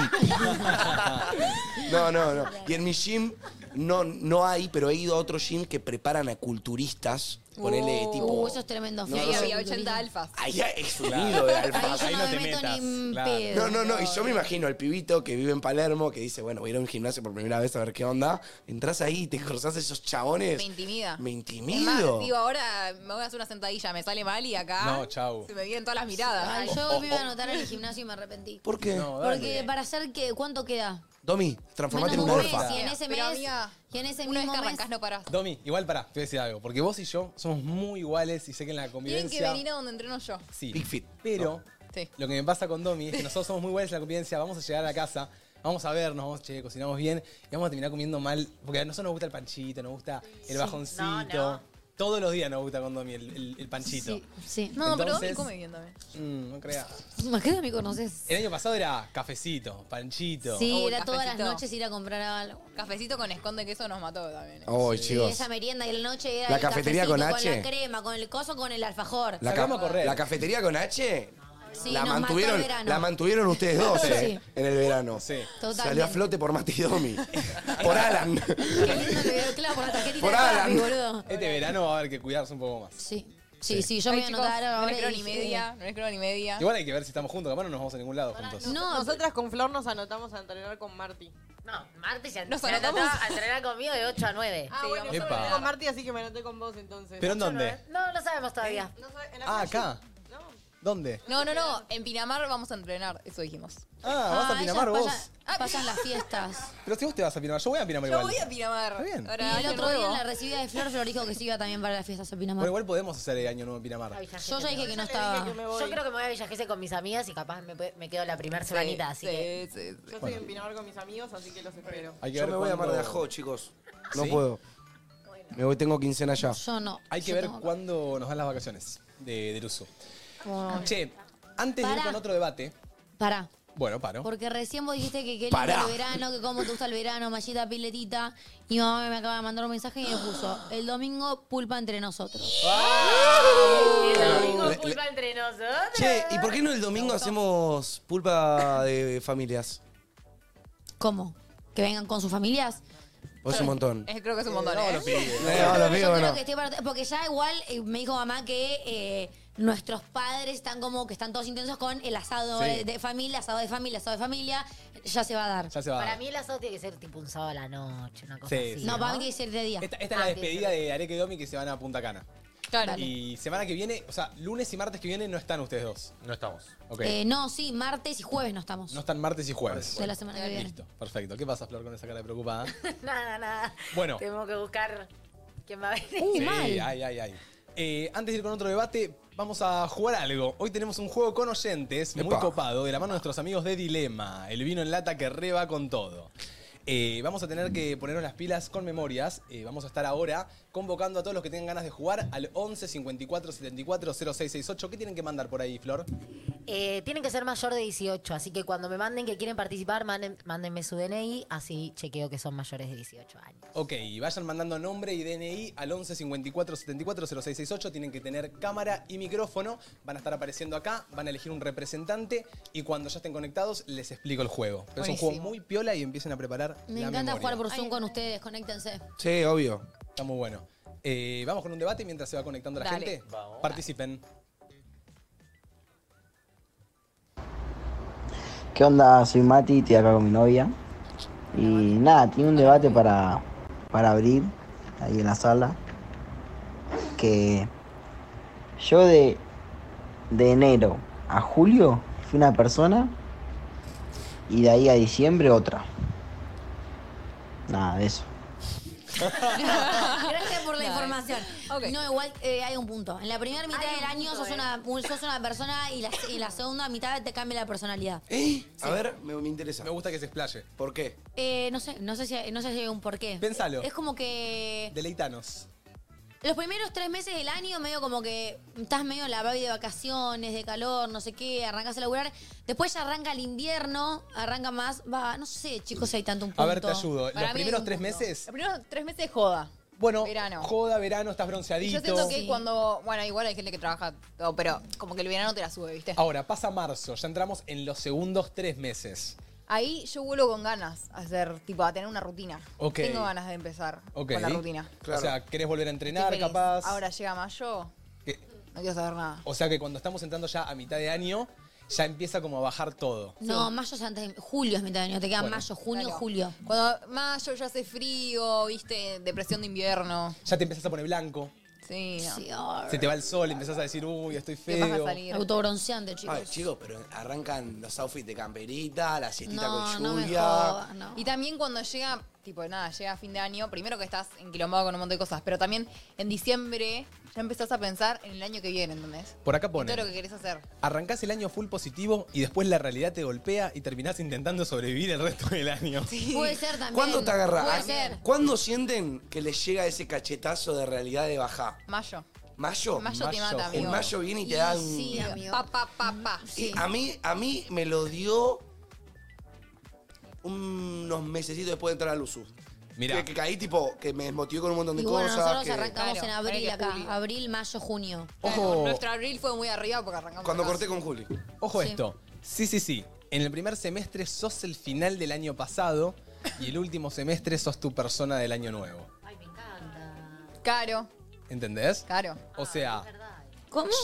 Speaker 5: No, no, no. Y en mi gym no, no hay, pero he ido a otro gym que preparan a culturistas. Ponele tipo.
Speaker 3: Uh, eso es tremendo.
Speaker 5: No,
Speaker 4: y ahí
Speaker 5: no sé.
Speaker 4: había 80 alfas.
Speaker 5: Ahí es un nido de alfas.
Speaker 4: Ahí yo Ahí no no me te meto metas, ni en claro.
Speaker 5: No,
Speaker 4: pedo.
Speaker 5: no, no. Y yo me imagino al pibito que vive en Palermo que dice, bueno, voy a ir a un gimnasio por primera vez a ver qué onda. Entrás ahí y te cruzás esos chabones.
Speaker 4: Me intimida.
Speaker 5: Me
Speaker 4: Es más,
Speaker 5: intimido.
Speaker 4: digo, ahora me voy a hacer una sentadilla, me sale mal y acá
Speaker 5: No, chau.
Speaker 4: se me vienen todas las miradas.
Speaker 3: Ay, Ah, yo me iba a anotar en el gimnasio y me arrepentí.
Speaker 5: ¿Por qué? oh, No, dale.
Speaker 3: Porque para hacer qué, ¿cuánto queda?
Speaker 5: Domi, transformate en un
Speaker 3: Menos de un
Speaker 5: alfa.
Speaker 3: mes, y en ese mes,
Speaker 4: Pero, amiga,
Speaker 3: y en ese
Speaker 4: una vez
Speaker 3: mismo
Speaker 4: que
Speaker 3: mes,
Speaker 4: arrancás no parás.
Speaker 1: Domi, igual pará, te voy a decir algo. Porque vos y yo somos muy iguales y sé que en la
Speaker 4: Tienen que
Speaker 1: convivencia.
Speaker 4: venir a donde entreno yo.
Speaker 1: Sí.
Speaker 5: fit.
Speaker 1: Pero
Speaker 4: Sí.
Speaker 1: lo que me pasa con Domi es que nosotros somos muy buenos en la convivencia, vamos a llegar a la casa. vamos a vernos, vamos, che, cocinamos bien y vamos a terminar comiendo mal. Porque a nosotros nos gusta el panchito, nos gusta el
Speaker 3: Sí.
Speaker 1: bajoncito.
Speaker 3: No, no.
Speaker 1: Todos los días nos gusta con Domi el, el- el panchito.
Speaker 3: Sí, sí.
Speaker 4: No, pero Domi
Speaker 1: Entonces-
Speaker 4: come bien también.
Speaker 1: Mm, no creas.
Speaker 3: Imagínate, me conoces.
Speaker 1: El año pasado era cafecito, panchito.
Speaker 3: Sí,
Speaker 4: Uy,
Speaker 3: era todas las
Speaker 4: cafecito.
Speaker 3: noches ir a comprar algo.
Speaker 4: Cafecito con esconde queso nos mató también. ¿eh?
Speaker 5: Ay,
Speaker 3: Y
Speaker 5: chicos.
Speaker 3: esa merienda y la noche era
Speaker 5: ¿La
Speaker 3: el
Speaker 5: cafetería con
Speaker 3: cafecito
Speaker 5: H?
Speaker 3: la crema, con el coso, con el alfajor.
Speaker 5: La, ca- la cafetería con H
Speaker 3: Sí,
Speaker 5: la,
Speaker 3: nos mató el
Speaker 5: mantuvieron,
Speaker 3: verano.
Speaker 5: la mantuvieron ustedes dos
Speaker 3: Sí.
Speaker 5: eh, en el verano.
Speaker 3: Totalmente.
Speaker 5: Salió a flote por Mati Domi. por Alan.
Speaker 3: Qué lindo el video, claro, por la tarjetita
Speaker 1: Por
Speaker 3: de
Speaker 1: Alan.
Speaker 3: Rappi, boludo.
Speaker 1: Este verano va a haber que cuidarse un poco más.
Speaker 3: Sí. Sí, sí, yo me
Speaker 4: Ay,
Speaker 3: voy a
Speaker 4: chicos,
Speaker 3: anotar
Speaker 4: No
Speaker 3: ahora
Speaker 4: les creo
Speaker 3: y
Speaker 4: ni
Speaker 3: dije-
Speaker 4: media, no les creo ni media.
Speaker 1: Igual hay que ver si estamos juntos, capaz no nos vamos a ningún lado juntos.
Speaker 7: No, nosotras con Flor nos anotamos a entrenar con Marty.
Speaker 12: No, Marti se
Speaker 4: Nos
Speaker 12: se
Speaker 4: anotamos.
Speaker 12: anotaba a entrenar conmigo de 8 a 9.
Speaker 7: Ah, bueno, yo me
Speaker 1: Epa.
Speaker 7: anoté con Marty, así que me anoté con vos entonces.
Speaker 1: ¿Pero en dónde?
Speaker 12: No, no sabemos todavía.
Speaker 3: Eh,
Speaker 7: No sé, en la
Speaker 1: Ah,
Speaker 7: calle.
Speaker 1: acá. ¿Dónde?
Speaker 4: No, no, no. En Pinamar vamos a entrenar, eso dijimos.
Speaker 1: Ah, vas a Pinamar
Speaker 3: ellas
Speaker 1: vos.
Speaker 3: Pasan, Ah, pasan las fiestas.
Speaker 1: Pero si vos te vas a Pinamar, yo voy a Pinamar
Speaker 4: Yo
Speaker 1: igual.
Speaker 4: voy a Pinamar. Está
Speaker 1: bien.
Speaker 3: Y el otro día en la recibida de Flor, Flor dijo que sí iba también para las fiestas a
Speaker 1: Bueno,
Speaker 3: Pinamar.
Speaker 1: igual podemos hacer eh, año nuevo en Pinamar.
Speaker 12: A Villa
Speaker 3: Yo ya
Speaker 12: Gesell.
Speaker 3: dije que no
Speaker 7: Yo le dije
Speaker 3: estaba.
Speaker 7: que me voy.
Speaker 12: Yo creo que me voy a Villa Gesell con mis amigas y capaz me, pe- me quedo la primera semanita, así que...
Speaker 7: Yo estoy en Pinamar con mis amigos, así que los espero.
Speaker 1: Hay que
Speaker 5: Yo
Speaker 1: ver
Speaker 5: me voy a Mar de
Speaker 1: cuándo-
Speaker 5: Ajó, chicos. No
Speaker 1: ¿Sí?
Speaker 5: puedo. Me voy, tengo quincena allá.
Speaker 3: Yo no.
Speaker 1: Hay que
Speaker 3: Yo
Speaker 1: ver
Speaker 3: tengo-
Speaker 1: cuándo nos dan las vacaciones de, del uso.
Speaker 3: Bueno,
Speaker 1: Che, antes de ir
Speaker 3: Pará.
Speaker 1: con otro debate.
Speaker 3: Pará.
Speaker 1: Bueno, paro.
Speaker 3: Porque recién vos dijiste que qué lindo
Speaker 1: Pará.
Speaker 3: el verano, que cómo te gusta el verano, mallita, piletita. Y mamá me acaba de mandar un mensaje y me puso, el domingo pulpa entre nosotros.
Speaker 12: El domingo
Speaker 5: Le-
Speaker 12: pulpa entre nosotros.
Speaker 5: Che, ¿y por qué no el domingo hacemos pulpa de familias?
Speaker 3: ¿Cómo? ¿Que vengan con sus familias?
Speaker 5: Vos un montón.
Speaker 4: Eh, creo que es un montón. ¿eh?
Speaker 5: Eh, hola, amigo,
Speaker 3: Yo creo
Speaker 5: bueno.
Speaker 3: que estoy para- Porque ya igual eh, me dijo mamá que eh, nuestros padres están como que están todos intensos con el asado
Speaker 1: Sí.
Speaker 3: de, de familia, asado de familia, asado de familia. Ya se va a dar.
Speaker 1: Ya se va.
Speaker 12: Para mí el asado tiene que ser tipo un sábado a la noche, una cosa
Speaker 1: Sí,
Speaker 12: así,
Speaker 1: sí.
Speaker 3: No,
Speaker 12: ¿no?
Speaker 3: para mí tiene que ser de día.
Speaker 1: Esta, esta es la despedida de Areque y Domi que se van a Punta Cana.
Speaker 4: Claro.
Speaker 3: Dale.
Speaker 1: Y semana que viene, o sea, lunes y martes que viene no están ustedes dos.
Speaker 11: No estamos.
Speaker 1: Ok.
Speaker 3: Eh, no, sí, martes y jueves no estamos.
Speaker 1: no están martes y jueves.
Speaker 3: De la semana que viene.
Speaker 1: Listo, perfecto. ¿Qué pasa, Flor, con esa cara de preocupada?
Speaker 12: Nada, nada.
Speaker 1: Bueno.
Speaker 12: Tenemos que buscar quién va a venir.
Speaker 3: Uh,
Speaker 1: Sí,
Speaker 3: mal.
Speaker 1: ay, ay, ay. Eh, antes de ir con otro debate, vamos a jugar algo. Hoy tenemos un juego con oyentes muy
Speaker 5: Epa.
Speaker 1: copado de la mano de nuestros amigos de Dilema, el vino en lata que reba con todo. Eh, vamos a tener que ponernos las pilas con memorias. Eh, vamos a estar ahora convocando a todos los que tengan ganas de jugar al 11 54 74 0668. ¿Qué tienen que mandar por ahí, Flor?
Speaker 12: Eh, tienen que ser mayor de 18, así que cuando me manden que quieren participar, manden- mándenme su DNI, así chequeo que son mayores de 18 años.
Speaker 1: Ok, vayan mandando nombre y DNI al 11 54 74 0668. Tienen que tener cámara y micrófono. Van a estar apareciendo acá, van a elegir un representante y cuando ya estén conectados les explico el juego. Pero es un
Speaker 4: Buenísimo.
Speaker 1: juego muy piola y empiecen a preparar
Speaker 3: Me
Speaker 1: la
Speaker 3: encanta
Speaker 1: memoria.
Speaker 3: jugar por Zoom con ustedes, conéctense.
Speaker 5: Sí, obvio.
Speaker 1: Está muy bueno. Eh, Vamos con un debate mientras se va conectando la
Speaker 4: Dale.
Speaker 1: gente. Participen.
Speaker 15: ¿Qué onda? Soy Mati, estoy acá con mi novia. Y nada, tiene un debate para, para abrir ahí en la sala. Que yo de, de enero a julio fui una persona y de ahí a diciembre otra. Nada, de eso.
Speaker 3: Gracias por la
Speaker 4: Nice.
Speaker 3: información.
Speaker 4: Ok.
Speaker 3: No, igual eh, hay un punto. En la primera mitad del año
Speaker 12: eh.
Speaker 3: sos, una, un- sos una persona y la, y la segunda mitad te cambia la personalidad.
Speaker 5: ¿Eh? A ver, me, me interesa.
Speaker 1: Me gusta que se explaye.
Speaker 5: ¿Por qué?
Speaker 3: Eh, no sé, no sé si hay, no sé si hay un porqué.
Speaker 1: Pensalo.
Speaker 3: Es como que
Speaker 1: Deleitanos.
Speaker 3: los primeros tres meses del año medio como que estás medio en la baby de vacaciones, de calor, no sé qué, arrancas a laburar. Después ya arranca el invierno, arranca más, va, no sé, chicos, si hay tanto un punto.
Speaker 1: A ver, te ayudo.
Speaker 4: Para
Speaker 1: Los
Speaker 4: mí hay
Speaker 1: primeros
Speaker 4: un
Speaker 1: tres
Speaker 4: punto.
Speaker 1: meses,
Speaker 4: Los primeros tres meses de joda.
Speaker 1: bueno,
Speaker 4: Verano.
Speaker 1: joda, verano, estás
Speaker 4: Y
Speaker 1: bronceadito.
Speaker 4: Yo siento que
Speaker 3: Sí.
Speaker 4: cuando. Bueno, igual hay gente que trabaja todo, pero como que el verano te la sube, ¿viste?
Speaker 1: Ahora, pasa marzo, ya entramos en los segundos tres meses.
Speaker 4: Ahí yo vuelvo con ganas a hacer, tipo, a tener una rutina.
Speaker 1: Ok.
Speaker 4: Tengo ganas de empezar
Speaker 1: Ok.
Speaker 4: con la rutina.
Speaker 1: O sea, querés volver a
Speaker 4: Estoy
Speaker 1: entrenar,
Speaker 4: feliz.
Speaker 1: capaz.
Speaker 4: Ahora llega mayo,
Speaker 1: Que-
Speaker 4: no quiero saber nada.
Speaker 1: o sea que cuando estamos entrando ya a mitad de año, ya empieza como a bajar todo.
Speaker 3: No, mayo es antes, de- julio es mitad de año, te queda
Speaker 1: Bueno.
Speaker 3: mayo, junio,
Speaker 4: Claro.
Speaker 3: julio.
Speaker 4: Cuando mayo ya hace frío, viste, depresión de invierno.
Speaker 1: Ya te empezás a poner blanco,
Speaker 4: Sí, no.
Speaker 3: Sí, ah,
Speaker 1: se te va el sol, empezás a decir, uy, estoy
Speaker 4: Te vas a
Speaker 1: feo.
Speaker 4: salir.
Speaker 3: autobronceante, chicos.
Speaker 5: Ay, chicos, pero arrancan los outfits de camperita, la siestita
Speaker 3: No,
Speaker 5: con
Speaker 3: no me
Speaker 5: lluvia.
Speaker 3: jodas, no.
Speaker 4: Y también cuando llega tipo, nada, llega fin de año, primero que estás enquilombado con un montón de cosas, pero también en diciembre ya empezás a pensar en el año que viene, ¿entendés?
Speaker 1: Por acá
Speaker 4: Y
Speaker 1: ponen.
Speaker 4: todo lo que querés hacer.
Speaker 1: Arrancás el año full positivo y después la realidad te golpea y terminás intentando sobrevivir el resto del año.
Speaker 3: Puede ser también.
Speaker 5: ¿Cuándo te
Speaker 3: Puede
Speaker 5: agarras?
Speaker 3: ser.
Speaker 5: ¿Cuándo sienten que les llega ese cachetazo de realidad de bajar?
Speaker 4: Mayo.
Speaker 5: ¿Mayo?
Speaker 4: Mayo te mata, amigo.
Speaker 5: En mayo viene y te dan.
Speaker 4: Sí, amigo. Pa, pa, pa, pa. Sí.
Speaker 5: A mí, a mí me lo dio unos mesecitos después de entrar al USU. Mira. Que, que caí tipo, que me desmotivó con un montón de
Speaker 3: Y bueno,
Speaker 5: cosas.
Speaker 3: nosotros
Speaker 5: que-
Speaker 3: arrancamos
Speaker 4: Claro,
Speaker 3: en
Speaker 4: hay
Speaker 3: abril
Speaker 4: que
Speaker 3: acá.
Speaker 4: pulir.
Speaker 3: Abril, mayo, junio.
Speaker 1: Ojo.
Speaker 4: Nuestro abril fue muy arriba porque arrancamos.
Speaker 5: Cuando
Speaker 4: acá.
Speaker 5: corté con Juli.
Speaker 1: Ojo
Speaker 4: Sí.
Speaker 1: esto. Sí, sí, sí. En el primer semestre sos el final del año pasado y el último semestre sos tu persona del año nuevo.
Speaker 4: Caro,
Speaker 1: ¿Entendés?
Speaker 4: caro.
Speaker 1: O sea,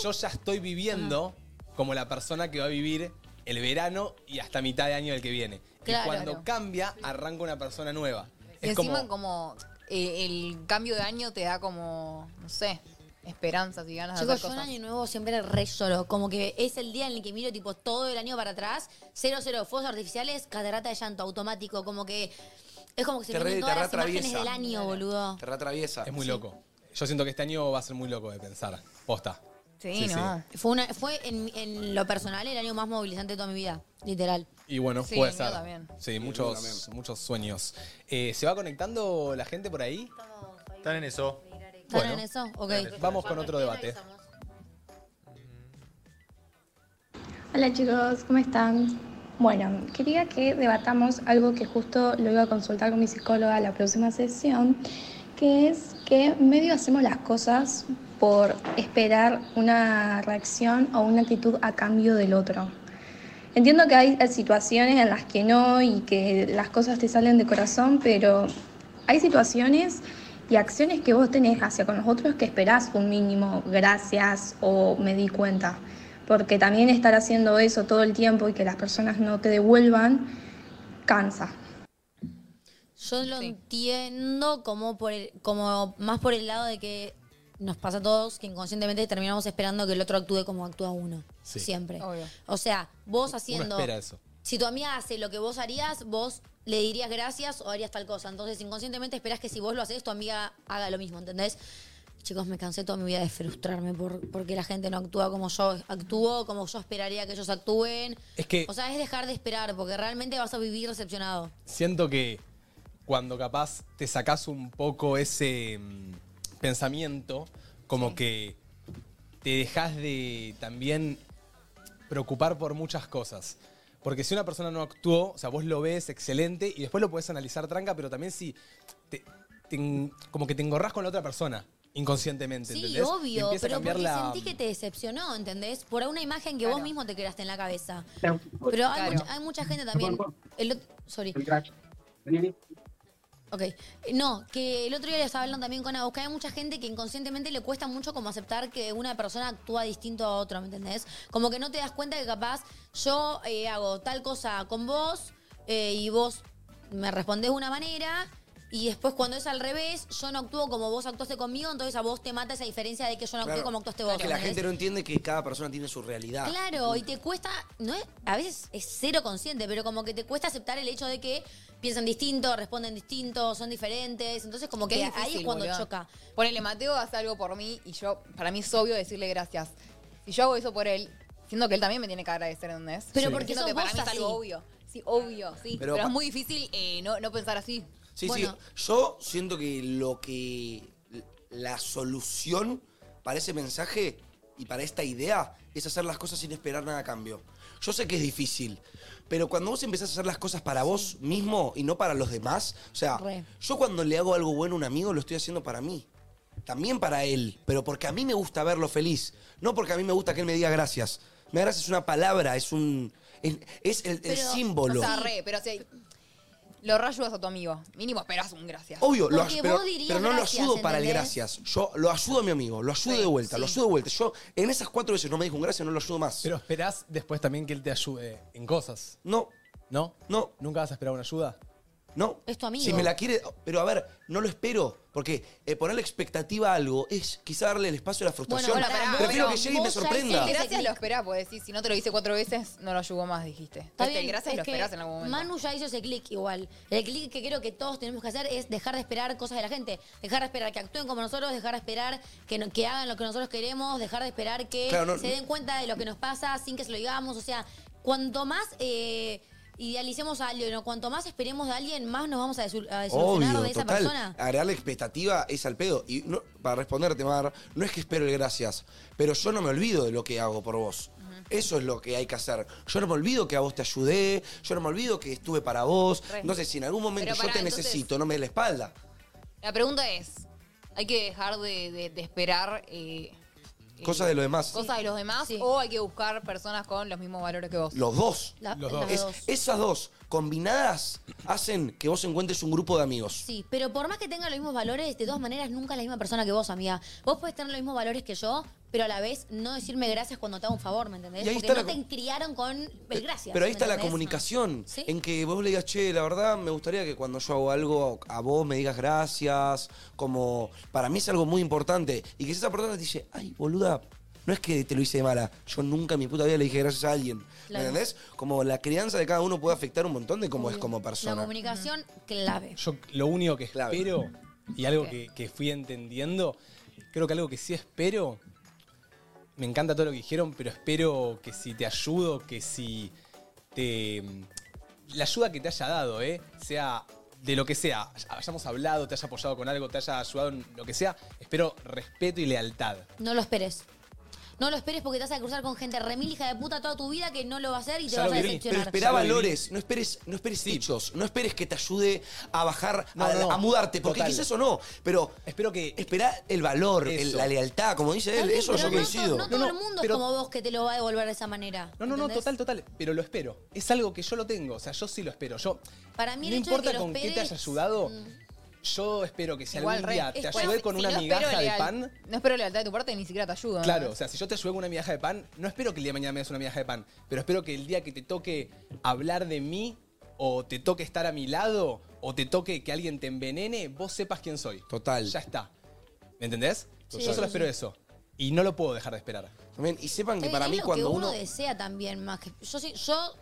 Speaker 1: yo ya estoy viviendo como la persona que va a vivir el verano y hasta mitad de año del que viene.
Speaker 4: Claro.
Speaker 1: Y cuando cambia, arranca una persona nueva.
Speaker 4: Y
Speaker 1: Es
Speaker 4: encima
Speaker 1: como,
Speaker 4: como, eh, el cambio de año te da como, no sé, esperanzas y ganas de
Speaker 3: Chicos,
Speaker 4: hacer
Speaker 3: yo en
Speaker 4: cosas.
Speaker 3: Año Nuevo siempre era re lloro. Como que es el día en el que miro tipo todo el año para atrás. Cero, cero, fuegos artificiales, catarata de llanto automático. Como que es como que se
Speaker 5: Te re-
Speaker 3: vienen todas
Speaker 5: te
Speaker 3: las imágenes
Speaker 5: reatraviesa.
Speaker 3: del año, boludo.
Speaker 5: Te reatraviesa.
Speaker 1: es muy loco. Yo siento que este año va a ser muy loco de pensar. Posta. Sí, no.
Speaker 3: Fue, una, fue en, en lo personal el año más movilizante de toda mi vida, literal.
Speaker 1: Y bueno,
Speaker 3: Sí,
Speaker 1: puede
Speaker 3: el mío
Speaker 1: ser.
Speaker 3: también.
Speaker 1: Sí,
Speaker 3: el mío
Speaker 1: muchos, muchos sueños. Eh, ¿Se va conectando la gente por ahí?
Speaker 16: Están en eso.
Speaker 3: ¿Están en eso? Ok.
Speaker 1: Vamos con otro debate.
Speaker 17: Hola chicos, ¿cómo están? Bueno, quería que debatamos algo que justo lo iba a consultar con mi psicóloga la próxima sesión, que es que medio hacemos las cosas por esperar una reacción o una actitud a cambio del otro. Entiendo que hay eh, situaciones en las que no y que las cosas te salen de corazón, pero hay situaciones y acciones que vos tenés hacia con los otros que esperás un mínimo gracias o me di cuenta. Porque también estar haciendo eso todo el tiempo y que las personas no te devuelvan, cansa.
Speaker 3: Yo lo entiendo como, por el- como más por el lado de que nos pasa a todos que inconscientemente terminamos esperando que el otro actúe como actúa uno.
Speaker 1: Sí.
Speaker 3: Siempre. O sea, vos haciendo.
Speaker 1: Uno espera eso.
Speaker 3: Si tu amiga hace lo que vos harías, vos le dirías gracias o harías tal cosa. Entonces, inconscientemente esperás que si vos lo haces, tu amiga haga lo mismo, ¿entendés? Chicos, me cansé toda mi vida de frustrarme por, porque la gente no actúa como yo actúo, como yo esperaría que ellos actúen.
Speaker 1: Es que-
Speaker 3: O sea, es dejar de esperar, porque realmente vas a vivir recepcionado.
Speaker 1: Siento que cuando capaz te sacás un poco ese mm, pensamiento, como que te dejas de también preocupar por muchas cosas. Porque si una persona no actuó, o sea, vos lo ves excelente y después lo podés analizar tranca, pero también si te, te en- como que te engorrás con la otra persona inconscientemente,
Speaker 3: Sí,
Speaker 1: ¿entendés? Y
Speaker 3: obvio,
Speaker 1: empieza a
Speaker 3: pero
Speaker 1: cambiar
Speaker 3: porque
Speaker 1: la-
Speaker 3: sentí que te decepcionó, ¿entendés? Por una imagen que vos mismo te creaste en la cabeza.
Speaker 1: Claro.
Speaker 3: Pero hay,
Speaker 1: Claro.
Speaker 3: mucha, hay mucha gente también. El ot- sorry. Ok. No, que el otro día le estaba hablando también con Agus, que hay mucha gente que inconscientemente le cuesta mucho como aceptar que una persona actúa distinto a otra, ¿me entendés? Como que no te das cuenta que capaz yo eh, hago tal cosa con vos eh, y vos me respondés de una manera y después cuando es al revés, yo no actúo como vos actuaste conmigo, entonces a vos te mata esa diferencia de que yo no actúo
Speaker 5: Claro.
Speaker 3: como actuaste vos.
Speaker 5: Que la
Speaker 3: ¿entendés?
Speaker 5: gente no entiende que cada persona tiene su realidad.
Speaker 3: Claro, y te cuesta, no es, a veces es cero consciente, pero como que te cuesta aceptar el hecho de que piensan distinto, responden distinto, son diferentes, entonces como que
Speaker 4: Porque
Speaker 3: ahí es cuando choca.
Speaker 4: Ponele, Mateo hace algo por mí y yo, para mí es obvio decirle gracias. Si yo hago eso por él, siento que él también me tiene que agradecer, ¿entendés?
Speaker 3: Pero Sí. porque
Speaker 4: Siento que
Speaker 3: sos
Speaker 4: para
Speaker 3: vos
Speaker 4: mí es algo
Speaker 3: así.
Speaker 4: obvio. Sí, obvio, sí. Pero,
Speaker 5: Pero
Speaker 4: es
Speaker 5: pa-
Speaker 4: muy difícil eh, no, no pensar así.
Speaker 5: Sí,
Speaker 4: Bueno,
Speaker 5: sí. Yo siento que lo que. La solución para ese mensaje y para esta idea es hacer las cosas sin esperar nada a cambio. Yo sé que es difícil, pero cuando vos empezás a hacer las cosas para vos mismo y no para los demás, o sea,
Speaker 3: Re.
Speaker 5: yo cuando le hago algo bueno a un amigo lo estoy haciendo para mí. También para él, pero porque a mí me gusta verlo feliz. No porque a mí me gusta que él me diga gracias. Me da gracias es una palabra, es un. Es, es el, el
Speaker 4: pero-
Speaker 5: símbolo.
Speaker 4: O sea, re, pero si lo rayudas a tu amigo, mínimo esperas un gracias.
Speaker 5: Obvio, lo
Speaker 4: Porque
Speaker 5: ay-
Speaker 4: vos
Speaker 5: pero,
Speaker 4: dirías
Speaker 5: pero no
Speaker 4: gracias,
Speaker 5: lo ayudo para el
Speaker 4: ¿entendés?
Speaker 5: gracias. Yo lo ayudo a mi amigo, lo ayudo de vuelta, lo ayudo de vuelta. Yo en esas cuatro veces no me dijo un gracias, no lo ayudo más.
Speaker 1: Pero esperás después también que él te ayude en cosas.
Speaker 5: No.
Speaker 1: ¿No?
Speaker 5: No.
Speaker 1: ¿Nunca vas a esperar una ayuda?
Speaker 5: No.
Speaker 3: Es tu amigo.
Speaker 5: Si me la quiere. Pero a ver, no lo espero. Porque eh, ponerle expectativa a algo es quizá darle el espacio a la frustración.
Speaker 4: Bueno, pará,
Speaker 5: Prefiero
Speaker 4: pero
Speaker 5: que llegue y
Speaker 4: vos
Speaker 5: me
Speaker 4: ya
Speaker 5: sorprenda.
Speaker 4: hiciste Gracias lo esperás, porque decís, si no te lo hice cuatro veces, no lo ayudó más, dijiste.
Speaker 3: Está
Speaker 4: Entonces,
Speaker 3: bien,
Speaker 4: gracias
Speaker 3: es
Speaker 4: lo
Speaker 3: que
Speaker 4: esperás en algún momento.
Speaker 3: Manu ya hizo ese clic igual. El clic que creo que todos tenemos que hacer es dejar de esperar cosas de la gente. Dejar de esperar que actúen como nosotros, dejar de esperar que, no- que hagan lo que nosotros queremos, dejar de esperar que
Speaker 5: Claro, no-
Speaker 3: se den cuenta de lo que nos pasa sin que se lo digamos. O sea, cuanto más eh, idealicemos a alguien o cuanto más esperemos de alguien, más nos vamos a, desul- a desilusionar
Speaker 5: Obvio,
Speaker 3: de esa
Speaker 5: total.
Speaker 3: persona.
Speaker 5: Agregarle expectativa es al pedo. Y no- para responderte, Mar, no es que espero el gracias, pero yo no me olvido de lo que hago por vos. Eso es lo que hay que hacer. Yo no me olvido que a vos te ayudé, yo no me olvido que estuve para vos.
Speaker 4: Re.
Speaker 5: Entonces, si en algún momento
Speaker 4: Pero
Speaker 5: yo
Speaker 4: pará,
Speaker 5: te
Speaker 4: entonces-
Speaker 5: necesito, no me des la espalda.
Speaker 4: La pregunta es, ¿hay que dejar de, de- de esperar eh,
Speaker 5: Cosas de lo demás.
Speaker 4: cosas de los demás o hay que buscar personas con los mismos valores que vos?
Speaker 5: Los dos.
Speaker 4: La-
Speaker 5: Los
Speaker 4: las
Speaker 5: dos. Es-
Speaker 4: dos.
Speaker 5: esas dos combinadas hacen que vos encuentres un grupo de amigos.
Speaker 3: Sí, pero por más que tengan los mismos valores, de todas maneras nunca es la misma persona que vos, amiga. Vos podés tener los mismos valores que yo, pero a la vez no decirme gracias cuando te hago un favor, ¿me entendés?
Speaker 5: Y ahí
Speaker 3: Porque
Speaker 5: está
Speaker 3: no
Speaker 5: la
Speaker 3: te criaron con el gracias.
Speaker 5: Pero ahí
Speaker 3: ¿me
Speaker 5: está la
Speaker 3: entendés?
Speaker 5: comunicación.
Speaker 3: Sí.
Speaker 5: En que vos le digas, che, la verdad me gustaría que cuando yo hago algo a vos me digas gracias. Como, para mí es algo muy importante. Y que si esa persona te dice, ay, boluda, no es que te lo hice de mala. Yo nunca en mi puta vida le dije gracias a alguien.
Speaker 3: Claro.
Speaker 5: ¿Me entendés? Como la crianza de cada uno puede afectar un montón de cómo es pues, como
Speaker 3: La
Speaker 5: persona.
Speaker 3: comunicación clave.
Speaker 1: Yo lo único que espero, y algo que, que fui entendiendo, creo que algo que sí espero, me encanta todo lo que dijeron, pero espero que si te ayudo, que si te... La ayuda que te haya dado, ¿eh? Sea de lo que sea, hayamos hablado, te haya apoyado con algo, te haya ayudado en lo que sea, espero respeto y lealtad.
Speaker 3: No lo esperes. No lo esperes porque te vas a cruzar con gente remil hija de puta toda tu vida que no lo va a hacer y te
Speaker 5: Ya
Speaker 3: vas
Speaker 5: lo
Speaker 3: a
Speaker 5: viví. Pero
Speaker 3: decepcionar.
Speaker 5: espera valores, no esperes, no esperes hechos, no esperes que te ayude a bajar, a, a mudarte, porque
Speaker 1: total.
Speaker 5: quizás eso no, pero
Speaker 1: espero que
Speaker 5: espera el valor, el-
Speaker 1: Eso.
Speaker 5: la lealtad, como dice
Speaker 1: Está
Speaker 5: él,
Speaker 1: bien,
Speaker 5: eso yo
Speaker 1: pero no to-
Speaker 5: coincido.
Speaker 3: No todo el mundo
Speaker 1: pero-
Speaker 3: es como vos que te lo va a devolver de esa manera.
Speaker 1: No, no, no,
Speaker 3: ¿entendés?
Speaker 1: total, total. Pero lo espero. Es algo que yo lo tengo. O sea, yo sí lo espero. Yo,
Speaker 3: Para mí el
Speaker 1: no
Speaker 3: hecho de
Speaker 1: importa
Speaker 3: que lo
Speaker 1: con qué te
Speaker 3: esperes-
Speaker 1: haya
Speaker 3: mm.
Speaker 1: ayudado, yo espero que si algún día te ayudé con una migaja de pan.
Speaker 4: No espero lealtad de tu parte, ni siquiera te ayudo. ¿no?
Speaker 3: ¿eh?
Speaker 1: Claro, o sea, si yo te ayudé con una migaja de pan, no espero que el día de mañana me des una migaja de pan, pero espero que el día que te toque hablar de mí, o te toque estar a mi lado, o te toque que alguien te envenene, vos sepas quién soy.
Speaker 5: Total.
Speaker 1: Ya está. ¿Me entendés?
Speaker 5: Sí,
Speaker 1: yo
Speaker 5: sí,
Speaker 1: solo espero
Speaker 5: sí.
Speaker 1: eso. Y no lo puedo dejar de esperar.
Speaker 5: También, y sepan
Speaker 3: Está bien, Eh, es lo que uno, desea también más que yo sí- yo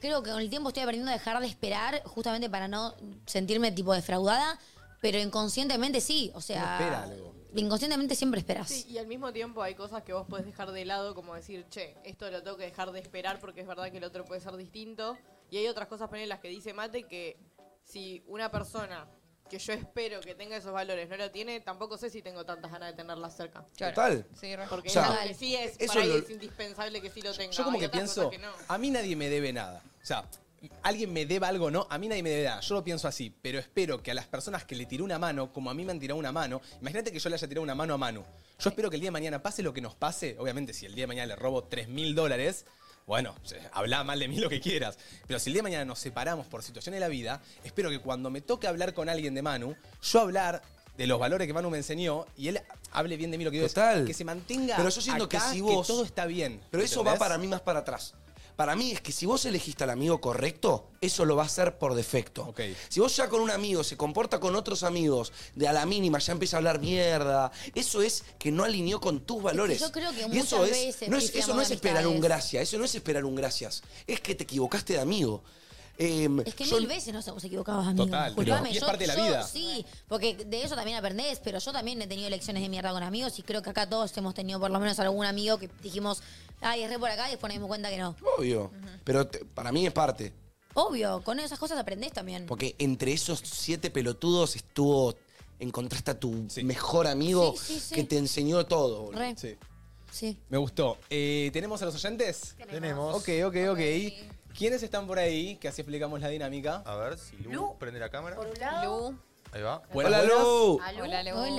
Speaker 3: creo que con el tiempo estoy aprendiendo a dejar de esperar justamente para no sentirme tipo defraudada pero inconscientemente sí o sea
Speaker 7: Uno espera algo.
Speaker 3: inconscientemente siempre esperas
Speaker 7: Sí, y al mismo tiempo hay cosas que vos podés dejar de lado, como decir, che, esto lo tengo que dejar de esperar porque es verdad que el otro puede ser distinto. Y hay otras cosas, poner las que dice Mate, que si una persona que yo espero que tenga esos valores no lo tiene, tampoco sé si tengo tantas ganas de tenerla cerca.
Speaker 1: Claro. Total.
Speaker 4: Sí, re.
Speaker 7: Porque
Speaker 1: O sea,
Speaker 7: es algo que sí es,
Speaker 1: eso
Speaker 7: para ahí
Speaker 1: lo-
Speaker 7: es indispensable que sí lo tenga.
Speaker 1: Yo como
Speaker 7: Hay
Speaker 1: que
Speaker 7: otras cosas
Speaker 1: pienso,
Speaker 7: que no.
Speaker 1: a mí nadie me debe nada. O sea, alguien me deba algo, ¿no? A mí nadie me debe nada. Yo lo pienso así, pero espero que a las personas que le tiré una mano, como a mí me han tirado una mano, imagínate que yo le haya tirado una mano a Manu. Yo espero que el día de mañana pase lo que nos pase. Obviamente, si el día de mañana le robo 3 mil dólares, bueno, habla mal de mí lo que quieras. Pero si el día de mañana nos separamos por situaciones de la vida, espero que cuando me toque hablar con alguien de Manu, yo hablar de los valores que Manu me enseñó y él hable bien de mí lo que yo
Speaker 5: Total.
Speaker 1: Que se mantenga
Speaker 5: Pero yo siento que
Speaker 1: acá,
Speaker 5: si vos-
Speaker 1: todo está bien.
Speaker 5: Pero eso va
Speaker 1: ¿entendés?
Speaker 5: para mí más para atrás. Para mí es que si vos elegiste al amigo correcto, eso lo va a hacer por defecto. Si vos ya con un amigo se comporta con otros amigos, de a la mínima ya empieza a hablar mierda, eso es que no alineó con tus valores.
Speaker 3: yo creo que
Speaker 5: y eso
Speaker 3: muchas
Speaker 5: es,
Speaker 3: veces
Speaker 5: no es,
Speaker 3: pifiamos
Speaker 5: eso no es
Speaker 3: de
Speaker 5: esperar un
Speaker 3: amistades.
Speaker 5: gracias, eso no es esperar un gracias. Es que te equivocaste de amigo. Em,
Speaker 3: Es que
Speaker 5: yo-
Speaker 3: mil veces nos hemos equivocado, amigo.
Speaker 5: Total,
Speaker 3: Disculpame,
Speaker 5: pero- y es
Speaker 3: yo-
Speaker 5: parte de la
Speaker 3: yo
Speaker 5: vida.
Speaker 3: Sí, porque de eso también aprendés, pero yo también he tenido lecciones de mierda con amigos y creo que acá todos hemos tenido por lo menos algún amigo que dijimos, ay, es re por acá y después nos dimos cuenta que no.
Speaker 5: Obvio. Pero te- para mí es parte.
Speaker 3: Obvio, con esas cosas aprendés también.
Speaker 5: Porque entre esos siete pelotudos estuvo. Encontraste a tu mejor amigo
Speaker 3: Sí, sí, sí.
Speaker 5: que te enseñó todo. boludo.
Speaker 3: Re. Sí.
Speaker 1: Me gustó. Eh, ¿Tenemos a los oyentes?
Speaker 16: Tenemos.
Speaker 1: Ok, ok, ok. ¿Quiénes están por ahí? Que así explicamos la dinámica.
Speaker 16: A ver si Lu, prende la cámara.
Speaker 4: Lu.
Speaker 16: Ahí va.
Speaker 1: Buenas, Hola, buenas. Lu.
Speaker 4: Hola, Lu.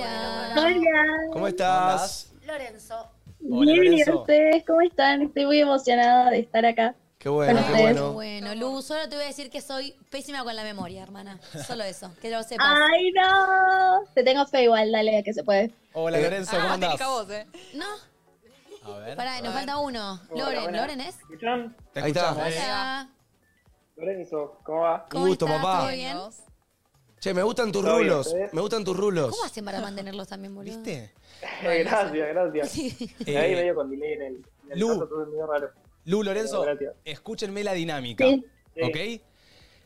Speaker 18: Hola.
Speaker 1: ¿Cómo estás?
Speaker 12: Lorenzo.
Speaker 1: Hola,
Speaker 18: Bien, ¿y
Speaker 1: Lorenzo.
Speaker 18: ustedes cómo están? Estoy muy emocionada de estar acá.
Speaker 5: Qué bueno,
Speaker 18: Con
Speaker 5: qué
Speaker 18: ustedes.
Speaker 5: bueno.
Speaker 3: Bueno, Lu, solo te voy a decir que soy pésima con la memoria, hermana. Solo eso, que lo sepas.
Speaker 18: ¡Ay, no! Te tengo fe igual, dale, que se puede.
Speaker 1: Hola,
Speaker 16: Eh,
Speaker 1: Lorenzo,
Speaker 3: Ah,
Speaker 1: ¿cómo andás?
Speaker 4: eh.
Speaker 3: No,
Speaker 1: A ver.
Speaker 3: pará, nos falta uno. Loren,
Speaker 18: hola.
Speaker 3: ¿Loren es?
Speaker 1: Te
Speaker 5: Ahí está.
Speaker 1: escuchamos.
Speaker 3: Hola.
Speaker 19: Lorenzo, ¿cómo va?
Speaker 5: Un gusto, papá. Che, me gustan tus
Speaker 19: ¿Todo bien,
Speaker 5: rulos.
Speaker 19: ustedes?
Speaker 5: Me gustan tus rulos.
Speaker 3: ¿Cómo hacen para mantenerlos también, boludo? ¿Viste?
Speaker 19: gracias, gracias.
Speaker 1: Eh,
Speaker 19: Ahí medio con delay en el, en el
Speaker 1: Lu.
Speaker 19: caso, todo es medio raro.
Speaker 1: Lu, Lorenzo, escúchenme la dinámica.
Speaker 19: Sí.
Speaker 1: ¿Ok?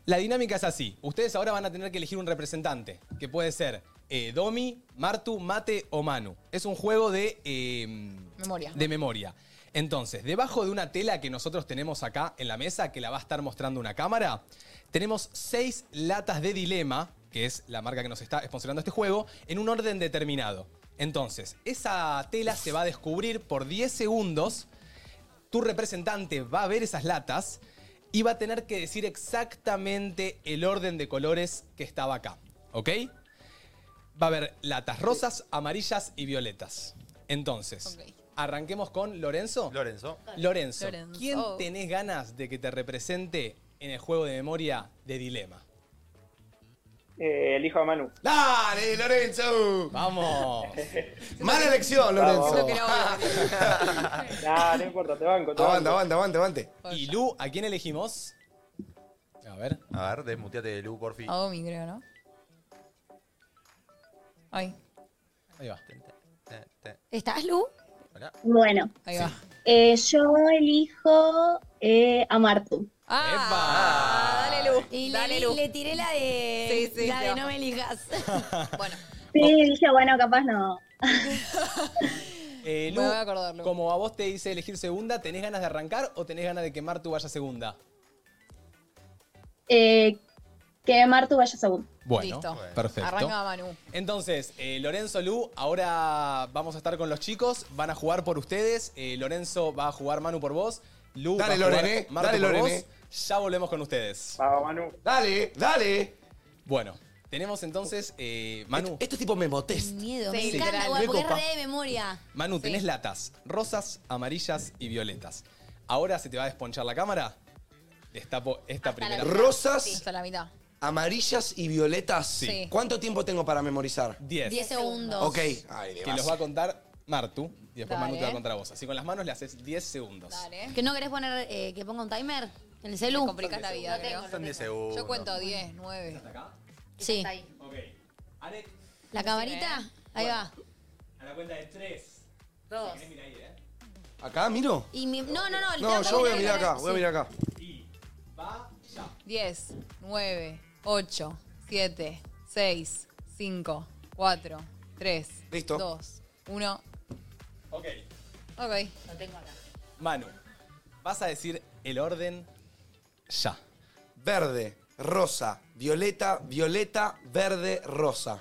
Speaker 1: La dinámica es así. Ustedes ahora van a tener que elegir un representante, que puede ser eh, Domi, Martu, Mate o Manu. Es un juego de, eh,
Speaker 4: Memoria.
Speaker 1: de memoria. Entonces, debajo de una tela que nosotros tenemos acá en la mesa, que la va a estar mostrando una cámara, tenemos seis latas de dilema, que es la marca que nos está sponsorando este juego, en un orden determinado. Entonces, esa tela se va a descubrir por 10 segundos tu representante va a ver esas latas y va a tener que decir exactamente el orden de colores que estaba acá. ¿Ok? Va a haber latas rosas, amarillas y violetas. Entonces, arranquemos con Lorenzo.
Speaker 16: Lorenzo.
Speaker 1: Lorenzo,
Speaker 16: Lorenzo.
Speaker 1: ¿quién tenés ganas de que te represente en el juego de memoria de Dilema?
Speaker 19: Eh, elijo a Manu.
Speaker 5: ¡Dale, Lorenzo!
Speaker 1: ¡Vamos!
Speaker 5: Mala elección, Lorenzo.
Speaker 19: Vamos. Nah, no importa, te banco. Te banco.
Speaker 5: Aguanta, aguanta, aguanta, aguanta.
Speaker 1: Y Lu, ¿a quién elegimos? A ver. Oh.
Speaker 16: A ver, desmuteate de Lu, porfi.
Speaker 4: A Domi, creo, ¿no? Ay.
Speaker 1: Ahí va.
Speaker 3: ¿Estás, Lu?
Speaker 18: Bueno,
Speaker 4: Ahí va.
Speaker 18: eh, yo elijo eh, a Martu.
Speaker 4: Ah, dale luz.
Speaker 3: Y
Speaker 4: dale
Speaker 3: le,
Speaker 4: luz.
Speaker 3: le tiré la de.
Speaker 4: Sí, sí,
Speaker 3: la
Speaker 4: te
Speaker 3: de
Speaker 4: va.
Speaker 3: no me elijas.
Speaker 18: Sí, dije, bueno, capaz no.
Speaker 1: Eh,
Speaker 4: Me
Speaker 1: Lu,
Speaker 4: voy a acordar, Lu.
Speaker 1: como a vos te hice elegir segunda, ¿tenés ganas de arrancar o tenés ganas de que Martu vaya segunda?
Speaker 18: Eh, que Martu vaya segundo.
Speaker 1: Bueno,
Speaker 4: Listo.
Speaker 1: perfecto.
Speaker 4: Arranca Manu.
Speaker 1: Entonces, eh, Lorenzo Lu, ahora vamos a estar con los chicos, van a jugar por ustedes. Eh, Lorenzo va a jugar Manu por vos. Lu,
Speaker 5: Dale,
Speaker 1: va a jugar
Speaker 5: Lorene,
Speaker 1: Martu
Speaker 5: dale,
Speaker 1: por
Speaker 5: Lorene.
Speaker 1: vos. Ya volvemos con ustedes.
Speaker 19: Vamos, Manu.
Speaker 5: Dale, dale.
Speaker 1: Bueno, tenemos entonces, eh, Manu. Esto,
Speaker 5: es tipo memotest.
Speaker 3: Miedo,
Speaker 1: Sí,
Speaker 3: me
Speaker 1: literal.
Speaker 3: encanta, igual,
Speaker 1: Me
Speaker 3: porque es
Speaker 1: copa.
Speaker 3: re de memoria.
Speaker 1: Manu,
Speaker 3: Sí.
Speaker 1: tenés latas rosas, amarillas y violetas. Ahora se te va a desponchar la cámara. Destapo esta primera.
Speaker 5: Rosas.
Speaker 4: Sí, hasta la mitad.
Speaker 5: Amarillas y violetas.
Speaker 4: Sí.
Speaker 5: ¿Cuánto tiempo tengo para memorizar?
Speaker 1: 10.
Speaker 3: 10 segundos.
Speaker 5: Ok. Ay, de
Speaker 1: que
Speaker 5: base.
Speaker 1: los va a contar Martu y después
Speaker 3: Dale.
Speaker 1: Manu te va a contar a vos. Así con las manos le haces 10 segundos.
Speaker 3: ¿Que no querés poner eh, que ponga un timer en el celu?
Speaker 4: complicás la vida,
Speaker 3: No
Speaker 4: creo.
Speaker 3: tengo.
Speaker 16: Son 10 segundos.
Speaker 4: Yo cuento 10, 9.
Speaker 3: Sí. ¿La camarita?
Speaker 4: ¿eh?
Speaker 5: eh.
Speaker 3: Ahí va.
Speaker 1: A la cuenta de 3. ahí, ¿eh?
Speaker 5: ¿Acá miro?
Speaker 3: Y mi- no, no, no.
Speaker 5: No,
Speaker 3: te-
Speaker 5: yo voy a mirar acá, voy a
Speaker 3: Sí.
Speaker 5: mirar acá.
Speaker 4: 10, 9, 8, 7, 6, 5, 4, 3,
Speaker 1: Listo.
Speaker 4: 2, 1.
Speaker 1: Ok.
Speaker 4: Ok.
Speaker 12: Lo tengo acá.
Speaker 1: Manu, vas a decir el orden. Ya.
Speaker 5: Verde, rosa, violeta, violeta, verde, rosa.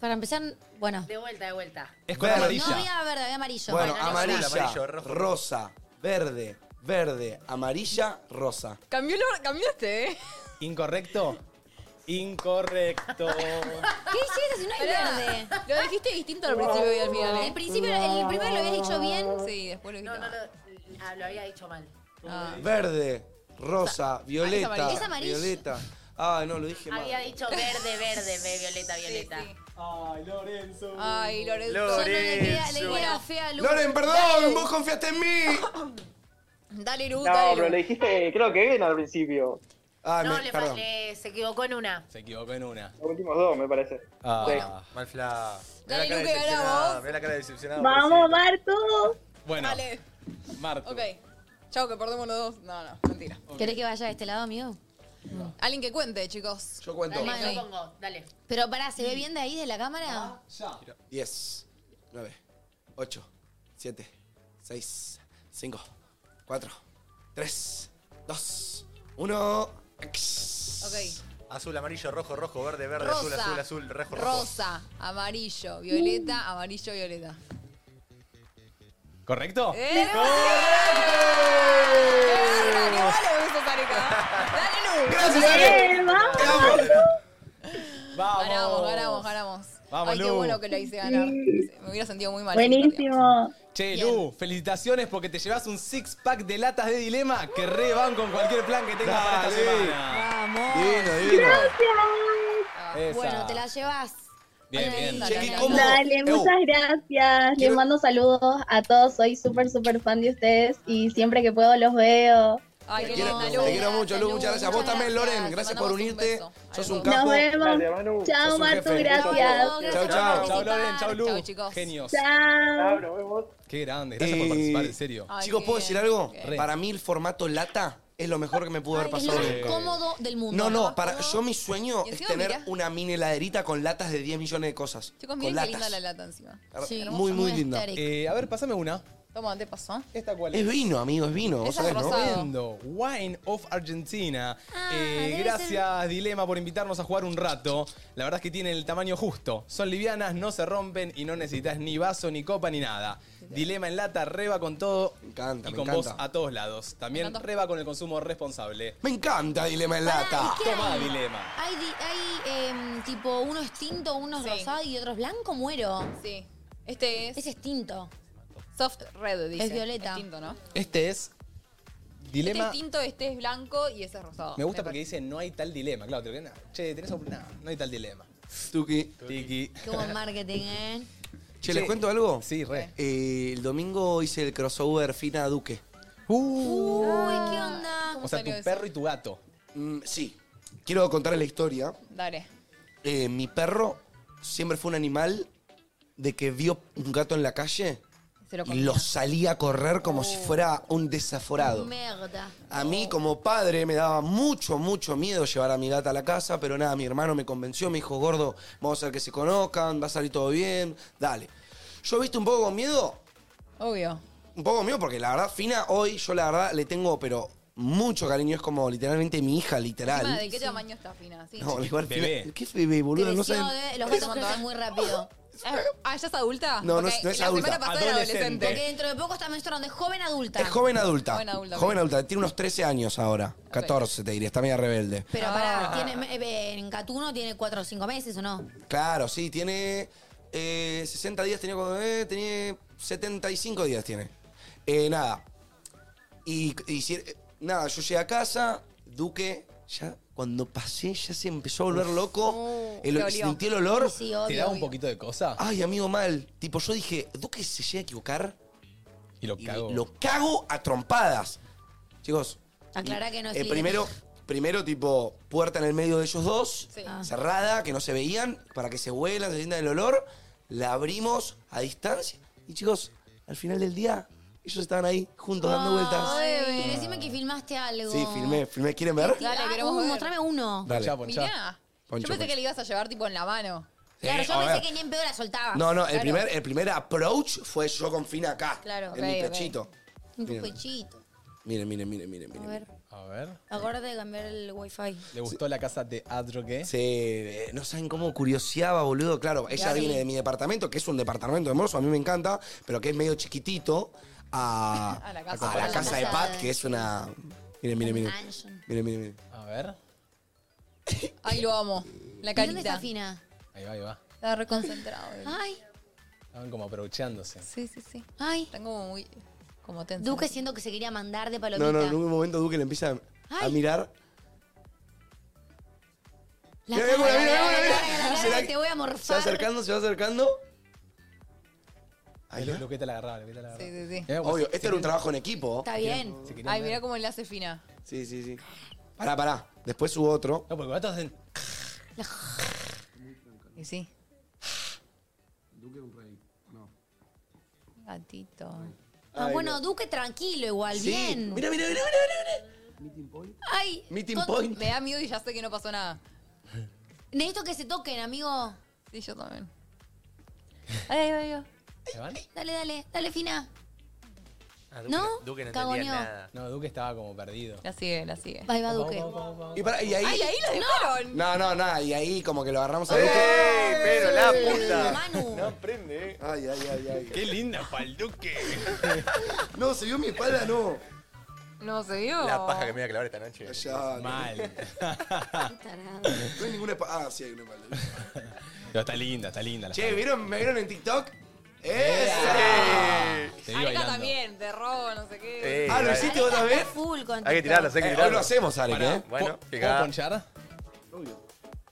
Speaker 3: Para empezar, bueno.
Speaker 12: De vuelta, de vuelta.
Speaker 5: Es con
Speaker 3: No
Speaker 5: amarilla.
Speaker 3: había verde, había amarillo.
Speaker 5: Bueno, ah. amarilla,
Speaker 3: amarillo.
Speaker 5: rosa, verde, verde, amarilla, rosa.
Speaker 4: Cambió el or- cambiaste, ¿eh?
Speaker 1: ¿Incorrecto? Incorrecto.
Speaker 3: Oh. ¿Qué hiciste si no hay
Speaker 4: Pará.
Speaker 3: verde?
Speaker 4: Lo dijiste distinto al principio y al final, ¿eh?
Speaker 3: El principio, el primero lo había dicho bien.
Speaker 4: Sí, después lo
Speaker 12: No,
Speaker 4: dijiste.
Speaker 12: no, no. ah, Lo había dicho mal.
Speaker 5: Verde, rosa, violeta,
Speaker 12: amarilla. Es Ah. amarilla.
Speaker 5: violeta. Ah, no, lo dije mal.
Speaker 12: Había dicho verde, verde, ve, violeta, violeta.
Speaker 1: Ay, Lorenzo.
Speaker 4: Ay, Lorenzo.
Speaker 5: Lorenzo.
Speaker 4: Solo le queda- le queda fea Lu.
Speaker 5: Loren,
Speaker 4: Dale,
Speaker 5: perdón,
Speaker 4: Lu.
Speaker 5: vos confiaste en mí.
Speaker 4: Dale, Lu,
Speaker 19: No,
Speaker 4: dale, Lu.
Speaker 19: pero le dijiste, creo que bien al principio.
Speaker 5: Ah,
Speaker 12: No, le falé. Se equivocó en una.
Speaker 1: Se equivocó en una.
Speaker 19: Los últimos dos, me parece.
Speaker 1: Ah,
Speaker 19: Bueno.
Speaker 16: Mal fla. Mirá
Speaker 4: Dale,
Speaker 16: la cara
Speaker 4: Lu,
Speaker 16: de
Speaker 4: que
Speaker 16: decepcionada,
Speaker 4: ganamos.
Speaker 16: mirá la cara de decepcionada.
Speaker 18: Vamos, Martu.
Speaker 1: Bueno,
Speaker 4: Dale.
Speaker 1: Martu.
Speaker 4: Ok. Chao, que perdemos los dos. No, no, mentira.
Speaker 3: ¿Querés que vaya de este lado, amigo?
Speaker 4: Alguien que cuente, chicos.
Speaker 5: Yo
Speaker 12: Dale,
Speaker 4: Manu.
Speaker 12: yo pongo. Dale.
Speaker 3: Pero pará, ¿se ve bien de ahí, de la
Speaker 5: Ah.
Speaker 3: cámara?
Speaker 5: 10, 9, 8, 7, 6, 5, 4, 3, 2, 1.
Speaker 4: Ok.
Speaker 16: Azul, amarillo, rojo, rojo, verde, verde, azul,
Speaker 4: Rosa.
Speaker 16: azul, azul, rojo, rojo.
Speaker 4: Rosa, amarillo, violeta, amarillo, violeta.
Speaker 1: ¿Correcto?
Speaker 4: ¡Eh! ¿eh?
Speaker 5: Gracias,
Speaker 4: Ale.
Speaker 18: ¡Vamos!
Speaker 1: Vamos.
Speaker 4: Ganamos, ganamos, ganamos.
Speaker 1: Vamos,
Speaker 4: Ay, qué
Speaker 1: Lu.
Speaker 4: bueno que la hice ganar. Me hubiera sentido muy mal.
Speaker 18: Buenísimo.
Speaker 1: Che, Lu, felicitaciones porque te llevas un six pack de latas de dilema que re van con cualquier plan que tengas para esta
Speaker 5: Dale.
Speaker 1: semana.
Speaker 3: Vamos.
Speaker 5: Divino, divino.
Speaker 1: Esa.
Speaker 3: Bueno, te la llevas.
Speaker 1: Bien,
Speaker 3: Ay,
Speaker 1: bien.
Speaker 3: linda,
Speaker 1: Che,
Speaker 3: la
Speaker 1: qué
Speaker 3: nena.
Speaker 1: cómodo.
Speaker 18: Dale,
Speaker 1: Ew.
Speaker 18: muchas gracias. Les mando saludos a todos. Soy súper, súper fan de ustedes y siempre que puedo los veo.
Speaker 4: Ay,
Speaker 5: te,
Speaker 4: qué
Speaker 5: quiero,
Speaker 4: linda,
Speaker 5: te
Speaker 4: Lu.
Speaker 5: quiero mucho, Lu. Muchas gracias. A vos también, Loren. Gracias por unirte. Sos un capo.
Speaker 18: Nos vemos. Gracias, Manu. Chao,
Speaker 5: Sos un
Speaker 18: Martu,
Speaker 5: jefe.
Speaker 18: gracias. Chao,
Speaker 5: Chao,
Speaker 18: gracias
Speaker 5: chao.
Speaker 18: por
Speaker 1: Chao, Loren, chao, Lu. Genios.
Speaker 18: Chao.
Speaker 1: Qué grande. Gracias por participar, en serio.
Speaker 3: Ay,
Speaker 5: Chicos,
Speaker 3: qué
Speaker 5: ¿puedo decir algo?
Speaker 1: Re.
Speaker 5: Para mí el formato lata es lo mejor que me pudo haber
Speaker 3: Es
Speaker 5: pasado.
Speaker 3: lo más
Speaker 5: nunca.
Speaker 3: cómodo del mundo.
Speaker 5: No, no, para, yo mi sueño
Speaker 4: Y
Speaker 5: es
Speaker 4: encima,
Speaker 5: tener
Speaker 4: mirá.
Speaker 5: una mini heladerita con latas de 10 millones de cosas.
Speaker 4: Chicos,
Speaker 5: con
Speaker 4: miren qué
Speaker 5: latas.
Speaker 4: linda la lata encima.
Speaker 5: Sí. Muy, muy linda.
Speaker 1: Eh, a ver, pásame una.
Speaker 4: Toma, ¿te pasó? ¿eh?
Speaker 1: ¿Esta cuál
Speaker 5: Es vino, amigo, es vino. ¿Vos
Speaker 1: Esa
Speaker 5: sabés,
Speaker 1: es
Speaker 5: no?
Speaker 1: Tremendo. Wine of Argentina. Eh,
Speaker 5: debe
Speaker 1: gracias, Dilema, por invitarnos a jugar un rato. La verdad es que tienen el tamaño justo. Son livianas, no se rompen y no necesitas ni vaso, ni copa, ni nada. Dilema en lata, reba con todo. Me
Speaker 5: encanta,
Speaker 1: Y
Speaker 5: me
Speaker 1: con
Speaker 5: encanta.
Speaker 1: vos a todos lados. También reba con el consumo responsable.
Speaker 5: Me encanta Dilema en lata.
Speaker 3: ¿y qué
Speaker 1: Tomá,
Speaker 3: hay?
Speaker 1: Dilema.
Speaker 3: Hay, di- hay em, tipo unos tinto, unos rosados y otros blancos, muero.
Speaker 4: Sí. Este es.
Speaker 3: Ese es tinto.
Speaker 4: Soft red, dice.
Speaker 3: Es violeta.
Speaker 4: Es tinto, ¿no?
Speaker 1: Este es
Speaker 4: Este
Speaker 1: Dilema.
Speaker 4: es tinto, este es blanco y ese es rosado.
Speaker 1: Me gusta porque dice no hay tal dilema. Claro, te lo quedan, Che, tenés un. No, no hay tal dilema.
Speaker 5: Tuki.
Speaker 1: Tiki.
Speaker 3: Qué buen marketing, ¿eh?
Speaker 5: Che, ¿les cuento algo? Eh,
Speaker 1: Sí, re.
Speaker 5: el domingo hice el crossover Fina Duque.
Speaker 3: Uy, ¿qué onda?
Speaker 5: O sea, tu
Speaker 4: eso?
Speaker 1: perro y tu gato.
Speaker 5: Mm, sí. Quiero contarles la historia.
Speaker 4: Dale.
Speaker 5: Eh, mi perro siempre fue un animal de que vio un gato en la calle
Speaker 4: Se lo
Speaker 5: y lo salía a correr como
Speaker 4: Oh.
Speaker 5: si fuera un desaforado.
Speaker 3: Merda.
Speaker 5: A mí como padre me daba mucho, mucho miedo llevar a mi gata a la casa, pero nada, mi hermano me convenció, me dijo, gordo, vamos a hacer que se conozcan, va a salir todo bien, dale. Yo viste un poco con miedo,
Speaker 4: Obvio.
Speaker 5: un poco mío, porque la verdad, Fina, hoy yo la verdad le tengo, pero mucho cariño, es como literalmente mi hija,
Speaker 4: Encima,
Speaker 5: literal.
Speaker 4: ¿De qué tamaño está fina? Sí.
Speaker 5: No, igual Fina-
Speaker 1: Bebé.
Speaker 5: ¿Qué bebé, boludo? No sé.
Speaker 3: Creció, eh, Los gatos crecen muy rápido.
Speaker 4: Ah, ¿ya es adulta?
Speaker 5: No, no es-
Speaker 4: Ok,
Speaker 5: no es
Speaker 4: la
Speaker 5: adulta.
Speaker 4: semana pasada era
Speaker 5: Adolescente.
Speaker 4: adolescente.
Speaker 3: Porque dentro de poco está menstruando. Es joven adulta.
Speaker 5: Es joven adulta.
Speaker 3: Joven adulta, ok.
Speaker 5: Joven adulta, tiene unos 13 años ahora. 14, te diría, está media rebelde.
Speaker 3: Pero pará, tiene, eh, en Catuno tiene 4 o 5 meses, ¿o no?
Speaker 5: Claro, sí, tiene eh, 60 días, tenía cuando eh, tenía 75 días tiene. Eh, nada. Y, y si- eh, nada, yo llegué a casa, Duque, ya cuando pasé, ya se empezó a volver
Speaker 3: Oh,
Speaker 5: loco. El-
Speaker 1: te olió.
Speaker 5: sentí el olor.
Speaker 1: ¿Te da un poquito de cosa?
Speaker 5: Ay, amigo, mal. Tipo, yo dije, Duque se llega a equivocar.
Speaker 1: Y lo cago.
Speaker 5: Lo cago a trompadas. Chicos.
Speaker 3: Aclará que no es
Speaker 5: eh,
Speaker 3: libre.
Speaker 5: primero, primero, tipo, puerta en el medio de ellos dos,
Speaker 3: Sí. Ah.
Speaker 5: cerrada, que no se veían, para que se huelan, se sientan el olor. La abrimos a distancia. Y chicos, al final del día, ellos estaban ahí juntos dando vueltas.
Speaker 3: Ay, decime que filmaste algo.
Speaker 5: Sí, filmé, filmé. ¿Quieren ver?
Speaker 4: Dale,
Speaker 3: Ah,
Speaker 4: queremos
Speaker 3: uh,
Speaker 4: ver.
Speaker 3: Mostrame uno.
Speaker 5: Dale. Ponchá, ponchá.
Speaker 4: Mirá.
Speaker 5: Poncho,
Speaker 4: yo pensé
Speaker 5: poncho.
Speaker 4: que le ibas a llevar tipo en la mano.
Speaker 3: Claro,
Speaker 5: a
Speaker 3: yo pensé
Speaker 5: ver.
Speaker 3: que ni en pedo la soltabas.
Speaker 5: No, no, el
Speaker 3: Claro.
Speaker 5: primer, el primer approach fue yo con Fina acá.
Speaker 3: Claro,
Speaker 5: en
Speaker 3: ok,
Speaker 5: mi
Speaker 3: ok.
Speaker 5: pechito.
Speaker 3: Un
Speaker 5: Miren.
Speaker 3: pechito.
Speaker 5: Miren, miren, miren, miren,
Speaker 3: A
Speaker 5: miren.
Speaker 3: ver,
Speaker 1: A ver.
Speaker 3: acuérdate de cambiar el wifi.
Speaker 1: ¿Le gustó la casa de Adrogué?
Speaker 5: Sí, eh, no saben cómo curioseaba, boludo. Claro, ella
Speaker 1: Claro.
Speaker 5: viene de mi departamento, que es un departamento hermoso, a mí me encanta, pero que es medio chiquitito, a,
Speaker 4: A la
Speaker 5: a
Speaker 4: casa.
Speaker 5: la
Speaker 4: A la
Speaker 5: casa de
Speaker 4: casa
Speaker 5: Pat,
Speaker 4: de-
Speaker 5: que es una... Miren, miren, miren. Miren, miren, miren.
Speaker 1: A ver.
Speaker 4: Ay, lo amo. La
Speaker 3: ¿Y
Speaker 4: carita.
Speaker 3: dónde está Fina?
Speaker 1: Ahí va, ahí va.
Speaker 4: Está reconcentrado. él.
Speaker 3: Ay,
Speaker 1: Estaban como aprovechándose.
Speaker 4: Sí, sí, sí.
Speaker 3: ay.
Speaker 4: Están como muy. Como tensos.
Speaker 3: Duque siento que se quería mandar de palomita.
Speaker 5: No, no, en un momento Duque le empieza a, a
Speaker 3: Ay.
Speaker 5: mirar.
Speaker 3: La
Speaker 5: Mira, mira, mira,
Speaker 3: cara, la
Speaker 5: mira,
Speaker 3: cara,
Speaker 5: mira.
Speaker 3: la cara, la cara,
Speaker 5: ¿Será que-
Speaker 3: te voy a
Speaker 5: Se va
Speaker 3: morfar.
Speaker 5: acercando, se va acercando.
Speaker 1: Ahí lo, lo que te la agarraba, lo que te la agarraba. Eh,
Speaker 4: Sí, sí, sí.
Speaker 1: Mirá cómo
Speaker 5: Obvio,
Speaker 1: se- se
Speaker 5: este era un
Speaker 1: querían-
Speaker 5: trabajo en equipo.
Speaker 3: Está bien.
Speaker 1: se querían
Speaker 4: Ay,
Speaker 1: ver.
Speaker 4: mira cómo le hace Fina.
Speaker 5: Sí, sí, sí. Pará, pará. Después hubo otro.
Speaker 1: No, porque gatos hacen.
Speaker 4: Y sí.
Speaker 5: Duque un rey. No.
Speaker 4: Gatito.
Speaker 3: Ah,
Speaker 5: Ay,
Speaker 3: bueno,
Speaker 5: no.
Speaker 3: Duque tranquilo igual,
Speaker 5: Sí.
Speaker 3: bien.
Speaker 5: Mira, mira, mira, mira, mira.
Speaker 3: Ay,
Speaker 5: Meeting
Speaker 3: con-
Speaker 5: point.
Speaker 4: Me da miedo y ya sé que no pasó nada.
Speaker 3: necesito que se toquen, amigo.
Speaker 4: Sí, yo también. Ay, ay, ay.
Speaker 1: ¿Se van?
Speaker 3: Dale, dale, dale, Fina.
Speaker 1: Duque
Speaker 3: ¿No?
Speaker 1: no-
Speaker 16: Ah, Duque no
Speaker 3: Cagoneó.
Speaker 16: entendía nada.
Speaker 1: No, Duque estaba como perdido.
Speaker 4: La sigue, la sigue.
Speaker 3: Ahí va Duque.
Speaker 5: Y, pará, y ahí...
Speaker 4: Ay, ahí lo dejaron.
Speaker 5: No, no, nada, y ahí como que lo agarramos a
Speaker 16: ¡Ey,
Speaker 5: Duque. Eh,
Speaker 16: pero la puta!
Speaker 3: Manu.
Speaker 16: No aprende, eh.
Speaker 5: Ay, ay, ay, ay.
Speaker 1: ¡Qué linda pa'l Duque!
Speaker 5: No, se vio mi espalda, no.
Speaker 4: No se vio.
Speaker 16: La paja que me voy a clavar esta noche.
Speaker 5: Ya,
Speaker 1: Mal.
Speaker 5: No hay ninguna espalda. Ah, sí hay una espalda.
Speaker 1: Pero está linda, está linda. La
Speaker 5: Che, ¿vieron, ¿me vieron en TikTok?
Speaker 1: ¡Esa!
Speaker 5: ¡Ese!
Speaker 1: Te vi Este.
Speaker 4: Areca
Speaker 1: bailando.
Speaker 4: también, te robo, no sé qué.
Speaker 5: Ah, ¿lo hiciste vos también?
Speaker 3: Full con
Speaker 16: Hay que
Speaker 3: TikTok.
Speaker 16: tirarlo, hay que
Speaker 5: Eh,
Speaker 16: tirarlo.
Speaker 5: hoy lo hacemos, Arek,
Speaker 1: Pará,
Speaker 5: ¿eh?
Speaker 16: Bueno,
Speaker 1: ¿puedo-
Speaker 16: fijá.
Speaker 1: ¿Puedo ponchar?
Speaker 5: Obvio.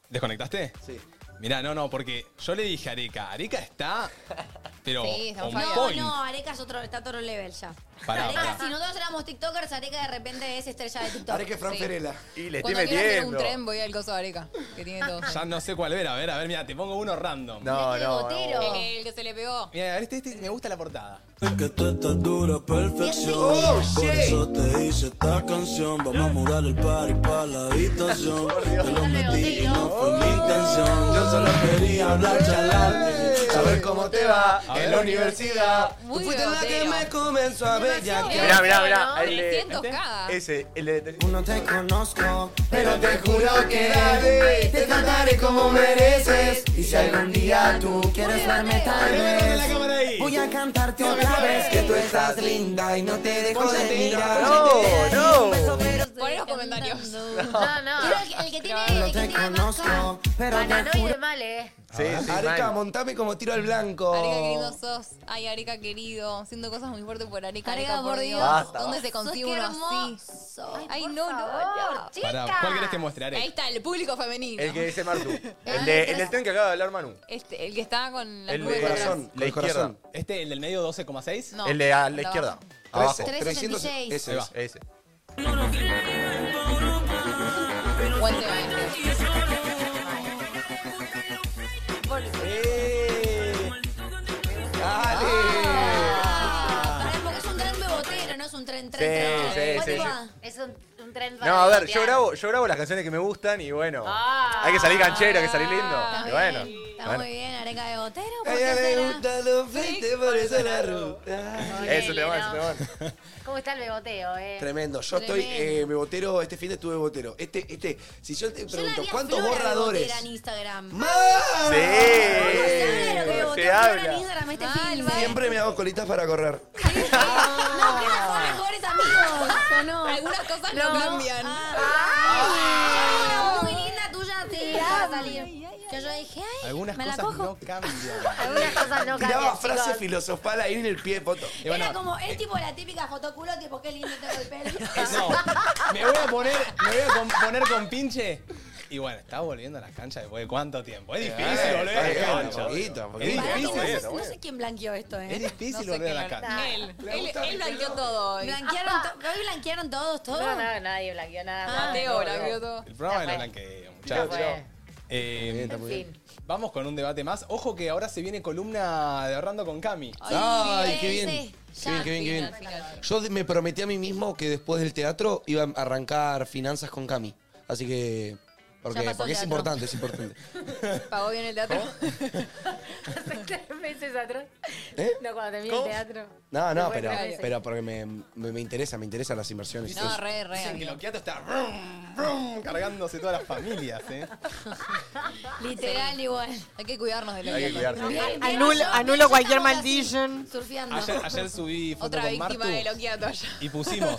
Speaker 1: ¿Desconectaste?
Speaker 5: Sí.
Speaker 1: Mirá, no, no, porque yo le dije a Areca, Areca está pero
Speaker 3: Sí,
Speaker 1: on
Speaker 3: estamos fallos. no,
Speaker 1: point.
Speaker 3: no, Areca es otro, está a otro level ya.
Speaker 1: Pará,
Speaker 3: Areca,
Speaker 1: pará.
Speaker 3: si nosotros éramos TikTokers, Areca de repente es estrella de TikTok.
Speaker 5: Areca es Fran
Speaker 3: Sí.
Speaker 5: Ferela.
Speaker 16: Y le
Speaker 4: Cuando quiero hacer un tren, voy al coso de Areca, que tiene todo.
Speaker 1: Ya no sé cuál ver, a ver, a ver, mira, te pongo uno random.
Speaker 16: No,
Speaker 4: El, el que se le pegó.
Speaker 1: Mira, este, este me gusta la portada.
Speaker 20: Que tú estás dura, perfección.
Speaker 1: Oh,
Speaker 20: Por
Speaker 1: shit.
Speaker 20: eso te hice esta canción. Vamos a mudar el party para la habitación. Te lo metí y no fue mi intención. Yo solo quería hablar, charlar, saber cómo te va
Speaker 5: en la universidad.
Speaker 20: Tú fuiste la que me
Speaker 5: comenzó a bellaquear.
Speaker 16: Mirá, mirá, mirá. El de- este.
Speaker 20: 300K.
Speaker 16: Ese, el de. este.
Speaker 20: No te conozco,
Speaker 11: Pero te juro que daré, te trataré como mereces. Y si algún día tú quieres darme tal vez, voy a cantarte otra vez que tú estás linda y no te dejo de mirar.
Speaker 16: No, no.
Speaker 4: Poné los comentarios.
Speaker 12: No, no.
Speaker 3: Pero el, el que tiene, el que tiene más
Speaker 5: conozco, pero
Speaker 12: Paranoide mal, eh.
Speaker 5: Sí,
Speaker 16: sí,
Speaker 5: Areca,
Speaker 16: mal.
Speaker 5: montame como tiro al
Speaker 16: Oh.
Speaker 5: blanco.
Speaker 4: Areca querido sos. Ay, Areca querido. Siento cosas muy fuertes por Areca.
Speaker 3: Areca,
Speaker 4: Areca,
Speaker 3: por
Speaker 4: por Dios.
Speaker 3: Dios. Basta,
Speaker 4: ¿Dónde
Speaker 3: basta.
Speaker 4: se consigue
Speaker 3: Sos qué
Speaker 4: uno así? Ay, no, no, no.
Speaker 1: Pará, ¿cuál querés que muestre, Areca?
Speaker 4: Ahí Ah, está, el público femenino.
Speaker 16: El que dice Martu. El, de, el del tren que acaba de hablar Manu.
Speaker 4: Este, el que está con la
Speaker 16: El
Speaker 4: nube
Speaker 16: de
Speaker 4: atrás.
Speaker 16: la izquierda.
Speaker 1: Este, el del medio 12,6.
Speaker 4: No.
Speaker 16: El de a la izquierda. Abajo.
Speaker 4: 366.
Speaker 16: Ese,
Speaker 1: Ahí va.
Speaker 16: ese.
Speaker 4: Guante maestro.
Speaker 3: Pará, porque es un tren bebotero, no es un tren, tren,
Speaker 16: Sí,
Speaker 3: tren, tren.
Speaker 16: sí,
Speaker 3: ¿Cuál
Speaker 16: sí,
Speaker 3: te
Speaker 16: sí.
Speaker 3: va?
Speaker 12: Es un, un tren
Speaker 16: No, a ver, yo grabo, yo grabo las canciones que me gustan y bueno.
Speaker 4: Ah,
Speaker 16: hay que salir canchero, hay que salir lindo. Y bueno.
Speaker 3: Está
Speaker 16: bueno.
Speaker 3: muy bien, Areca de bebotero.
Speaker 5: A ella le gusta los frentes, por eso la ruta.
Speaker 16: Eso te va, eso te va.
Speaker 12: ¿Cómo está el beboteo, eh?
Speaker 5: Tremendo. Yo estoy,
Speaker 12: Tremendo.
Speaker 5: eh, me botero, este fin de estuve botero. Este, este, si yo te
Speaker 3: Yo la
Speaker 5: pregunto,
Speaker 3: vi a
Speaker 5: ¿cuántos
Speaker 3: Flora
Speaker 5: borradores?
Speaker 3: bebotera en Instagram.
Speaker 5: ¡Más!
Speaker 3: Pero
Speaker 5: Sí.
Speaker 3: beboteó Flora en
Speaker 1: eh,
Speaker 3: Instagram este film.
Speaker 5: Siempre me hago colitas para correr.
Speaker 3: No, que no son mejores amigos, ¿o no?
Speaker 4: Algunas cosas no, cambian.
Speaker 3: Ah, Ay, una muy linda tuya te va a salir. Que yo dije, ay,
Speaker 5: Algunas
Speaker 3: me la
Speaker 5: cosas
Speaker 3: cojo.
Speaker 5: no cambian.
Speaker 3: Algunas cosas no
Speaker 5: Tiraba
Speaker 3: cambian,
Speaker 5: frase
Speaker 3: chicos.
Speaker 5: filosofal ahí en el pie, foto.
Speaker 3: Era como,
Speaker 1: eh.
Speaker 3: es tipo la típica fotoculo, tipo, qué lindo tengo el pelo.
Speaker 1: Me voy a poner, me voy a com- poner con pinche. Y bueno, está volviendo a las canchas después de cuánto tiempo. Es difícil
Speaker 5: Eh,
Speaker 1: volver a las
Speaker 5: eh,
Speaker 1: canchas.
Speaker 5: poquito, poquito.
Speaker 1: Es
Speaker 3: Pará, que
Speaker 1: difícil. eh.
Speaker 3: no, sé, no sé quién blanqueó esto, ¿eh?
Speaker 1: Es difícil volver a la
Speaker 4: quién
Speaker 1: cancha.
Speaker 4: Él,
Speaker 12: Le
Speaker 4: él,
Speaker 12: gusta
Speaker 4: él
Speaker 12: mi
Speaker 4: blanqueó
Speaker 12: pelo.
Speaker 4: todo hoy.
Speaker 3: Blanquearon to- hoy blanquearon todos, todos.
Speaker 12: No, no, nadie blanqueó
Speaker 3: Ah.
Speaker 12: nada.
Speaker 4: Mateo blanqueó todo.
Speaker 1: El programa de
Speaker 12: Ya fue.
Speaker 1: los blanqueos,
Speaker 12: Ya
Speaker 1: muchachos.
Speaker 12: fue.
Speaker 1: Eh,
Speaker 12: está muy En bien.
Speaker 1: Vamos con un debate más. Ojo que ahora se viene columna de Ahorrando con Cami.
Speaker 5: Ay, qué bien. Qué bien, qué bien, qué bien. Yo me prometí a mí mismo que después del teatro iba a arrancar finanzas con Cami. Así que. Porque,
Speaker 4: Ya pasó
Speaker 5: porque es
Speaker 4: teatro.
Speaker 5: importante, es importante.
Speaker 4: Pagó bien el teatro.
Speaker 12: Hace tres meses atrás.
Speaker 5: ¿Eh?
Speaker 12: No, cuando terminé
Speaker 5: ¿Cómo?
Speaker 12: el teatro.
Speaker 5: No, no,
Speaker 12: Después
Speaker 5: pero,
Speaker 12: de tres meses.
Speaker 5: pero porque me, me, me interesa, me interesan las inversiones. y todo
Speaker 4: No,
Speaker 5: eso.
Speaker 4: re, re.
Speaker 1: Dicen que
Speaker 4: amigo.
Speaker 1: lo quieto está brum, brum, cargándose todas las familias, ¿eh?
Speaker 3: Literal igual.
Speaker 4: Hay que cuidarnos de lo
Speaker 1: Hay que cuidarnos.
Speaker 4: Bien, bien,
Speaker 13: Anulo,
Speaker 4: yo- bien,
Speaker 13: anulo
Speaker 4: yo
Speaker 13: cualquier
Speaker 4: estamos así,
Speaker 13: maldición.
Speaker 3: Surfeando.
Speaker 1: Ayer, ayer subí foto
Speaker 4: Otra
Speaker 1: con
Speaker 4: víctima
Speaker 1: Martu
Speaker 4: de Loquiato allá.
Speaker 1: y pusimos.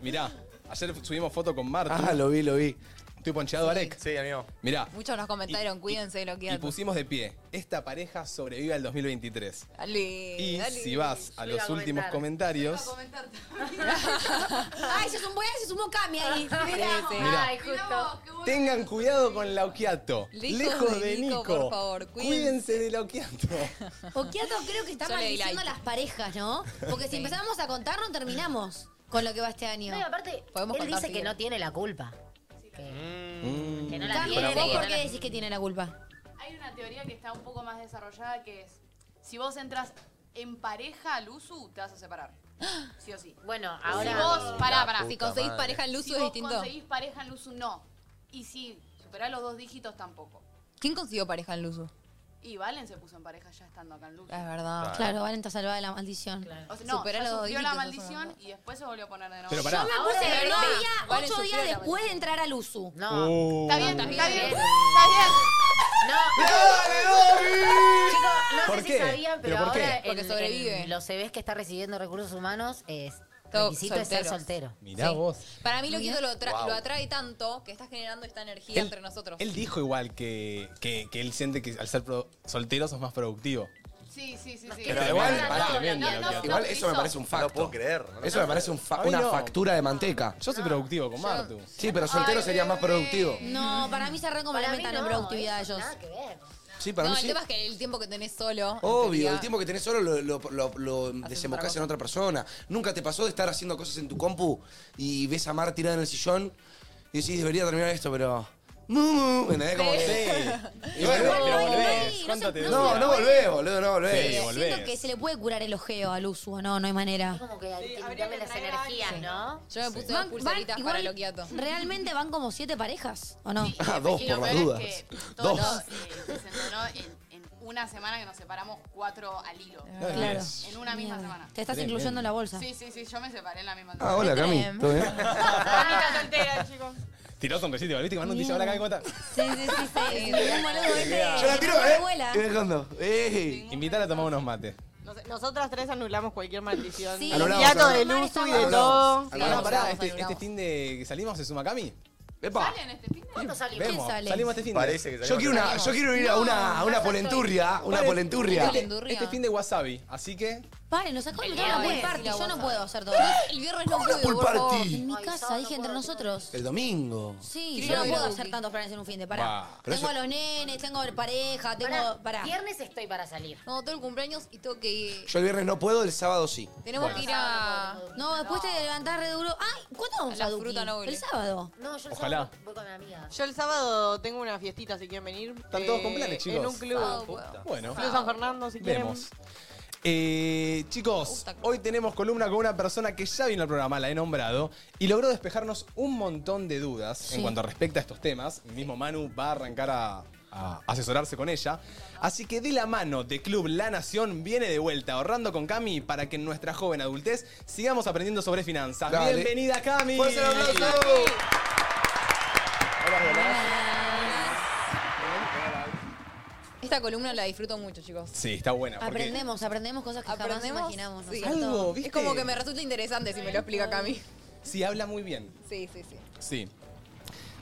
Speaker 1: Mirá, ayer subimos foto con Martu.
Speaker 5: Ah, lo vi, lo vi.
Speaker 1: Estoy poncheado, Arek.
Speaker 16: Sí, amigo.
Speaker 1: Mirá,
Speaker 4: Muchos nos comentaron, cuídense de
Speaker 1: y
Speaker 4: Loquiato.
Speaker 1: pusimos de pie. Esta pareja sobrevive al 2023.
Speaker 4: Dale,
Speaker 1: Y
Speaker 4: Eh, dale.
Speaker 1: si vas a los
Speaker 4: Yo iba a
Speaker 1: últimos
Speaker 4: comentar.
Speaker 1: comentarios.
Speaker 3: Ay, se sumó, se sumó Cami ahí. Mirá.
Speaker 1: sí. Mirá. Ay,
Speaker 3: justo.
Speaker 1: Tengan cuidado con Lauquiato.
Speaker 3: Lejos
Speaker 1: Lejos
Speaker 3: de
Speaker 1: de
Speaker 3: Nico,
Speaker 1: Nico.
Speaker 3: por favor, cuídense.
Speaker 1: cuídense de Lauquiato.
Speaker 3: Oquiato creo que está
Speaker 4: Yo le di
Speaker 3: maldiciendo a
Speaker 4: like.
Speaker 3: las parejas, ¿no? Porque si empezamos a contar, no terminamos con lo que va este año.
Speaker 12: No, y aparte,
Speaker 3: Podemos
Speaker 12: él
Speaker 3: contar
Speaker 12: dice que
Speaker 3: bien.
Speaker 12: no tiene la culpa.
Speaker 1: Mm.
Speaker 12: Que no la
Speaker 3: Cami,
Speaker 12: tiene.
Speaker 3: ¿vos
Speaker 12: que
Speaker 3: por
Speaker 12: no
Speaker 3: qué
Speaker 12: la-
Speaker 3: decís que tiene la culpa?
Speaker 21: Hay una teoría que está un poco más desarrollada que es, si vos entras en pareja al uso, te vas a separar. Sí o sí.
Speaker 12: Bueno,
Speaker 21: Si
Speaker 12: ahora-
Speaker 21: vos, pará,
Speaker 12: La
Speaker 21: pará.
Speaker 12: puta Si conseguís madre. pareja en Luzu
Speaker 21: Si
Speaker 12: es
Speaker 21: vos
Speaker 12: distinto.
Speaker 21: conseguís pareja en Luzu, no. Y si superás los dos dígitos, tampoco.
Speaker 4: ¿Quién consiguió pareja en Luzu?
Speaker 21: Y Valen se puso en pareja ya estando acá en Luzu.
Speaker 4: Es verdad.
Speaker 3: Claro, Valen está salvada de la maldición.
Speaker 21: O sea, no,
Speaker 3: Superá
Speaker 21: ya
Speaker 3: los dos
Speaker 21: sufrió la
Speaker 3: dígitos, eso
Speaker 21: maldición y después se volvió a poner de nuevo.
Speaker 1: Pero pará.
Speaker 3: Yo me puse
Speaker 21: Ahora
Speaker 3: de
Speaker 21: es verdad.
Speaker 3: novia
Speaker 21: Valen
Speaker 3: ocho
Speaker 21: sufrió
Speaker 3: días
Speaker 21: la
Speaker 3: después de entrar al USU.
Speaker 12: No.
Speaker 1: Oh.
Speaker 21: Está bien, está bien. Está bien.
Speaker 3: Uh,
Speaker 12: Chicos, no
Speaker 1: ¿Por
Speaker 12: sé
Speaker 1: qué?
Speaker 12: si sabían, pero,
Speaker 1: ¿Pero por qué?
Speaker 12: ahora
Speaker 4: Porque
Speaker 12: en-
Speaker 4: sobrevive.
Speaker 12: en los CVs que está recibiendo recursos humanos es
Speaker 4: Todo
Speaker 12: requisito es ser
Speaker 4: solteros.
Speaker 12: soltero.
Speaker 1: Mirá vos.
Speaker 4: Para mí Loquito lo, tra-
Speaker 1: Wow.
Speaker 4: lo atrae tanto que está generando esta energía
Speaker 1: Él-
Speaker 4: entre nosotros.
Speaker 1: Él dijo igual que, que- que él siente que al ser pro- soltero sos más productivo.
Speaker 21: Sí, sí, sí. sí.
Speaker 5: Pero igual,
Speaker 1: Tremendo,
Speaker 5: pará,
Speaker 1: tremendo,
Speaker 5: igual
Speaker 1: Loquiato.
Speaker 5: igual eso me parece un facto.
Speaker 16: puedo creer.
Speaker 5: Eso me parece un fa-
Speaker 1: A mí
Speaker 5: una
Speaker 1: no.
Speaker 5: factura de manteca.
Speaker 1: Yo soy productivo con Martu.
Speaker 5: Sí, pero soltero sería más productivo.
Speaker 3: No, para mí se
Speaker 12: Para mí
Speaker 3: re complementan en
Speaker 12: no,
Speaker 3: productividad ellos.
Speaker 12: Nada que ver.
Speaker 5: Sí, para
Speaker 4: no,
Speaker 5: mí
Speaker 4: el
Speaker 5: sí.
Speaker 4: tema es que el tiempo que tenés solo.
Speaker 5: Obvio,
Speaker 4: en
Speaker 5: el tiempo que tenés solo lo, lo, lo- lo desembocás
Speaker 4: otra
Speaker 5: en otra persona. Nunca te pasó de estar haciendo cosas en tu compu y ves a Mar tirada en el sillón y decís, debería terminar esto, pero. Mumu. ¿Entendés? Como que.
Speaker 1: Sí.
Speaker 5: Y bueno,
Speaker 1: pero volvés. ¿Cuánto te
Speaker 5: No,
Speaker 1: dura?
Speaker 5: no volvés, boludo, no volvés.
Speaker 1: Sí,
Speaker 3: Siento que se le puede curar el ojeo al uso, no, no hay manera.
Speaker 12: Como que hay que limpiarle las energías, ¿no?
Speaker 4: Yo me puse
Speaker 3: Van-
Speaker 4: dos pulseritas
Speaker 3: van-
Speaker 4: para
Speaker 3: igual-
Speaker 4: el oquiato.
Speaker 3: ¿Realmente van como siete parejas o no?
Speaker 5: Ah, dos por las
Speaker 21: Imagino
Speaker 5: dudas.
Speaker 21: que es que todos
Speaker 5: Dos.
Speaker 21: eh, se entonó en, en una semana que nos separamos cuatro al hilo.
Speaker 5: Claro.
Speaker 21: En una misma
Speaker 3: Mierda.
Speaker 21: semana.
Speaker 3: Te estás
Speaker 5: Tremendo.
Speaker 3: incluyendo en la bolsa.
Speaker 21: Sí, sí, sí, yo me separé en la misma
Speaker 5: Ah, hola, Cami. ¿Todo bien?
Speaker 21: Camita soltera, chicos.
Speaker 1: Tiró sombrecito, ¿viste? Que mandó un ticho ahora acá, ¿cómo está?
Speaker 3: Sí, sí, sí, sí. Un boludo este.
Speaker 1: Yo la
Speaker 3: que
Speaker 1: tiro,
Speaker 3: no me
Speaker 1: ¿eh?
Speaker 3: vuela.
Speaker 1: Y me escondo. Ey. Invitar a tomar unos mates.
Speaker 7: Nos- nosotras tres anulamos cualquier maldición.
Speaker 3: Sí.
Speaker 7: Anulamos,
Speaker 1: Anulamos,
Speaker 7: de
Speaker 1: anulamos.
Speaker 7: Luzu y de
Speaker 1: Anulamos.
Speaker 7: todo.
Speaker 1: Pará, pará, este, este fin de que salimos se suma Cami. Epa.
Speaker 12: ¿Cuándo salimos?
Speaker 1: Vemos, salimos este fin de.
Speaker 16: Parece que
Speaker 5: Yo quiero, una, yo quiero ir a una, a una polenturria. Una
Speaker 1: Paren,
Speaker 5: polenturria.
Speaker 1: Este, este fin de wasabi, así que.
Speaker 3: Paren, nos sacó el
Speaker 12: Pelea,
Speaker 3: la
Speaker 12: voy a
Speaker 3: pool
Speaker 12: decir
Speaker 3: party.
Speaker 12: la
Speaker 3: Yo no
Speaker 12: voz.
Speaker 3: puedo hacer todo. El viernes no pude.
Speaker 5: pool
Speaker 3: por favor.
Speaker 5: party?
Speaker 3: En mi casa, dije entre nosotros.
Speaker 5: El domingo.
Speaker 3: Sí,
Speaker 12: Quiero
Speaker 3: yo no
Speaker 12: ir
Speaker 3: puedo
Speaker 12: a
Speaker 3: hacer tantos planes en un fin de
Speaker 5: Va,
Speaker 3: pará.
Speaker 5: pero
Speaker 3: Tengo a
Speaker 5: eso-
Speaker 3: los nenes, tengo pareja, tengo. Pará.
Speaker 12: Viernes estoy para salir.
Speaker 4: No, todo el cumpleaños y tengo que ir.
Speaker 5: Yo el viernes no puedo, el sábado sí.
Speaker 4: Tenemos que ir a.
Speaker 3: No, después te levantás re duro. Ay, ¿cuándo vamos
Speaker 4: La
Speaker 3: a Duki?
Speaker 4: fruta noble.
Speaker 3: El sábado.
Speaker 12: No, yo el
Speaker 5: Ojalá.
Speaker 12: sábado voy con mi amiga.
Speaker 7: Yo el sábado tengo una fiestita si quieren venir. Eh,
Speaker 1: Están todos con planes, chicos.
Speaker 7: En un club.
Speaker 1: Ah, puta. Bueno.
Speaker 7: Club San Fernando si quieren.
Speaker 1: Vemos. Eh, chicos, hoy tenemos columna con una persona que ya vino al programa, la he nombrado, y logró despejarnos un montón de dudas
Speaker 11: Sí.
Speaker 1: en cuanto respecta a estos temas. El mismo Manu va a arrancar a,
Speaker 5: Ah.
Speaker 1: a asesorarse con ella. Así que de la mano de Club La Nación viene de vuelta, ahorrando con Cami para que en nuestra joven adultez sigamos aprendiendo sobre finanzas.
Speaker 11: Dale.
Speaker 1: Ah, Bienvenida, Cami.
Speaker 11: ¡Fuerza el aplauso!
Speaker 4: Esta columna la disfruto mucho, chicos.
Speaker 1: Sí, está buena. porque-
Speaker 3: Aprendemos, aprendemos cosas que
Speaker 4: ¿Aprendemos?
Speaker 3: jamás imaginamos. ¿no es
Speaker 4: Sí.
Speaker 3: cierto?
Speaker 1: Algo, ¿viste?
Speaker 4: Es como que me resulta interesante si me lo explica Cami.
Speaker 1: Sí, habla muy bien.
Speaker 4: Sí, sí, sí.
Speaker 1: Sí.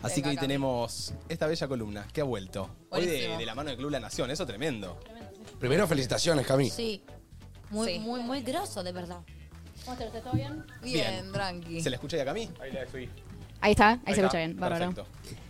Speaker 1: Así
Speaker 4: Venga,
Speaker 1: que hoy
Speaker 4: Cami.
Speaker 1: tenemos esta bella columna que ha vuelto. Hoy de,
Speaker 4: Buenísimo.
Speaker 1: de la mano de Club La Nación, eso tremendo.
Speaker 5: Primero, felicitaciones, Cami.
Speaker 3: Sí. Muy, muy, muy grosso, de verdad. ¿Cómo te ¿Todo bien?
Speaker 1: Bien,
Speaker 4: tranqui.
Speaker 1: ¿Se la escucha ya, Cami? Ahí la subí.
Speaker 13: Ahí está, ahí, se escucha bien, bárbaro.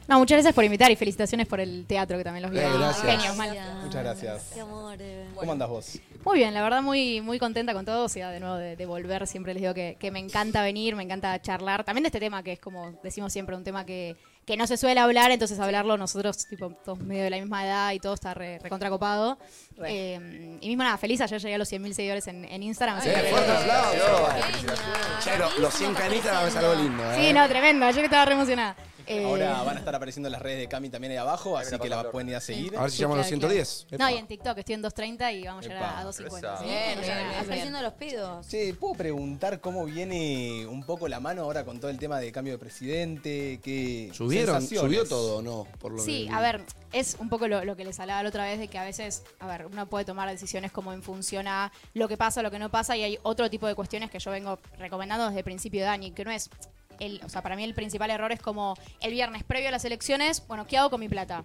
Speaker 13: No, muchas gracias por invitar y felicitaciones por el teatro que también los vi.
Speaker 1: Eh, gracias.
Speaker 13: Genios, mal.
Speaker 1: Muchas gracias.
Speaker 3: Qué amor.
Speaker 13: eh.
Speaker 1: ¿Cómo andás vos?
Speaker 13: Muy bien, la verdad muy, muy contenta con todos y de nuevo de, de volver, siempre les digo que, que me encanta venir, me encanta charlar, también de este tema que es como decimos siempre, un tema que, que no se suele hablar, entonces hablarlo nosotros, tipo, todos medio de la misma edad y todo está re- recontracopado. Eh, y mismo nada, feliz, ayer llegué a los 100.000 seguidores en, en Instagram. así
Speaker 5: Eh,
Speaker 13: que-
Speaker 5: fuerte aplauso. Che, lo- los 100 canitas me salió lindo, ¿eh?
Speaker 13: Sí, no, tremendo, ayer estaba re emocionada. Eh,
Speaker 1: Ahora van a estar apareciendo las redes de Cami también ahí abajo, así que la pueden ir a seguir.
Speaker 5: A ver si Sí, llegamos a los claro, 110.
Speaker 13: No, y en TikTok estoy en 2.30 y vamos a llegar
Speaker 1: Epa,
Speaker 13: a, a 2.50.
Speaker 1: esa.
Speaker 13: ¿sí?
Speaker 1: Bien,
Speaker 13: Vamos a llegar.
Speaker 3: Apareciendo los pedos.
Speaker 1: Che, ¿puedo preguntar cómo viene un poco la mano ahora con todo el tema de cambio de presidente? ¿Qué
Speaker 5: ¿Subieron?
Speaker 1: sensaciones?
Speaker 5: ¿Subió todo o no? Por lo
Speaker 13: Sí,
Speaker 5: que-
Speaker 13: a ver, es un poco lo, lo que les hablaba la otra vez de que a veces, a ver, uno puede tomar decisiones como en función a lo que pasa, lo que no pasa, y hay otro tipo de cuestiones que yo vengo recomendando desde el principio de año, que no es. El, o sea, para mí el principal error es como el viernes previo a las elecciones, bueno, ¿qué hago con mi plata?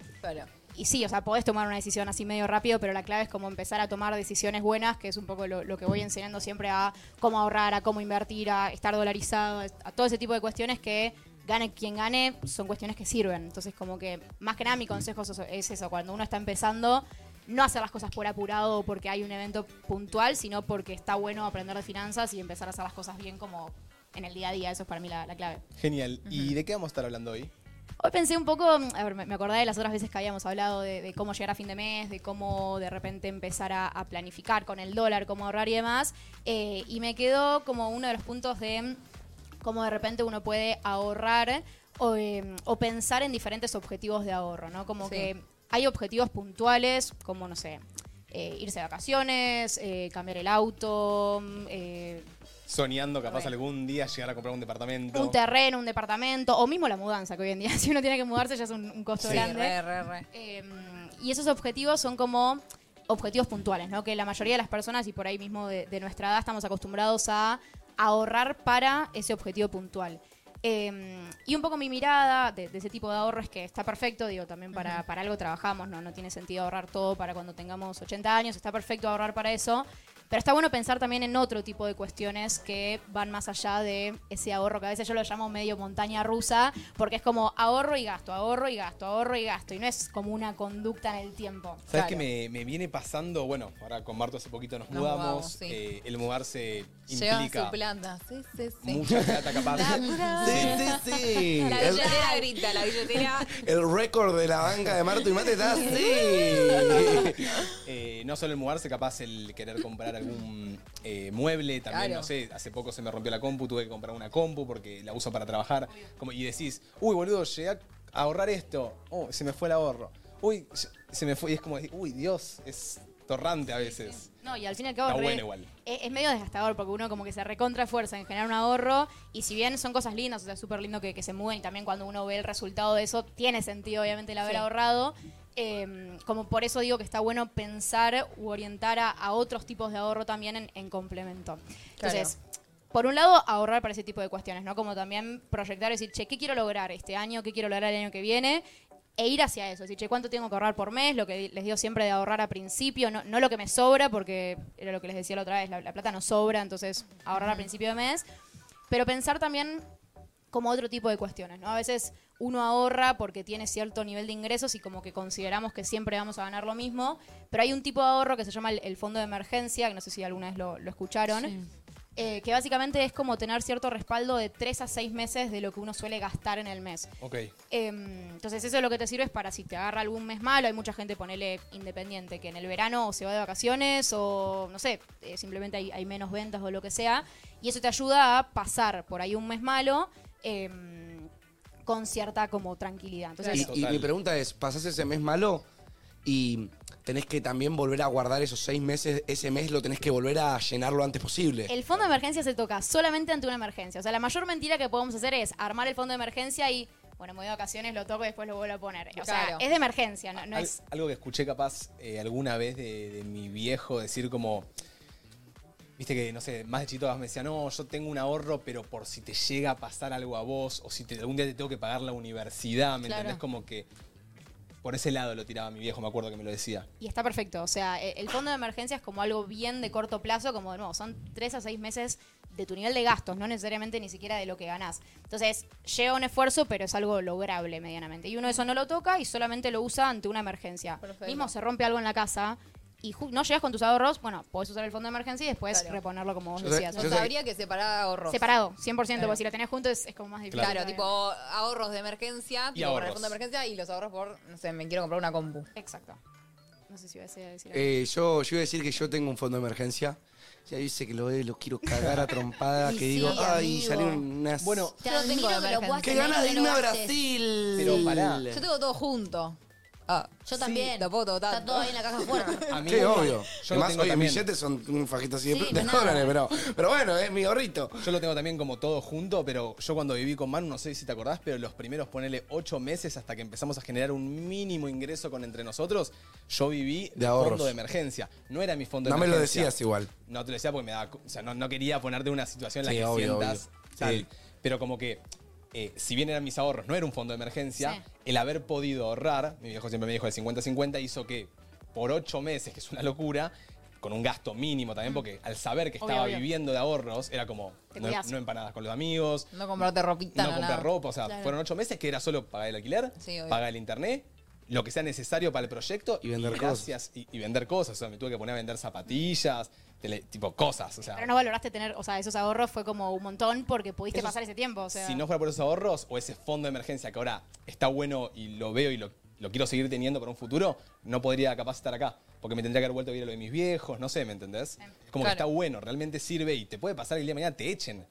Speaker 13: Y sí, o sea, podés tomar una decisión así medio rápido, pero la clave es como empezar a tomar decisiones buenas, que es un poco lo, lo que voy enseñando siempre a cómo ahorrar, a cómo invertir, a estar dolarizado, a todo ese tipo de cuestiones que gane quien gane, son cuestiones que sirven. Entonces, como que más que nada mi consejo es eso- es eso, cuando uno está empezando, no hacer las cosas por apurado o porque hay un evento puntual, sino porque está bueno aprender de finanzas y empezar a hacer las cosas bien como en el día a día. Eso es para mí la- la clave.
Speaker 1: Genial. ¿Y de qué vamos a estar hablando hoy?
Speaker 13: Hoy pensé un poco, mm, a ver, me me acordé de las otras veces que habíamos hablado de, de cómo llegar a fin de mes, de cómo de repente empezar a, a planificar con el dólar, cómo ahorrar y demás. eh, y me quedó como uno de los puntos de mm, cómo de repente uno puede ahorrar o, eh, o pensar en diferentes objetivos de ahorro, ¿no? Como
Speaker 4: Sí.
Speaker 13: que hay objetivos puntuales, como, no sé, eh, irse de vacaciones, eh, cambiar el auto, mm, eh,
Speaker 1: Soñando capaz algún día llegar a comprar un departamento.
Speaker 13: un terreno, un departamento, o mismo la mudanza, que hoy en día si uno tiene que mudarse ya es un, un costo
Speaker 1: Sí.
Speaker 13: grande.
Speaker 1: Re,
Speaker 13: Em, y esos objetivos son como objetivos puntuales, ¿no? Que la mayoría de las personas, y por ahí mismo de, de nuestra edad, estamos acostumbrados a ahorrar para ese objetivo puntual. Em, y un poco mi mirada de, de ese tipo de ahorro es que está perfecto, digo, también para,
Speaker 4: Ujú.
Speaker 13: para algo trabajamos, ¿no? No tiene sentido ahorrar todo para cuando tengamos 80 años, está perfecto ahorrar para eso, Pero está bueno pensar también en otro tipo de cuestiones que van más allá de ese ahorro, que a veces yo lo llamo medio montaña rusa, porque es como ahorro y gasto, ahorro y gasto, ahorro y gasto, y no es como una conducta en el tiempo.
Speaker 1: ¿Sabes qué me, me viene pasando? Bueno, ahora con Marto hace poquito nos
Speaker 13: Nos
Speaker 1: mudamos.
Speaker 13: mudamos, sí.
Speaker 1: eh, el mudarse
Speaker 4: Llevan
Speaker 1: implica
Speaker 4: su planta. Sí, sí, sí.
Speaker 1: mucha plata capaz.
Speaker 5: Sí, sí, sí.
Speaker 4: La
Speaker 5: El-
Speaker 4: billetera grita, la billetera.
Speaker 5: El récord de la banca de Marto y Mate está así.
Speaker 1: Eh, no solo el mudarse, capaz el querer comprar algún eh, mueble, también,
Speaker 5: Claro.
Speaker 1: no sé, hace poco se me rompió la compu, tuve que comprar una compu porque la uso para trabajar. Como, y decís, uy, boludo, llegué a ahorrar esto, oh, se me fue el ahorro. Uy, se- se me fue, y es como, decir, uy, Dios, es torrante a veces.
Speaker 13: No, y al fin y al cabo
Speaker 1: Está
Speaker 13: re- e,
Speaker 1: bueno igual.
Speaker 13: es, es medio desgastador porque uno como que se recontrafuerza en generar un ahorro y si bien son cosas lindas, o sea, es súper lindo que, que se muden y también cuando uno ve el resultado de eso, tiene sentido obviamente el haber
Speaker 4: Sí.
Speaker 13: ahorrado. eh, como por eso digo que está bueno pensar u orientar a, a otros tipos de ahorro también en, en complemento. Entonces, por un lado, ahorrar para ese tipo de cuestiones, ¿no? Como también proyectar y decir, che, ¿qué quiero lograr este año? ¿Qué quiero lograr el año que viene? E ir hacia eso, decir, che, ¿cuánto tengo que ahorrar por mes? Lo que di- les digo siempre de ahorrar a principio, no, no lo que me sobra, porque era lo que les decía la otra vez, la, la plata no sobra, entonces ahorrar a
Speaker 4: Ujú.
Speaker 13: principio de mes. Pero pensar también como otro tipo de cuestiones, ¿no? A veces uno ahorra porque tiene cierto nivel de ingresos y como que consideramos que siempre vamos a ganar lo mismo, pero hay un tipo de ahorro que se llama el, el fondo de emergencia, que no sé si alguna vez lo, lo escucharon, eh, que básicamente es como tener cierto respaldo de tres a seis meses de lo que uno suele gastar en el mes.
Speaker 1: Ok.
Speaker 13: Em, entonces eso es lo que te sirve es para si te agarra algún mes malo, hay mucha gente, ponele independiente, que en el verano o se va de vacaciones o no sé, eh, simplemente hay, hay menos ventas o lo que sea, y eso te ayuda a pasar por ahí un mes malo em, con cierta como tranquilidad. Entonces,
Speaker 5: Y, y mi pregunta es, ¿pasás ese mes malo y tenés que también volver a guardar esos seis meses? Ese mes lo tenés que volver a llenar lo antes posible.
Speaker 13: El fondo de emergencia se toca solamente ante una emergencia. O sea, la mayor mentira que podemos hacer es armar el fondo de emergencia y, bueno, me voy de vacaciones, lo toco y después lo vuelvo a poner. O sea,
Speaker 4: Claro.
Speaker 13: es de emergencia, no, no
Speaker 1: Al-
Speaker 13: es...
Speaker 1: Algo que escuché capaz eh, alguna vez de, de mi viejo decir como, viste que, no sé, más de chito me decía, no, yo tengo un ahorro, pero por si te llega a pasar algo a vos o si te- algún día te tengo que pagar la universidad, ¿me
Speaker 13: Claro.
Speaker 1: entendés? Como que por ese lado lo tiraba mi viejo, me acuerdo que me lo decía.
Speaker 13: Y está perfecto. O sea, e- el fondo de emergencia es como algo bien de corto plazo, como de nuevo, son tres a seis meses de tu nivel de gastos, no necesariamente ni siquiera de lo que ganás. Entonces, lleva un esfuerzo, pero es algo lograble medianamente. Y uno eso no lo toca y solamente lo usa ante una emergencia. Mismo se rompe algo en la casa y ju- no llegas con tus ahorros, bueno, podés usar el fondo de emergencia y después reponerlo como vos
Speaker 5: Yo sé-
Speaker 13: decías.
Speaker 5: yo sé- Habría
Speaker 4: que separar ahorros.
Speaker 13: Separado, 100%,
Speaker 4: Claro.
Speaker 13: porque si lo tenés junto es, es como más difícil.
Speaker 4: Claro,
Speaker 13: también.
Speaker 4: tipo ahorros de emergencia, tipo para
Speaker 5: ahorros.
Speaker 4: el fondo de emergencia y los ahorros por, no sé, me quiero comprar una compu.
Speaker 13: Exacto. No sé si iba a decir algo.
Speaker 5: Eh, yo, yo iba a decir que yo tengo un fondo de emergencia. Ya dice que lo, lo quiero cagar a trompada,
Speaker 1: Y
Speaker 5: que
Speaker 1: sí,
Speaker 5: digo, ay,
Speaker 1: amigo.
Speaker 5: salió unas... Bueno,
Speaker 4: Yo lo tengo de
Speaker 3: admiro que lo
Speaker 4: emergencia.
Speaker 3: puedas Qué tener ganas y de no irme lo a gastes.
Speaker 5: Brasil.
Speaker 1: Pero pará.
Speaker 4: Yo tengo todo junto. Ah,
Speaker 3: Yo también.
Speaker 4: Lo puedo todo
Speaker 3: Está todo ahí en la caja fuerte.
Speaker 1: A
Speaker 5: sí, obvio.
Speaker 1: Yo lo
Speaker 5: Además,
Speaker 1: tengo
Speaker 5: hoy mis
Speaker 1: también.
Speaker 5: billetes son un fajito así de,
Speaker 1: Sí,
Speaker 5: de
Speaker 1: nada.
Speaker 5: dólares, pero, pero bueno, es mi ahorrito.
Speaker 1: Yo lo tengo también como todo junto, pero yo cuando viví con Manu, no sé si te acordás, pero los primeros, ponele, ocho meses hasta que empezamos a generar un mínimo ingreso con entre nosotros, yo viví el
Speaker 5: De ahorros.
Speaker 1: fondo de emergencia. No era mi fondo de
Speaker 5: No me
Speaker 1: emergencia.
Speaker 5: lo decías igual.
Speaker 1: No te lo decía porque me daba. cu- O sea, no, no quería ponerte en una situación en la
Speaker 5: Sí,
Speaker 1: que
Speaker 5: obvio,
Speaker 1: sientas.
Speaker 5: obvio.
Speaker 1: tal.
Speaker 5: Sí.
Speaker 1: Pero como que. eh, si bien eran mis ahorros, no era un fondo de emergencia,
Speaker 5: Sí.
Speaker 1: el haber podido ahorrar, mi viejo siempre me dijo el 50-50, hizo que por ocho meses, que es una locura, con un gasto mínimo también, porque al saber que
Speaker 4: Mm. Obvio,
Speaker 1: estaba
Speaker 4: obvio.
Speaker 1: viviendo de ahorros, era como
Speaker 4: Te
Speaker 1: no,
Speaker 4: cuidás.
Speaker 1: no empanadas con los amigos,
Speaker 4: No comprarte ropita,
Speaker 1: no
Speaker 4: no
Speaker 1: comprar
Speaker 4: nada.
Speaker 1: ropa, o sea,
Speaker 4: Claro.
Speaker 1: fueron ocho meses que era solo pagar el alquiler,
Speaker 4: Sí, obvio.
Speaker 1: pagar el internet, lo que sea necesario para el proyecto y
Speaker 5: vender
Speaker 1: gracias, Y, y vender cosas, o sea, me tuve que poner a vender zapatillas, tele- tipo cosas, o sea,
Speaker 13: Pero no valoraste tener, o sea, esos ahorros fue como un montón porque pudiste
Speaker 1: Esos-
Speaker 13: pasar ese tiempo. O sea.
Speaker 1: si no fuera por esos ahorros o ese fondo de emergencia que ahora está bueno y lo veo y lo, lo quiero seguir teniendo para un futuro, no podría capaz estar acá. Porque me tendría que haber vuelto a ir a lo de mis viejos, no sé, ¿me entendés?
Speaker 13: Em,
Speaker 1: Es como que
Speaker 3: Claro.
Speaker 1: está bueno, realmente sirve y te puede pasar que el día de mañana te echen.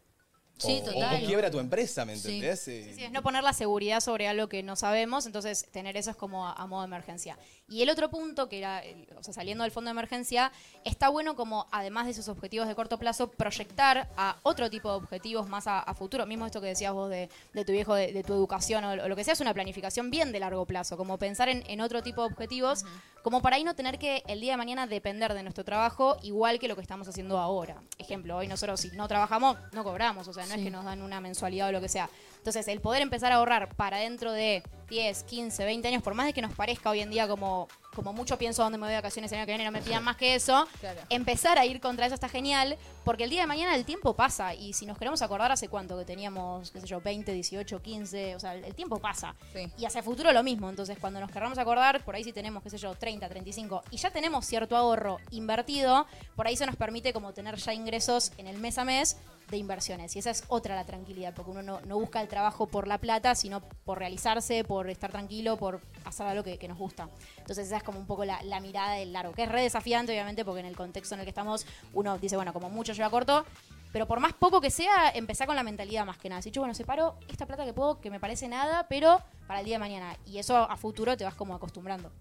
Speaker 3: Sí,
Speaker 1: o,
Speaker 3: total.
Speaker 1: O quiebra tu empresa, ¿me
Speaker 13: Sí.
Speaker 1: entendés?
Speaker 13: Sí,
Speaker 1: Eh,
Speaker 13: sí, es no poner la seguridad sobre algo que no sabemos, entonces tener eso es como a, a modo de emergencia. Y el otro punto, que era, el- o sea, saliendo del fondo de emergencia, está bueno como, además de sus objetivos de corto plazo, proyectar a otro tipo de objetivos más a, a futuro. Mismo esto que decías vos de, de tu viejo, de, de tu educación o, o lo que sea, es una planificación bien de largo plazo, como pensar en, en otro tipo de objetivos, como para ahí no tener que el día de mañana depender de nuestro trabajo igual que lo que estamos haciendo ahora. Ejemplo, hoy nosotros si no trabajamos, no cobramos, o sea, no es
Speaker 4: Sí.
Speaker 13: que nos dan una mensualidad o lo que sea. Entonces, el poder empezar a ahorrar para dentro de 10, 15, 20 años, por más de que nos parezca hoy en día como como mucho pienso dónde me voy de vacaciones el año que viene, no me pidan más que eso. Empezar a ir contra eso está genial, porque el día de mañana el tiempo pasa y si nos queremos acordar hace cuánto que teníamos, qué sé yo, 20, 18, 15, o sea, el el tiempo pasa. Y hacia el futuro lo mismo, entonces cuando nos querramos acordar, por ahí si tenemos, qué sé yo, 30, 35 y ya tenemos cierto ahorro invertido, por ahí se nos permite como tener ya ingresos en el mes a mes de inversiones. Y esa es otra la tranquilidad, porque uno no, no busca el trabajo por la plata, sino por realizarse, por estar tranquilo, por hacer algo que, que nos gusta. Entonces esa es como un poco la, la mirada del largo, que es re desafiante obviamente, porque en el contexto en el que estamos uno dice, bueno, como mucho yo la corto, pero por más poco que sea, empezar con la mentalidad más que nada. Si yo, bueno, separo esta plata que puedo, que me parece nada, pero para el día de mañana. Y eso a futuro te vas como acostumbrando.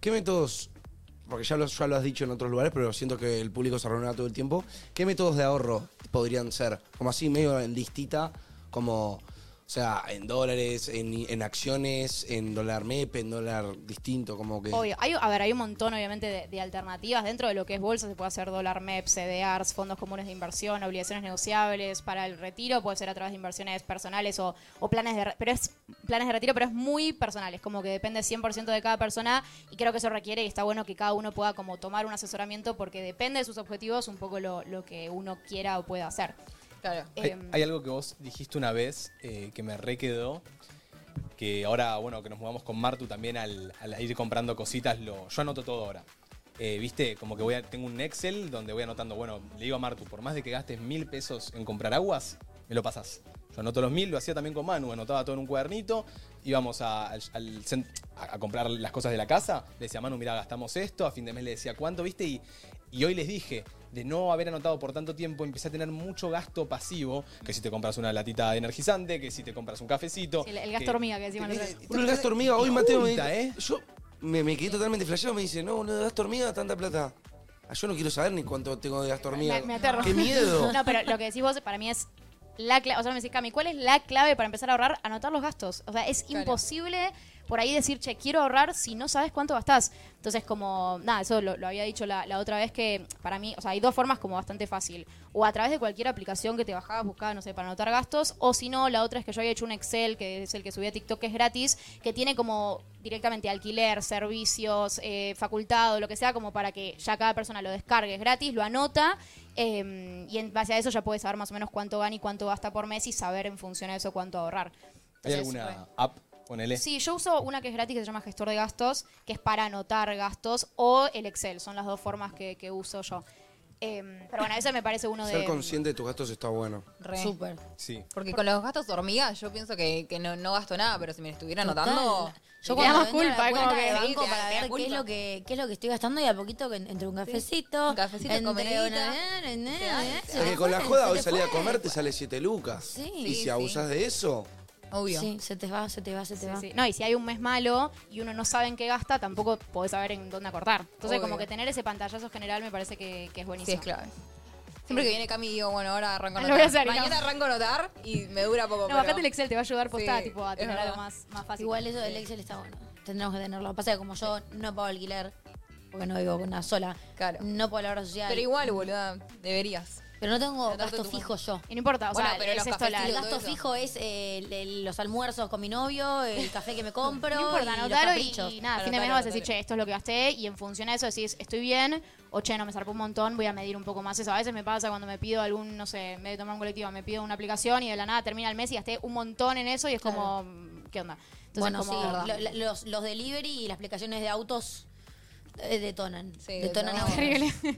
Speaker 5: ¿Qué métodos, porque ya lo, ya lo has dicho en otros lugares, pero siento que el público se renueva todo el tiempo, ¿qué métodos de ahorro podrían ser? Como así, medio en listita, como, o sea, en dólares, en, en acciones, en dólar MEP, en dólar distinto, como que...
Speaker 13: Obvio. Hay, a ver, hay un montón, obviamente, de, de alternativas dentro de lo que es bolsa. Se puede hacer dólar E MEP, CDRs, fondos comunes de inversión, obligaciones negociables para el retiro. Puede ser a través de inversiones personales o, o planes, de, re- pero es, planes de retiro, pero es muy personal. Es como que depende 100% de cada persona y creo que eso requiere y está bueno que cada uno pueda como tomar un asesoramiento porque depende de sus objetivos un poco lo, lo que uno quiera o pueda hacer. Em, Claro.
Speaker 1: Hay, hay algo que vos dijiste una vez eh, que me re quedó. Que ahora, bueno, que nos mudamos con Martu también al, al ir comprando cositas, lo, yo anoto todo ahora. Eh, Viste, como que voy a, tengo un Excel donde voy anotando, bueno, le digo a Martu, por más de que gastes mil pesos en comprar aguas, me lo pasás. Yo anoto los mil, lo hacía también con Manu, anotaba todo en un cuadernito, íbamos a, al- al cen- a- a comprar las cosas de la casa, le decía a Manu, mira, gastamos esto, a fin de mes le decía cuánto, ¿viste? Y, y hoy les dije, de no haber anotado por tanto tiempo, empecé a tener mucho gasto pasivo, que si te compras una latita de energizante, que si te compras un cafecito.
Speaker 13: El, el gasto hormiga que decimos nosotros.
Speaker 5: Boludo, el gasto hormiga, hoy
Speaker 1: Y
Speaker 5: Mateo me
Speaker 1: junta,
Speaker 5: dijo- Yo me, me quedé totalmente flasheado, me dice, no, boludo, gasto hormiga, tanta plata. Ah, Yo no quiero saber ni cuánto tengo de gasto hormiga.
Speaker 13: Me, me aterro.
Speaker 5: ¡Qué miedo!
Speaker 13: No, pero lo que decís vos para mí es la clave. O sea, me decís, Cami, ¿cuál es la clave para empezar a ahorrar? Anotar los gastos. O sea, es imposible por ahí decir, che, quiero ahorrar si no sabes cuánto gastás. Entonces, como, nada, eso lo, lo había dicho la, la otra vez que para mí, o sea, hay dos formas como bastante fácil. O a través de cualquier aplicación que te bajabas, buscabas, no sé, para anotar gastos. O si no, la otra es que yo había hecho un Excel, que es el que subí a TikTok, que es gratis, que tiene como directamente alquiler, servicios, eh, facultad o lo que sea, como para que ya cada persona lo descargue es gratis, lo anota eh, y en base a eso ya puedes saber más o menos cuánto gana y cuánto gasta por mes y saber en función de eso cuánto ahorrar.
Speaker 1: ¿Hay
Speaker 13: Entonces,
Speaker 1: alguna
Speaker 13: bueno.
Speaker 1: app? Ponele.
Speaker 13: Sí, yo uso una que es gratis que se llama gestor de gastos, que es para anotar gastos o el Excel, son las dos formas que, que uso yo. Eh, pero bueno, ese me parece uno
Speaker 5: Ser
Speaker 13: de...
Speaker 5: consciente de tus gastos está bueno.
Speaker 4: Súper.
Speaker 1: Sí.
Speaker 4: Porque con los gastos hormigas yo pienso que, que no, no gasto nada, pero si me lo estuviera
Speaker 3: Total.
Speaker 4: anotando...
Speaker 3: Yo
Speaker 4: me da más
Speaker 3: cuando entro a la
Speaker 4: culpa, es como
Speaker 3: cuenta
Speaker 4: que-
Speaker 3: de banco
Speaker 4: sí, te da- te da
Speaker 3: para ver qué es
Speaker 4: culpa.
Speaker 3: lo que qué es lo que estoy gastando y a poquito que en- entre un cafecito,
Speaker 4: cafecito,
Speaker 3: entre
Speaker 4: comedita.
Speaker 3: una- ¿eh?
Speaker 5: Es que con la joda hoy salí a comer te sale 7 lucas.
Speaker 3: Sí.
Speaker 5: y
Speaker 3: Sí,
Speaker 5: si
Speaker 3: sí.
Speaker 5: abusas de eso,
Speaker 4: Obvio.
Speaker 3: Sí, se te va, se te va, se te va.
Speaker 13: Sí, No, y si hay un mes malo y uno no sabe en qué gasta, tampoco podés saber en dónde acortar. Entonces,
Speaker 4: Obvio.
Speaker 13: como que tener ese pantallazo general me parece que, que es buenísimo.
Speaker 4: es clave. Siempre que viene Cami digo, bueno, ahora arranco a
Speaker 13: Lo
Speaker 4: notar.
Speaker 13: voy a hacer,
Speaker 4: Mañana
Speaker 13: digamos.
Speaker 4: arranco a notar y me dura poco.
Speaker 13: No,
Speaker 4: pero-
Speaker 13: bajate el Excel, te va a ayudar posta,
Speaker 4: Sí,
Speaker 13: tipo, a
Speaker 4: es
Speaker 13: tener
Speaker 4: verdad.
Speaker 13: algo más, más fácil.
Speaker 3: Igual eso del Excel está bueno. Tendremos que tenerlo. Pasa que como yo no pago alquiler, porque no vivo con una sola, no puedo la obra social.
Speaker 4: Pero igual, boluda, deberías.
Speaker 3: Pero no tengo
Speaker 4: Anotarte
Speaker 3: gasto
Speaker 4: tu-
Speaker 3: fijo yo.
Speaker 13: Y no importa, o
Speaker 4: Bueno, sea, pero es los esto, la-
Speaker 3: El
Speaker 4: cafecitos,
Speaker 3: gasto
Speaker 4: todo eso.
Speaker 3: fijo es eh, el- el- los almuerzos con mi novio, el café que me compro.
Speaker 13: No importa,
Speaker 3: y los
Speaker 13: anotarlo y,
Speaker 3: caprichos.
Speaker 13: y nada, a fin de mes vas a decir, che, esto es lo que gasté y en función a eso decís, estoy bien, o che, no me zarpó un montón, voy a medir un poco más eso. A veces me pasa cuando me pido algún, no sé, en vez de tomar un colectivo, me pido una aplicación y de la nada termina el mes y gasté un montón en eso y es como, ¿qué onda? Entonces,
Speaker 3: bueno,
Speaker 13: como-
Speaker 3: sí, lo- la- los, los delivery y las aplicaciones de autos eh, detonan. detonan
Speaker 4: detonan.
Speaker 3: ahora.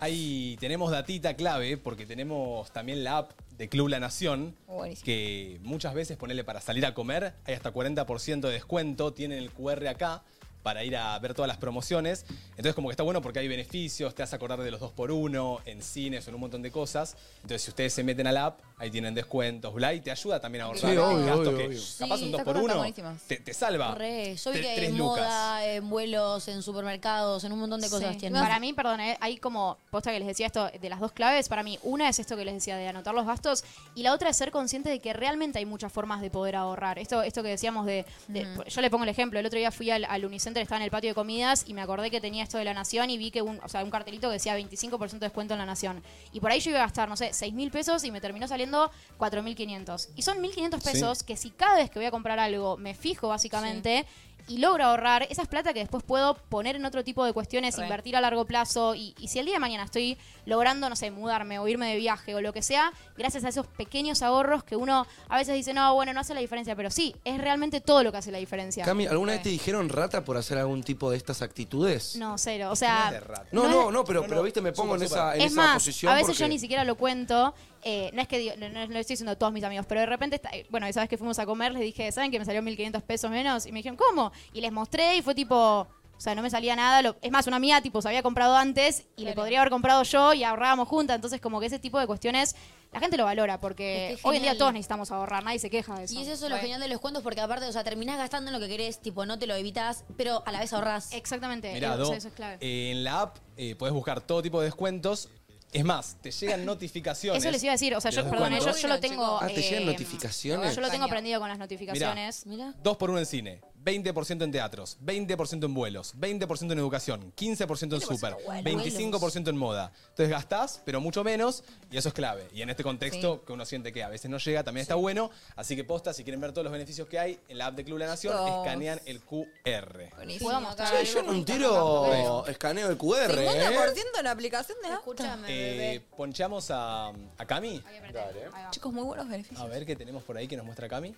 Speaker 1: Ahí tenemos datita clave eh, porque tenemos también la app de Club La Nación.
Speaker 4: Buenísimo.
Speaker 1: Que muchas veces ponerle para salir a comer, hay hasta 40% de descuento, tienen el QR acá para ir a ver todas las promociones. Entonces como que está bueno porque hay beneficios, te hace acordar de los 2x1 en cines, en un montón de cosas. Entonces si ustedes se meten a la app, ahí tienen descuentos, bla, y te ayuda también a
Speaker 5: Sí,
Speaker 1: ahorrar
Speaker 5: obvio,
Speaker 1: gastos
Speaker 5: obvio,
Speaker 1: que
Speaker 5: obvio.
Speaker 1: capaz
Speaker 3: Sí,
Speaker 1: un
Speaker 3: estas cosas están
Speaker 1: 2x1
Speaker 3: buenísimas.
Speaker 1: te, te salva.
Speaker 3: Re, yo vi
Speaker 1: Tre-
Speaker 3: que hay
Speaker 1: tres lucas.
Speaker 3: moda, en vuelos, en supermercados, en un montón de cosas
Speaker 13: Sí.
Speaker 3: tienen.
Speaker 13: Para mí, perdón, eh, hay como, posta que les decía esto, de las dos claves, para mí, una es esto que les decía de anotar los gastos y la otra es ser consciente de que realmente hay muchas formas de poder ahorrar. Esto esto que decíamos de, de-
Speaker 3: Ujú.
Speaker 13: yo le pongo el ejemplo, el otro día fui al, al Unicenter, estaba en el patio de comidas y me acordé que tenía esto de la Nación y vi que un, o sea, un cartelito que decía 25% de descuento en la Nación. Y por ahí yo iba a gastar, no sé, 6 mil pesos y me terminó saliendo 4.500. Y son 1.500
Speaker 3: Sí.
Speaker 13: pesos que si cada vez que voy a comprar algo me fijo básicamente y logro ahorrar, esa es plata que después puedo poner en otro tipo de cuestiones,
Speaker 4: Re.
Speaker 13: invertir a largo plazo. Y, y si el día de mañana estoy logrando, no sé, mudarme o irme de viaje o lo que sea, gracias a esos pequeños ahorros que uno a veces dice, no, bueno, no hace la diferencia, pero sí, es realmente todo lo que hace la diferencia.
Speaker 5: Cami, ¿alguna
Speaker 13: Eh,
Speaker 5: vez te dijeron rata por hacer algún tipo de estas actitudes?
Speaker 13: No, cero. O sea,
Speaker 5: No,
Speaker 13: es-
Speaker 5: no, no, pero, pero viste, me pongo en esa, en
Speaker 13: es
Speaker 5: esa
Speaker 13: más,
Speaker 5: posición.
Speaker 13: a veces yo
Speaker 5: porque-
Speaker 13: ni siquiera lo cuento. eh, no es que digo- no, no- no lo estoy diciendo a todos mis amigos, pero de repente, está- eh, bueno, esa vez que fuimos a comer, les dije, ¿saben que me salió 1.500 pesos menos? Y me dijeron, ¿cómo? Y les mostré y fue tipo, o sea, no me salía nada. lo- es más, una amiga tipo se había comprado antes y le podría haber comprado yo y ahorrábamos juntas. Entonces, como que ese tipo de cuestiones, la gente lo valora porque
Speaker 3: Es que es
Speaker 13: hoy en día
Speaker 3: genial.
Speaker 13: todos necesitamos ahorrar, nadie se queja de eso.
Speaker 3: Y es eso lo genial de los cuentos, porque aparte, o sea, terminás gastando en lo que querés, tipo, no te lo evitas, pero a la vez ahorrás.
Speaker 13: Exactamente,
Speaker 1: Mirá, Do, eh, en la app eh, podés buscar todo tipo de descuentos. Es más, te llegan notificaciones.
Speaker 13: Eso les iba a decir, o sea,
Speaker 1: de
Speaker 13: yo,
Speaker 1: los
Speaker 13: perdón, yo,
Speaker 1: descuentos.
Speaker 13: yo lo tengo.
Speaker 5: Ah, ¿te llegan
Speaker 13: eh,
Speaker 5: notificaciones?
Speaker 13: Yo lo tengo aprendido con las notificaciones.
Speaker 1: Dos por uno en cine, 20% en teatros, 20% en vuelos, 20% en educación, 15% en súper,
Speaker 16: vuelos.
Speaker 1: 25% en moda. Entonces gastás, pero mucho menos, y eso es clave. Y en este contexto que uno siente que a veces no llega, también está bueno. Así que posta, si quieren ver todos los beneficios que hay, en la app de Club La Nación
Speaker 13: Dos.
Speaker 1: escanean el QR.
Speaker 13: ¿Puedo mostrar
Speaker 5: Che,
Speaker 13: algo?
Speaker 5: yo en un tiro escaneo el QR, ¿eh?
Speaker 4: en la aplicación de
Speaker 1: Eh, ponchamos a, a Cami.
Speaker 4: Chicos, muy buenos beneficios.
Speaker 1: A ver qué tenemos por ahí que nos muestra Cami.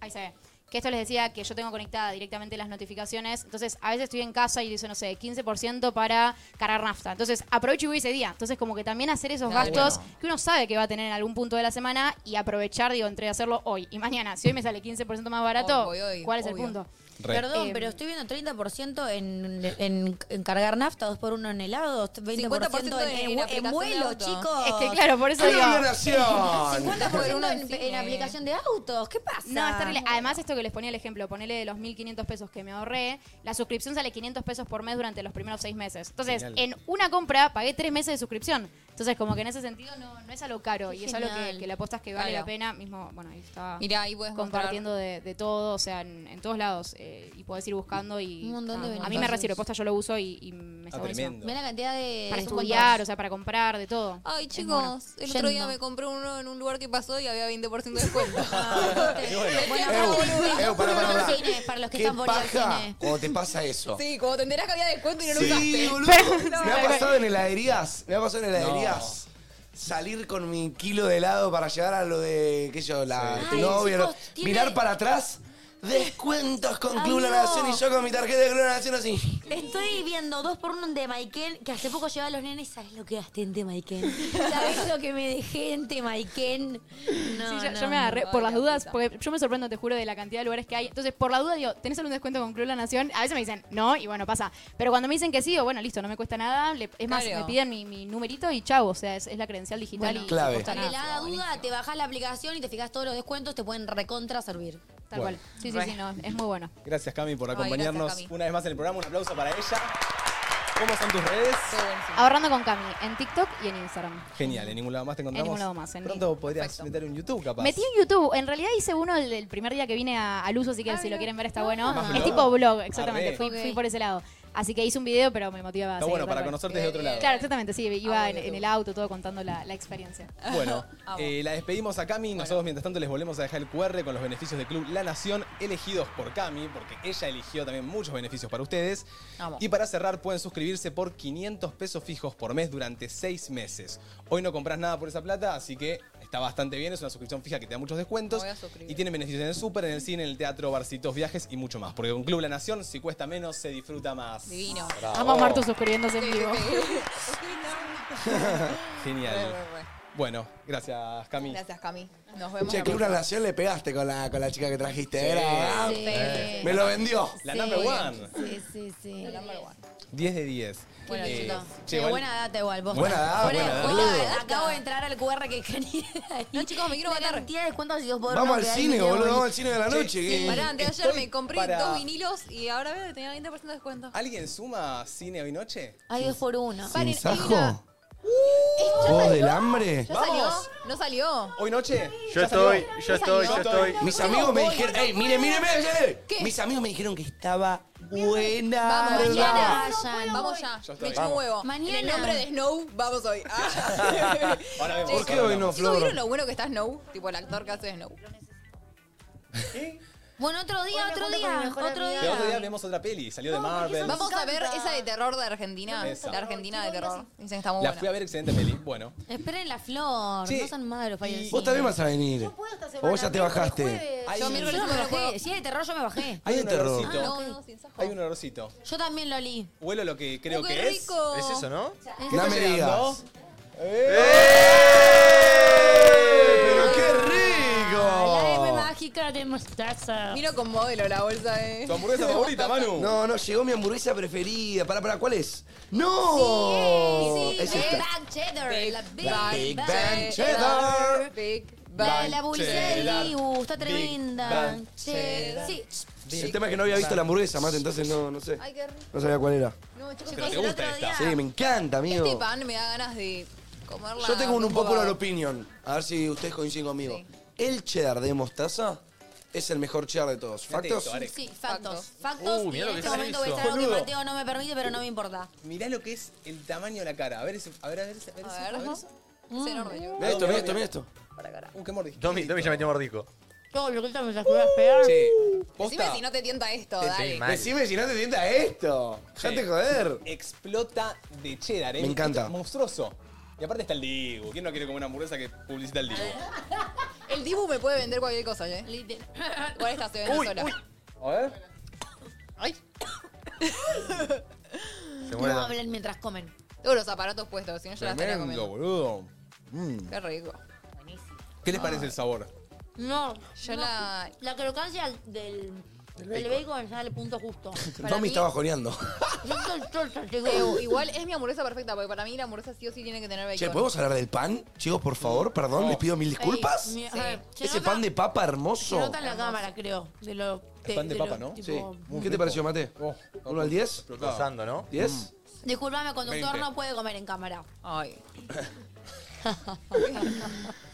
Speaker 13: Ahí se ve. Que esto les decía que yo tengo conectada directamente las notificaciones. Entonces, a veces estoy en casa y dice, no sé, 15% para cargar nafta. Entonces, aprovecho y voy ese día. Entonces, como que también hacer esos
Speaker 3: Ah,
Speaker 4: Claro.
Speaker 13: gastos
Speaker 4: Bueno.
Speaker 13: que uno sabe que va a tener en algún punto de la semana y aprovechar, digo, entre hacerlo hoy y mañana. Si hoy me sale 15% más barato,
Speaker 3: Hoy, hoy,
Speaker 13: ¿cuál es el
Speaker 3: obvio.
Speaker 13: punto?
Speaker 3: Re. Perdón,
Speaker 13: Eh,
Speaker 3: pero estoy viendo 30% en, en, en cargar nafta, 2 por 1 en helados, 20%
Speaker 4: 50%
Speaker 3: en,
Speaker 4: en
Speaker 3: en- en
Speaker 4: aplicación de
Speaker 3: vuelo,
Speaker 4: auto.
Speaker 3: chicos.
Speaker 13: Es que claro, por eso
Speaker 5: ¡Qué
Speaker 13: digo.
Speaker 5: dominación!
Speaker 3: 50%
Speaker 13: en
Speaker 3: en, en
Speaker 13: cine.
Speaker 3: aplicación de autos, ¿qué pasa?
Speaker 13: No, está terrible. Además, esto que les ponía el ejemplo, ponele de los 1.500 pesos que me ahorré, la suscripción sale 500 pesos por mes durante los primeros seis meses. Entonces,
Speaker 3: Genial.
Speaker 13: en una compra pagué tres meses de suscripción. Entonces, como que en ese sentido no, no es algo caro
Speaker 4: Qué
Speaker 13: Eh, y es algo que,
Speaker 4: genial.
Speaker 13: que la aposta es que vale
Speaker 4: Claro.
Speaker 13: la pena. Mismo, bueno, ahí estaba
Speaker 4: Mirá, ahí podés mostrar.
Speaker 13: compartiendo de, de todo, o sea, en, en todos lados. eh, y podés ir buscando y.
Speaker 3: Un montón de
Speaker 13: a mí me
Speaker 3: beneficios.
Speaker 13: recibe, posta yo lo uso y, y me está
Speaker 1: Ah,
Speaker 13: buenísimo.
Speaker 1: tremendo.
Speaker 3: Ve la cantidad
Speaker 4: Eh,
Speaker 3: de.
Speaker 13: Para
Speaker 3: de cuentos.
Speaker 13: estudiar, o sea, para comprar, de todo.
Speaker 4: Ay,
Speaker 13: Es bueno.
Speaker 4: chicos, el otro día
Speaker 13: Yendo.
Speaker 4: me compré uno en un lugar que pasó y había 20% de descuento. Ah,
Speaker 3: Bueno,
Speaker 5: Eu,
Speaker 3: para,
Speaker 5: eu, para, para, para.
Speaker 3: cine, para los que
Speaker 5: Qué
Speaker 3: están por ir al
Speaker 5: paja
Speaker 3: cine.
Speaker 5: cuando te pasa eso.
Speaker 4: Sí, como te enterás que había descuento y no lo
Speaker 5: Sí,
Speaker 4: usaste.
Speaker 5: boludo. me ha pasado en heladerías. Me ha pasado en
Speaker 1: No.
Speaker 5: heladerías. Salir con mi kilo de helado para llegar a lo de, qué sé yo, la
Speaker 1: Sí.
Speaker 5: tu
Speaker 1: Ay,
Speaker 5: novia.
Speaker 1: chicos,
Speaker 5: no-
Speaker 1: tiene-
Speaker 5: Mirar para atrás, descuentos con Club La
Speaker 3: no.
Speaker 5: Nación y yo con mi tarjeta de Club La Nación así.
Speaker 3: Estoy viendo dos por uno en de Maiken, que hace poco llevaba a los nenes, ¿sabes lo que gasté en de Maiken? ¿Sabes lo que me dejé en de Maiken? No,
Speaker 13: Sí, yo,
Speaker 3: no,
Speaker 13: yo me
Speaker 3: no.
Speaker 13: agarré por las dudas, porque yo me sorprendo, te juro, de la cantidad de lugares que hay. Entonces, por la duda, digo, ¿tenés algún descuento con Club La Nación? A veces me dicen, no, y bueno, pasa. Pero cuando me dicen que sí, digo, bueno, listo, no me cuesta nada. le- es más,
Speaker 4: Claro.
Speaker 13: me piden mi, mi numerito y chavo, o sea, es, es la credencial digital
Speaker 3: Bueno,
Speaker 13: y
Speaker 5: Clave.
Speaker 13: no cuesta
Speaker 3: Para
Speaker 13: nada.
Speaker 3: que la duda, te bajás la aplicación y te fijas todos los descuentos, te pueden recontra servir.
Speaker 13: Tal
Speaker 1: Bueno.
Speaker 13: cual. Sí, sí, sí, no, es muy bueno.
Speaker 1: Gracias, Cami, por
Speaker 13: Ay,
Speaker 1: acompañarnos
Speaker 13: gracias, Cami.
Speaker 1: una vez más en el programa. Un aplauso para ella. ¿Cómo son tus redes?
Speaker 13: Ahorrando con Cami, en TikTok y en Instagram.
Speaker 1: Genial, en ningún lado más te encontramos.
Speaker 13: ningún lado más, en
Speaker 1: Pronto podrías meter un YouTube, capaz.
Speaker 13: Metí en YouTube, en realidad hice uno el, el primer día que vine a, al uso, así que si lo quieren ver está bueno.
Speaker 1: Ah, ¿Más
Speaker 13: Es
Speaker 1: blog?
Speaker 13: tipo blog, exactamente,
Speaker 1: Arre.
Speaker 13: fui,
Speaker 1: Ok.
Speaker 13: fui por ese lado. Así que hice un video, pero me motivaba a
Speaker 1: Está
Speaker 13: seguir,
Speaker 1: bueno
Speaker 13: tal
Speaker 1: para
Speaker 13: cual.
Speaker 1: conocerte de otro lado. Ah,
Speaker 13: Claro, exactamente, sí, iba en, en el auto, todo contando la, la experiencia.
Speaker 1: Bueno, eh, la despedimos a Cami. Nosotros, mientras tanto, les volvemos a dejar el QR con los beneficios de Club La Nación, elegidos por Cami, porque ella eligió también muchos beneficios para ustedes.
Speaker 11: Vamos.
Speaker 1: Y para cerrar, pueden suscribirse por 500 pesos fijos por mes durante 6 meses. Hoy no compras nada por esa plata, así que está bastante bien. Es una suscripción fija que te da muchos descuentos.
Speaker 4: Me voy a suscribir.
Speaker 1: Y tiene beneficios en el súper, en el cine, en el teatro, barcitos, viajes y mucho más. Porque con Club La Nación, si cuesta menos, se disfruta más.
Speaker 4: Divino.
Speaker 1: Bravo.
Speaker 13: Vamos a Martu suscribiéndose en vivo.
Speaker 1: Genial.
Speaker 4: Re, re, re.
Speaker 1: Bueno, gracias, Cami.
Speaker 4: Gracias, Cami. Nos vemos.
Speaker 5: Che,
Speaker 4: la
Speaker 5: Club La
Speaker 4: próxima.
Speaker 5: Nación le pegaste con la, con la chica que trajiste.
Speaker 1: Sí.
Speaker 5: Era-
Speaker 1: Sí.
Speaker 5: Me lo vendió.
Speaker 1: La number one.
Speaker 3: Sí, sí, sí.
Speaker 1: 10 de 10.
Speaker 3: Bueno,
Speaker 1: Eh,
Speaker 3: chicos.
Speaker 1: che,
Speaker 3: Pero
Speaker 1: igual-
Speaker 3: buena data igual. vos.
Speaker 1: Buena data,
Speaker 3: Poné-
Speaker 1: buena
Speaker 3: poné-
Speaker 1: data.
Speaker 3: Acabo de entrar al QR que quería. No, chicos, me quiero matar. cantidad de descuentos y dos por
Speaker 5: Vamos
Speaker 3: uno
Speaker 5: al
Speaker 3: que hay,
Speaker 5: cine,
Speaker 3: me quedo
Speaker 5: boludo,
Speaker 3: boludo.
Speaker 5: vamos al cine de la
Speaker 1: Che,
Speaker 5: noche. que-
Speaker 4: Pará, antes de ayer
Speaker 1: Estoy
Speaker 4: me compré
Speaker 1: para-
Speaker 4: dos vinilos y ahora veo que tenía 20% de descuento.
Speaker 1: ¿Alguien suma cine hoy noche?
Speaker 3: Hay dos por uno.
Speaker 5: ¿Sin
Speaker 1: Paren,
Speaker 5: sajo?
Speaker 4: ¿Ya
Speaker 5: ¿Vos
Speaker 4: salió?
Speaker 5: del hambre?
Speaker 4: ¿Ya salió? ¿No salió?
Speaker 1: ¿Hoy noche?
Speaker 16: Yo
Speaker 1: ¿Ya salió?
Speaker 16: estoy, yo estoy, yo estoy.
Speaker 5: Mis amigos me
Speaker 16: voy,
Speaker 5: dijeron,
Speaker 16: no
Speaker 5: ¡ey, mire, mire, mire! Mis amigos me dijeron que estaba buena.
Speaker 4: Vamos,
Speaker 5: ¿verdad?
Speaker 4: mañana. vamos ya.
Speaker 5: Yo estoy.
Speaker 4: Me echó un
Speaker 5: Vamos.
Speaker 4: huevo.
Speaker 3: Mañana.
Speaker 4: En el nombre de Snow, vamos hoy. Ah.
Speaker 1: Ahora vemos.
Speaker 5: ¿Por qué hoy no,
Speaker 4: ¿Chicos,
Speaker 5: Flor?
Speaker 4: vieron lo bueno que está Snow? Tipo, el actor que hace de Snow.
Speaker 3: Bueno, otro día,
Speaker 12: Hoy me
Speaker 3: otro
Speaker 12: junto con mi
Speaker 3: día,
Speaker 12: mejor
Speaker 3: otro
Speaker 12: amiga.
Speaker 3: día.
Speaker 1: El otro día vemos otra peli, salió de Marvel.
Speaker 4: Vamos a ver esa de terror de
Speaker 5: Eh,
Speaker 4: Argentina.
Speaker 1: Esa.
Speaker 4: La Argentina de terror. Dicen que está muy
Speaker 1: La
Speaker 4: buena.
Speaker 1: fui a ver, excelente peli. Bueno.
Speaker 3: Esperen la flor,
Speaker 1: Sí.
Speaker 3: no sean malos.
Speaker 1: Y-
Speaker 5: Vos también vas a venir. o vos ya te bajaste.
Speaker 3: Yo miércoles me bajé. Si es de terror, yo me bajé.
Speaker 5: Hay un terror.
Speaker 1: olorcito.
Speaker 3: Ah, no,
Speaker 1: Hay un olorcito.
Speaker 3: Yo también lo olí.
Speaker 1: Huelo lo que creo
Speaker 3: Uh, qué
Speaker 1: que
Speaker 3: rico.
Speaker 1: es.
Speaker 3: Es eso,
Speaker 1: ¿no?
Speaker 3: No me
Speaker 5: ¡Pero qué rico!
Speaker 3: mágica de mostaza.
Speaker 4: Miro con modelo la bolsa eh. de.
Speaker 1: Manu?
Speaker 5: No, no, llegó mi hamburguesa preferida. Pará, pará, ¿cuál es? ¡No!
Speaker 3: Sí,
Speaker 5: es
Speaker 3: Big
Speaker 5: esta.
Speaker 3: Bang Cheddar. La Big,
Speaker 5: La Big Bang
Speaker 4: Cheddar.
Speaker 3: Big
Speaker 5: Bang
Speaker 3: La
Speaker 5: Cheddar.
Speaker 3: Bulgari. Uh, está
Speaker 5: Big
Speaker 3: tremenda.
Speaker 5: Bang
Speaker 3: Che- Sí.
Speaker 5: El tema es que no había visto la hamburguesa, mate, entonces no, no sé.
Speaker 4: Ay, qué rico.
Speaker 5: No sabía cuál era.
Speaker 4: No, chicos,
Speaker 5: Pero te
Speaker 4: el
Speaker 5: gusta
Speaker 4: otro
Speaker 5: esta.
Speaker 4: día-
Speaker 5: Sí, me encanta, amigo.
Speaker 4: Este pan me da ganas de comerla.
Speaker 5: Yo tengo un, un
Speaker 4: con
Speaker 5: poco
Speaker 4: huevo.
Speaker 5: la opinión. A ver si ustedes coinciden conmigo. El cheddar de mostaza es el mejor cheddar de todos.
Speaker 1: Fíjate
Speaker 5: ¿Factos?
Speaker 1: esto, Arek.
Speaker 3: Sí, factos. Factos.
Speaker 5: Uh,
Speaker 3: y
Speaker 5: mirá lo
Speaker 3: en
Speaker 5: que
Speaker 3: este
Speaker 5: es eso.
Speaker 3: momento voy a estar algo que
Speaker 1: Boludo.
Speaker 3: Mateo no me permite, pero no me importa.
Speaker 1: Mirá lo que es el tamaño de la cara. A ver, ese- a ver, a ver, ese- a ver.
Speaker 3: A
Speaker 1: ese-
Speaker 3: ver,
Speaker 1: a ver
Speaker 3: ajá.
Speaker 1: ese.
Speaker 3: Es enorme, yo.
Speaker 5: Mira esto, mira esto, mira esto.
Speaker 1: Uh, qué mordisco.
Speaker 16: Tommy, Tommy ya metió mordico.
Speaker 3: Yo, lo que me sacó las pegar.
Speaker 1: Che,
Speaker 4: Decime
Speaker 1: posta.
Speaker 4: si no te tienta esto,
Speaker 1: Te-
Speaker 4: dale.
Speaker 1: te- mal.
Speaker 5: Decime si no te tienta esto. Dejate joder.
Speaker 1: Explota de cheddar, ¿eh?
Speaker 5: Me encanta.
Speaker 1: Monstruoso. Y aparte está el Dibu. ¿Quién no quiere comer una hamburguesa que publicita el Dibu?
Speaker 4: El Dibu me puede vender cualquier cosa, ¿eh? Igual esta se vende sola.
Speaker 1: A ver.
Speaker 4: Ay.
Speaker 1: Se
Speaker 3: No hablen mientras comen.
Speaker 4: Tengo los aparatos puestos, si no yo la estaría
Speaker 1: Tremendo,
Speaker 4: comiendo.
Speaker 1: boludo. Mm.
Speaker 4: Qué rico.
Speaker 1: ¿Qué
Speaker 5: Ah.
Speaker 1: les parece el sabor?
Speaker 3: No,
Speaker 4: Yo
Speaker 3: no.
Speaker 4: la-
Speaker 3: La crocancia del. Del
Speaker 5: bacon.
Speaker 3: bacon, está en el punto justo. Para
Speaker 5: Tommy
Speaker 3: mí,
Speaker 5: está bajoneando.
Speaker 3: yo soy chocha, chicos.
Speaker 4: Eh, igual es mi hamburguesa perfecta, porque para mí la hamburguesa sí o sí tiene que tener bacon.
Speaker 5: Che, ¿podemos hablar del pan? Chicos, por favor, perdón, les pido mil disculpas.
Speaker 3: Ey, mi- ajá, se
Speaker 5: Ese
Speaker 3: nota-
Speaker 5: pan de papa
Speaker 3: Se
Speaker 5: hermoso.
Speaker 3: nota en la cámara, creo. De lo, de-
Speaker 5: pan de
Speaker 3: de
Speaker 5: papa,
Speaker 3: lo-
Speaker 5: ¿no? Oh,
Speaker 3: tipo-
Speaker 5: Sí. ¿Qué te pareció, Mate? ¿Uno al 10?
Speaker 16: explotado. Rozando, ¿no?
Speaker 5: ¿10?
Speaker 3: Disculpame, conductor
Speaker 5: Veinte.
Speaker 3: no puede comer en cámara.
Speaker 4: Ay.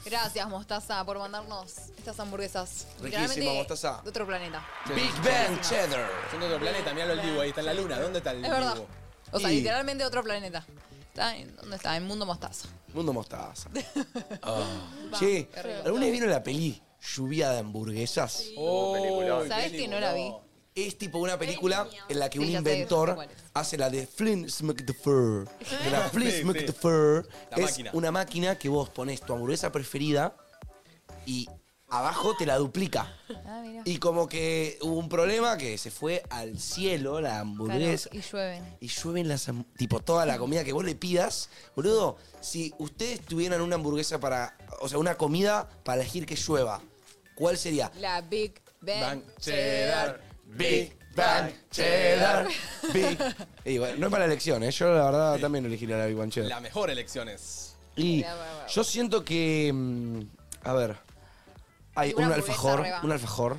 Speaker 4: Gracias, Mostaza, por mandarnos estas hamburguesas.
Speaker 1: Riquísima,
Speaker 4: Literalmente
Speaker 1: Mostaza.
Speaker 4: De otro planeta.
Speaker 1: Big
Speaker 5: Bang Cheddar.
Speaker 1: Son de otro planeta, miralo el Dibu ahí, está en la luna. ¿Dónde está el
Speaker 4: Es verdad.
Speaker 1: Dibu?
Speaker 4: O sea,
Speaker 1: Y-
Speaker 4: literalmente de otro planeta. Está en- ¿Dónde está? En Mundo Mostaza.
Speaker 5: Mundo mostaza.
Speaker 4: Ah.
Speaker 5: Che, ¿alguna vez vieron la peli Lluvia de hamburguesas?
Speaker 1: Oh,
Speaker 4: película. ¿Sabés Oh, que no la vi?
Speaker 5: Es tipo una película en la que
Speaker 4: Sí,
Speaker 5: un
Speaker 4: ya sé
Speaker 5: inventor
Speaker 4: cuál es.
Speaker 5: hace la de Flynn McDuffler. Que la Flynn
Speaker 1: Sí, sí.
Speaker 5: McDuffler
Speaker 1: La
Speaker 5: es
Speaker 1: máquina.
Speaker 5: una máquina que vos pones tu hamburguesa preferida y abajo te la duplica.
Speaker 4: Ah, mira.
Speaker 5: Y como que hubo un problema que se fue al cielo la hamburguesa
Speaker 4: y llueven.
Speaker 5: y llueven las ham- tipo toda la comida que vos le pidas, boludo, si ustedes tuvieran una hamburguesa para, o sea, una comida para elegir que llueva, ¿cuál sería?
Speaker 4: La Big Bang.
Speaker 5: Big Bang Cheddar, Big. Y bueno, no es para la elección, ¿eh? yo la verdad también elegiría la Big Bang Cheddar.
Speaker 1: La mejor elecciones.
Speaker 5: Y
Speaker 1: La- la- la-
Speaker 5: yo siento que, mm, a ver, hay
Speaker 1: Una
Speaker 5: un
Speaker 1: hamburguesa
Speaker 5: alfajor,
Speaker 1: re va.
Speaker 5: un alfajor,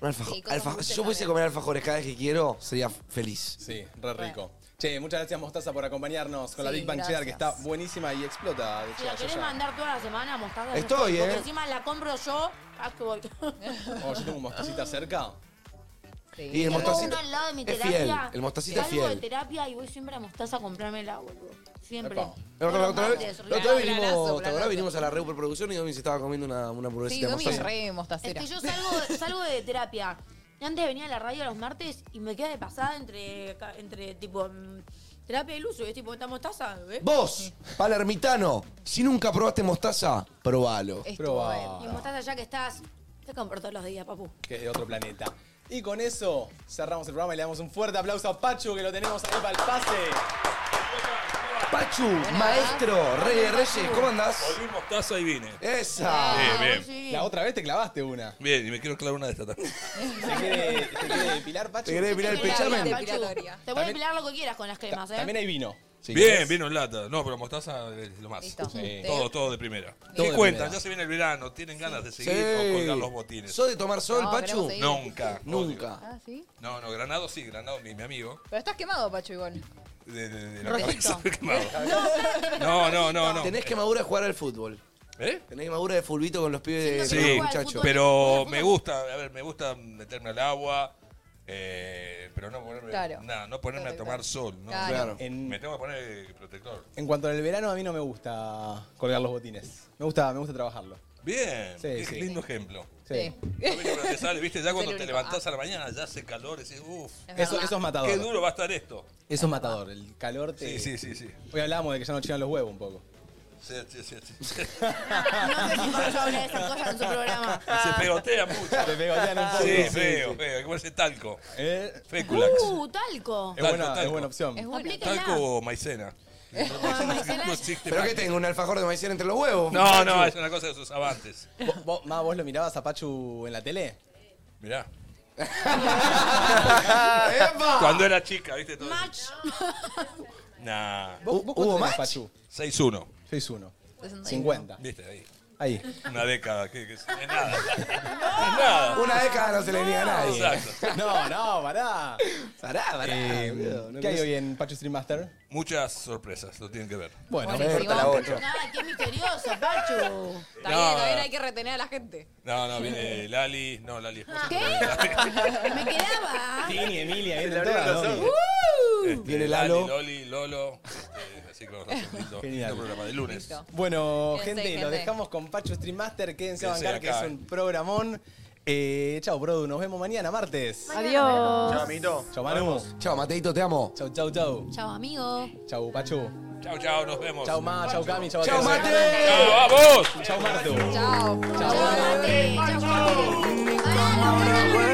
Speaker 5: un alfajor,
Speaker 1: Sí, cosas
Speaker 5: alfajor.
Speaker 1: dulces
Speaker 5: Si yo pudiese comer alfajores cada vez que quiero, sería feliz.
Speaker 1: Sí, re rico. Che, muchas gracias Mostaza por acompañarnos con la
Speaker 3: Sí,
Speaker 1: Big Bang Cheddar que
Speaker 3: gracias.
Speaker 1: está buenísima y explota. de
Speaker 3: Si la
Speaker 1: cheddar, yo
Speaker 3: querés
Speaker 1: ya-
Speaker 3: mandar toda la semana, mostaza. yo
Speaker 1: Estoy,
Speaker 3: Porque
Speaker 1: ¿eh?
Speaker 3: encima la compro yo, Ah, haz que voy.
Speaker 1: Oh, yo tengo un mostacita cerca.
Speaker 5: Y el
Speaker 3: Tengo
Speaker 5: mostacita
Speaker 3: uno al lado de mi
Speaker 5: es
Speaker 3: terapia.
Speaker 5: fiel, el mostacita es
Speaker 3: Salgo de
Speaker 5: fiel.
Speaker 3: terapia y voy siempre a mostaza a comprármela, boludo. Siempre.
Speaker 5: Epa. La otra- la otra vez, la otra vez vinimos,
Speaker 3: Planazo,
Speaker 5: ¿te acordás? vinimos a la reproducción y Domi se estaba comiendo una, una hamburguesita
Speaker 3: Sí,
Speaker 5: de
Speaker 3: Domi
Speaker 5: mostaza.
Speaker 4: Re mostacera.
Speaker 3: Es que Este, yo salgo, salgo de terapia. Y Antes venía a la radio los martes y me queda de pasada entre, ca- entre tipo, mm, terapia del uso. Y es tipo, esta mostaza, ¿eh?
Speaker 5: Vos, palermitano, si nunca probaste mostaza, probalo.
Speaker 3: Es tu Y
Speaker 1: Probá.
Speaker 3: mostaza ya que estás, te compro todos los días, papu.
Speaker 1: Que es de otro planeta. Y con eso cerramos el programa y le damos un fuerte aplauso a Pachu que lo tenemos ahí para el pase.
Speaker 5: Pachu, maestro, rey de reyes, ¿cómo andás?
Speaker 22: Volví mostaza y vine.
Speaker 5: Esa.
Speaker 22: Bien, bien.
Speaker 1: La otra vez te clavaste una.
Speaker 22: Bien, y me quiero clavar una de estas también.
Speaker 1: ¿Te quiere, te quiere depilar, Pachu?
Speaker 22: ¿Te quiere depilar el
Speaker 3: Te voy a
Speaker 22: pechamen?
Speaker 3: depilar, Pachu. Te voy a depilar lo que quieras con las cremas, ¿eh?
Speaker 1: También hay vino.
Speaker 22: bien, vino en lata. No, pero mostaza es lo más.
Speaker 3: Listo. Sí.
Speaker 22: Todo, todo de primera.
Speaker 5: Todo
Speaker 22: ¿Qué
Speaker 5: de
Speaker 22: cuentan?
Speaker 5: primera.
Speaker 22: Ya se viene el verano. ¿Tienen ganas de
Speaker 5: Sí.
Speaker 22: seguir o colgar los botines?
Speaker 5: ¿Sos de tomar sol,
Speaker 4: No,
Speaker 5: Pachu?
Speaker 4: queremos seguir.
Speaker 22: Nunca.
Speaker 5: Nunca.
Speaker 4: Ah, sí.
Speaker 22: No, no, Granado sí, Granado, mi, mi amigo.
Speaker 4: Pero estás quemado, Pacho, igual.
Speaker 22: De, de- de la
Speaker 4: Rojito.
Speaker 22: cabeza quemado. No, no, no, no.
Speaker 5: Tenés quemadura de jugar al fútbol.
Speaker 22: ¿Eh?
Speaker 5: Tenés quemadura de fulbito con los pibes de
Speaker 22: Sí,
Speaker 5: muchachos.
Speaker 22: pero me gusta, a ver, me gusta meterme al agua, eh, pero no ponerme,
Speaker 1: Claro.
Speaker 22: nada, no ponerme a tomar sol. No,
Speaker 1: Claro. Claro. En-
Speaker 22: Me tengo que poner eh, protector.
Speaker 1: En cuanto al verano, a mí no me gusta colgar los botines. Me gusta, me gusta trabajarlo.
Speaker 22: Bien,
Speaker 1: Sí,
Speaker 22: qué
Speaker 1: sí.
Speaker 22: lindo ejemplo.
Speaker 1: Sí.
Speaker 22: No, viste, cuando te sale, viste, ya
Speaker 1: Es
Speaker 22: cuando
Speaker 1: el
Speaker 22: te
Speaker 1: único. Ah.
Speaker 22: levantás a la mañana, ya hace calor, decís, uff.
Speaker 1: Es Eso- verdad. eso es matador.
Speaker 22: Qué duro va a estar esto.
Speaker 1: Eso es matador, el calor te...
Speaker 22: Sí, sí, sí, sí.
Speaker 1: Hoy hablábamos de que ya no chinan los huevos un poco.
Speaker 22: Sí, sí, sí, sí.
Speaker 1: No sé si Pablo habla de esas
Speaker 3: cosas en su programa.
Speaker 22: Se pegotea mucho.
Speaker 1: Se pegotean un poco,
Speaker 22: Sí,
Speaker 1: sí,
Speaker 22: feo,
Speaker 1: sí. Eh.
Speaker 22: feo. Hay que ponerse talco. Fécula.
Speaker 3: Uh, talco.
Speaker 1: Es buena- es buena opción.
Speaker 3: Es buena.
Speaker 22: Talco o maicena.
Speaker 5: ¿Pero qué tengo? ¿Un alfajor de maicena entre los huevos?
Speaker 22: No, no, es una cosa de sus avantes.
Speaker 1: ¿Vos, vos, ma, ¿vos lo mirabas a Pachu en la tele?
Speaker 22: Mirá. Ah,
Speaker 1: Ah, ¡Epa!
Speaker 22: Cuando era chica, viste todo. eso. Nah.
Speaker 1: ¿Vos, vos cuánto tenés, Pachu?
Speaker 22: 6-1.
Speaker 1: 6-1. 50.
Speaker 22: Viste, ahí.
Speaker 1: Ahí.
Speaker 22: Una década, que, que es es nada. Es nada.
Speaker 5: Una década no se le niega a nadie.
Speaker 22: Exacto.
Speaker 1: No, no, pará.
Speaker 5: Pará, pará.
Speaker 1: Eh,
Speaker 5: boludo, no
Speaker 1: ¿Qué hay
Speaker 5: me-
Speaker 1: hoy en Pachu Stream Master?
Speaker 22: Muchas sorpresas, lo tienen que ver.
Speaker 1: Bueno,
Speaker 22: Bueno,
Speaker 1: corta la
Speaker 22: sí,
Speaker 1: bocha.
Speaker 22: vamos.
Speaker 3: Ay, qué misterioso, Pachu.
Speaker 4: Está
Speaker 22: No,
Speaker 4: bien,
Speaker 22: no,
Speaker 4: también
Speaker 22: no.
Speaker 4: hay que retener a la gente.
Speaker 22: No, no, viene Lali. No, Lali es
Speaker 4: ¿Qué?
Speaker 3: Me quedaba.
Speaker 1: Tini, Emilia,
Speaker 22: Se le
Speaker 1: vienen
Speaker 22: abrieron
Speaker 1: todas.
Speaker 22: los
Speaker 1: Doni.
Speaker 22: ojos. Este,
Speaker 1: Viene
Speaker 22: Lali,
Speaker 1: Lalo.
Speaker 22: Loli, Lolo. este, así que vamos a hacer un lindo, lindo programa de lunes.
Speaker 1: Bueno,
Speaker 22: Quédense,
Speaker 1: gente,
Speaker 22: gente.
Speaker 1: los dejamos con Pachu Stream Master. Quédense a
Speaker 22: Quédense
Speaker 1: bancar, que
Speaker 22: acá.
Speaker 1: es un programón. Eh, chao, Produ. Nos vemos mañana, martes.
Speaker 7: Adiós. nos vemos. Chao,
Speaker 1: amito. Chao, Manu.
Speaker 5: Chao, Mateito, te amo.
Speaker 1: Chao, chao, chao.
Speaker 3: Chao, amigo.
Speaker 1: Chau, Pachu.
Speaker 22: Chao, chao, nos vemos.
Speaker 1: Chao, Ma, chao, Cami, chao,
Speaker 22: Chao,
Speaker 1: Teresa.
Speaker 22: Mate. Chao, vamos.
Speaker 1: Chao, Martu.
Speaker 3: Chao. Chao, Mate. Chao, Mate.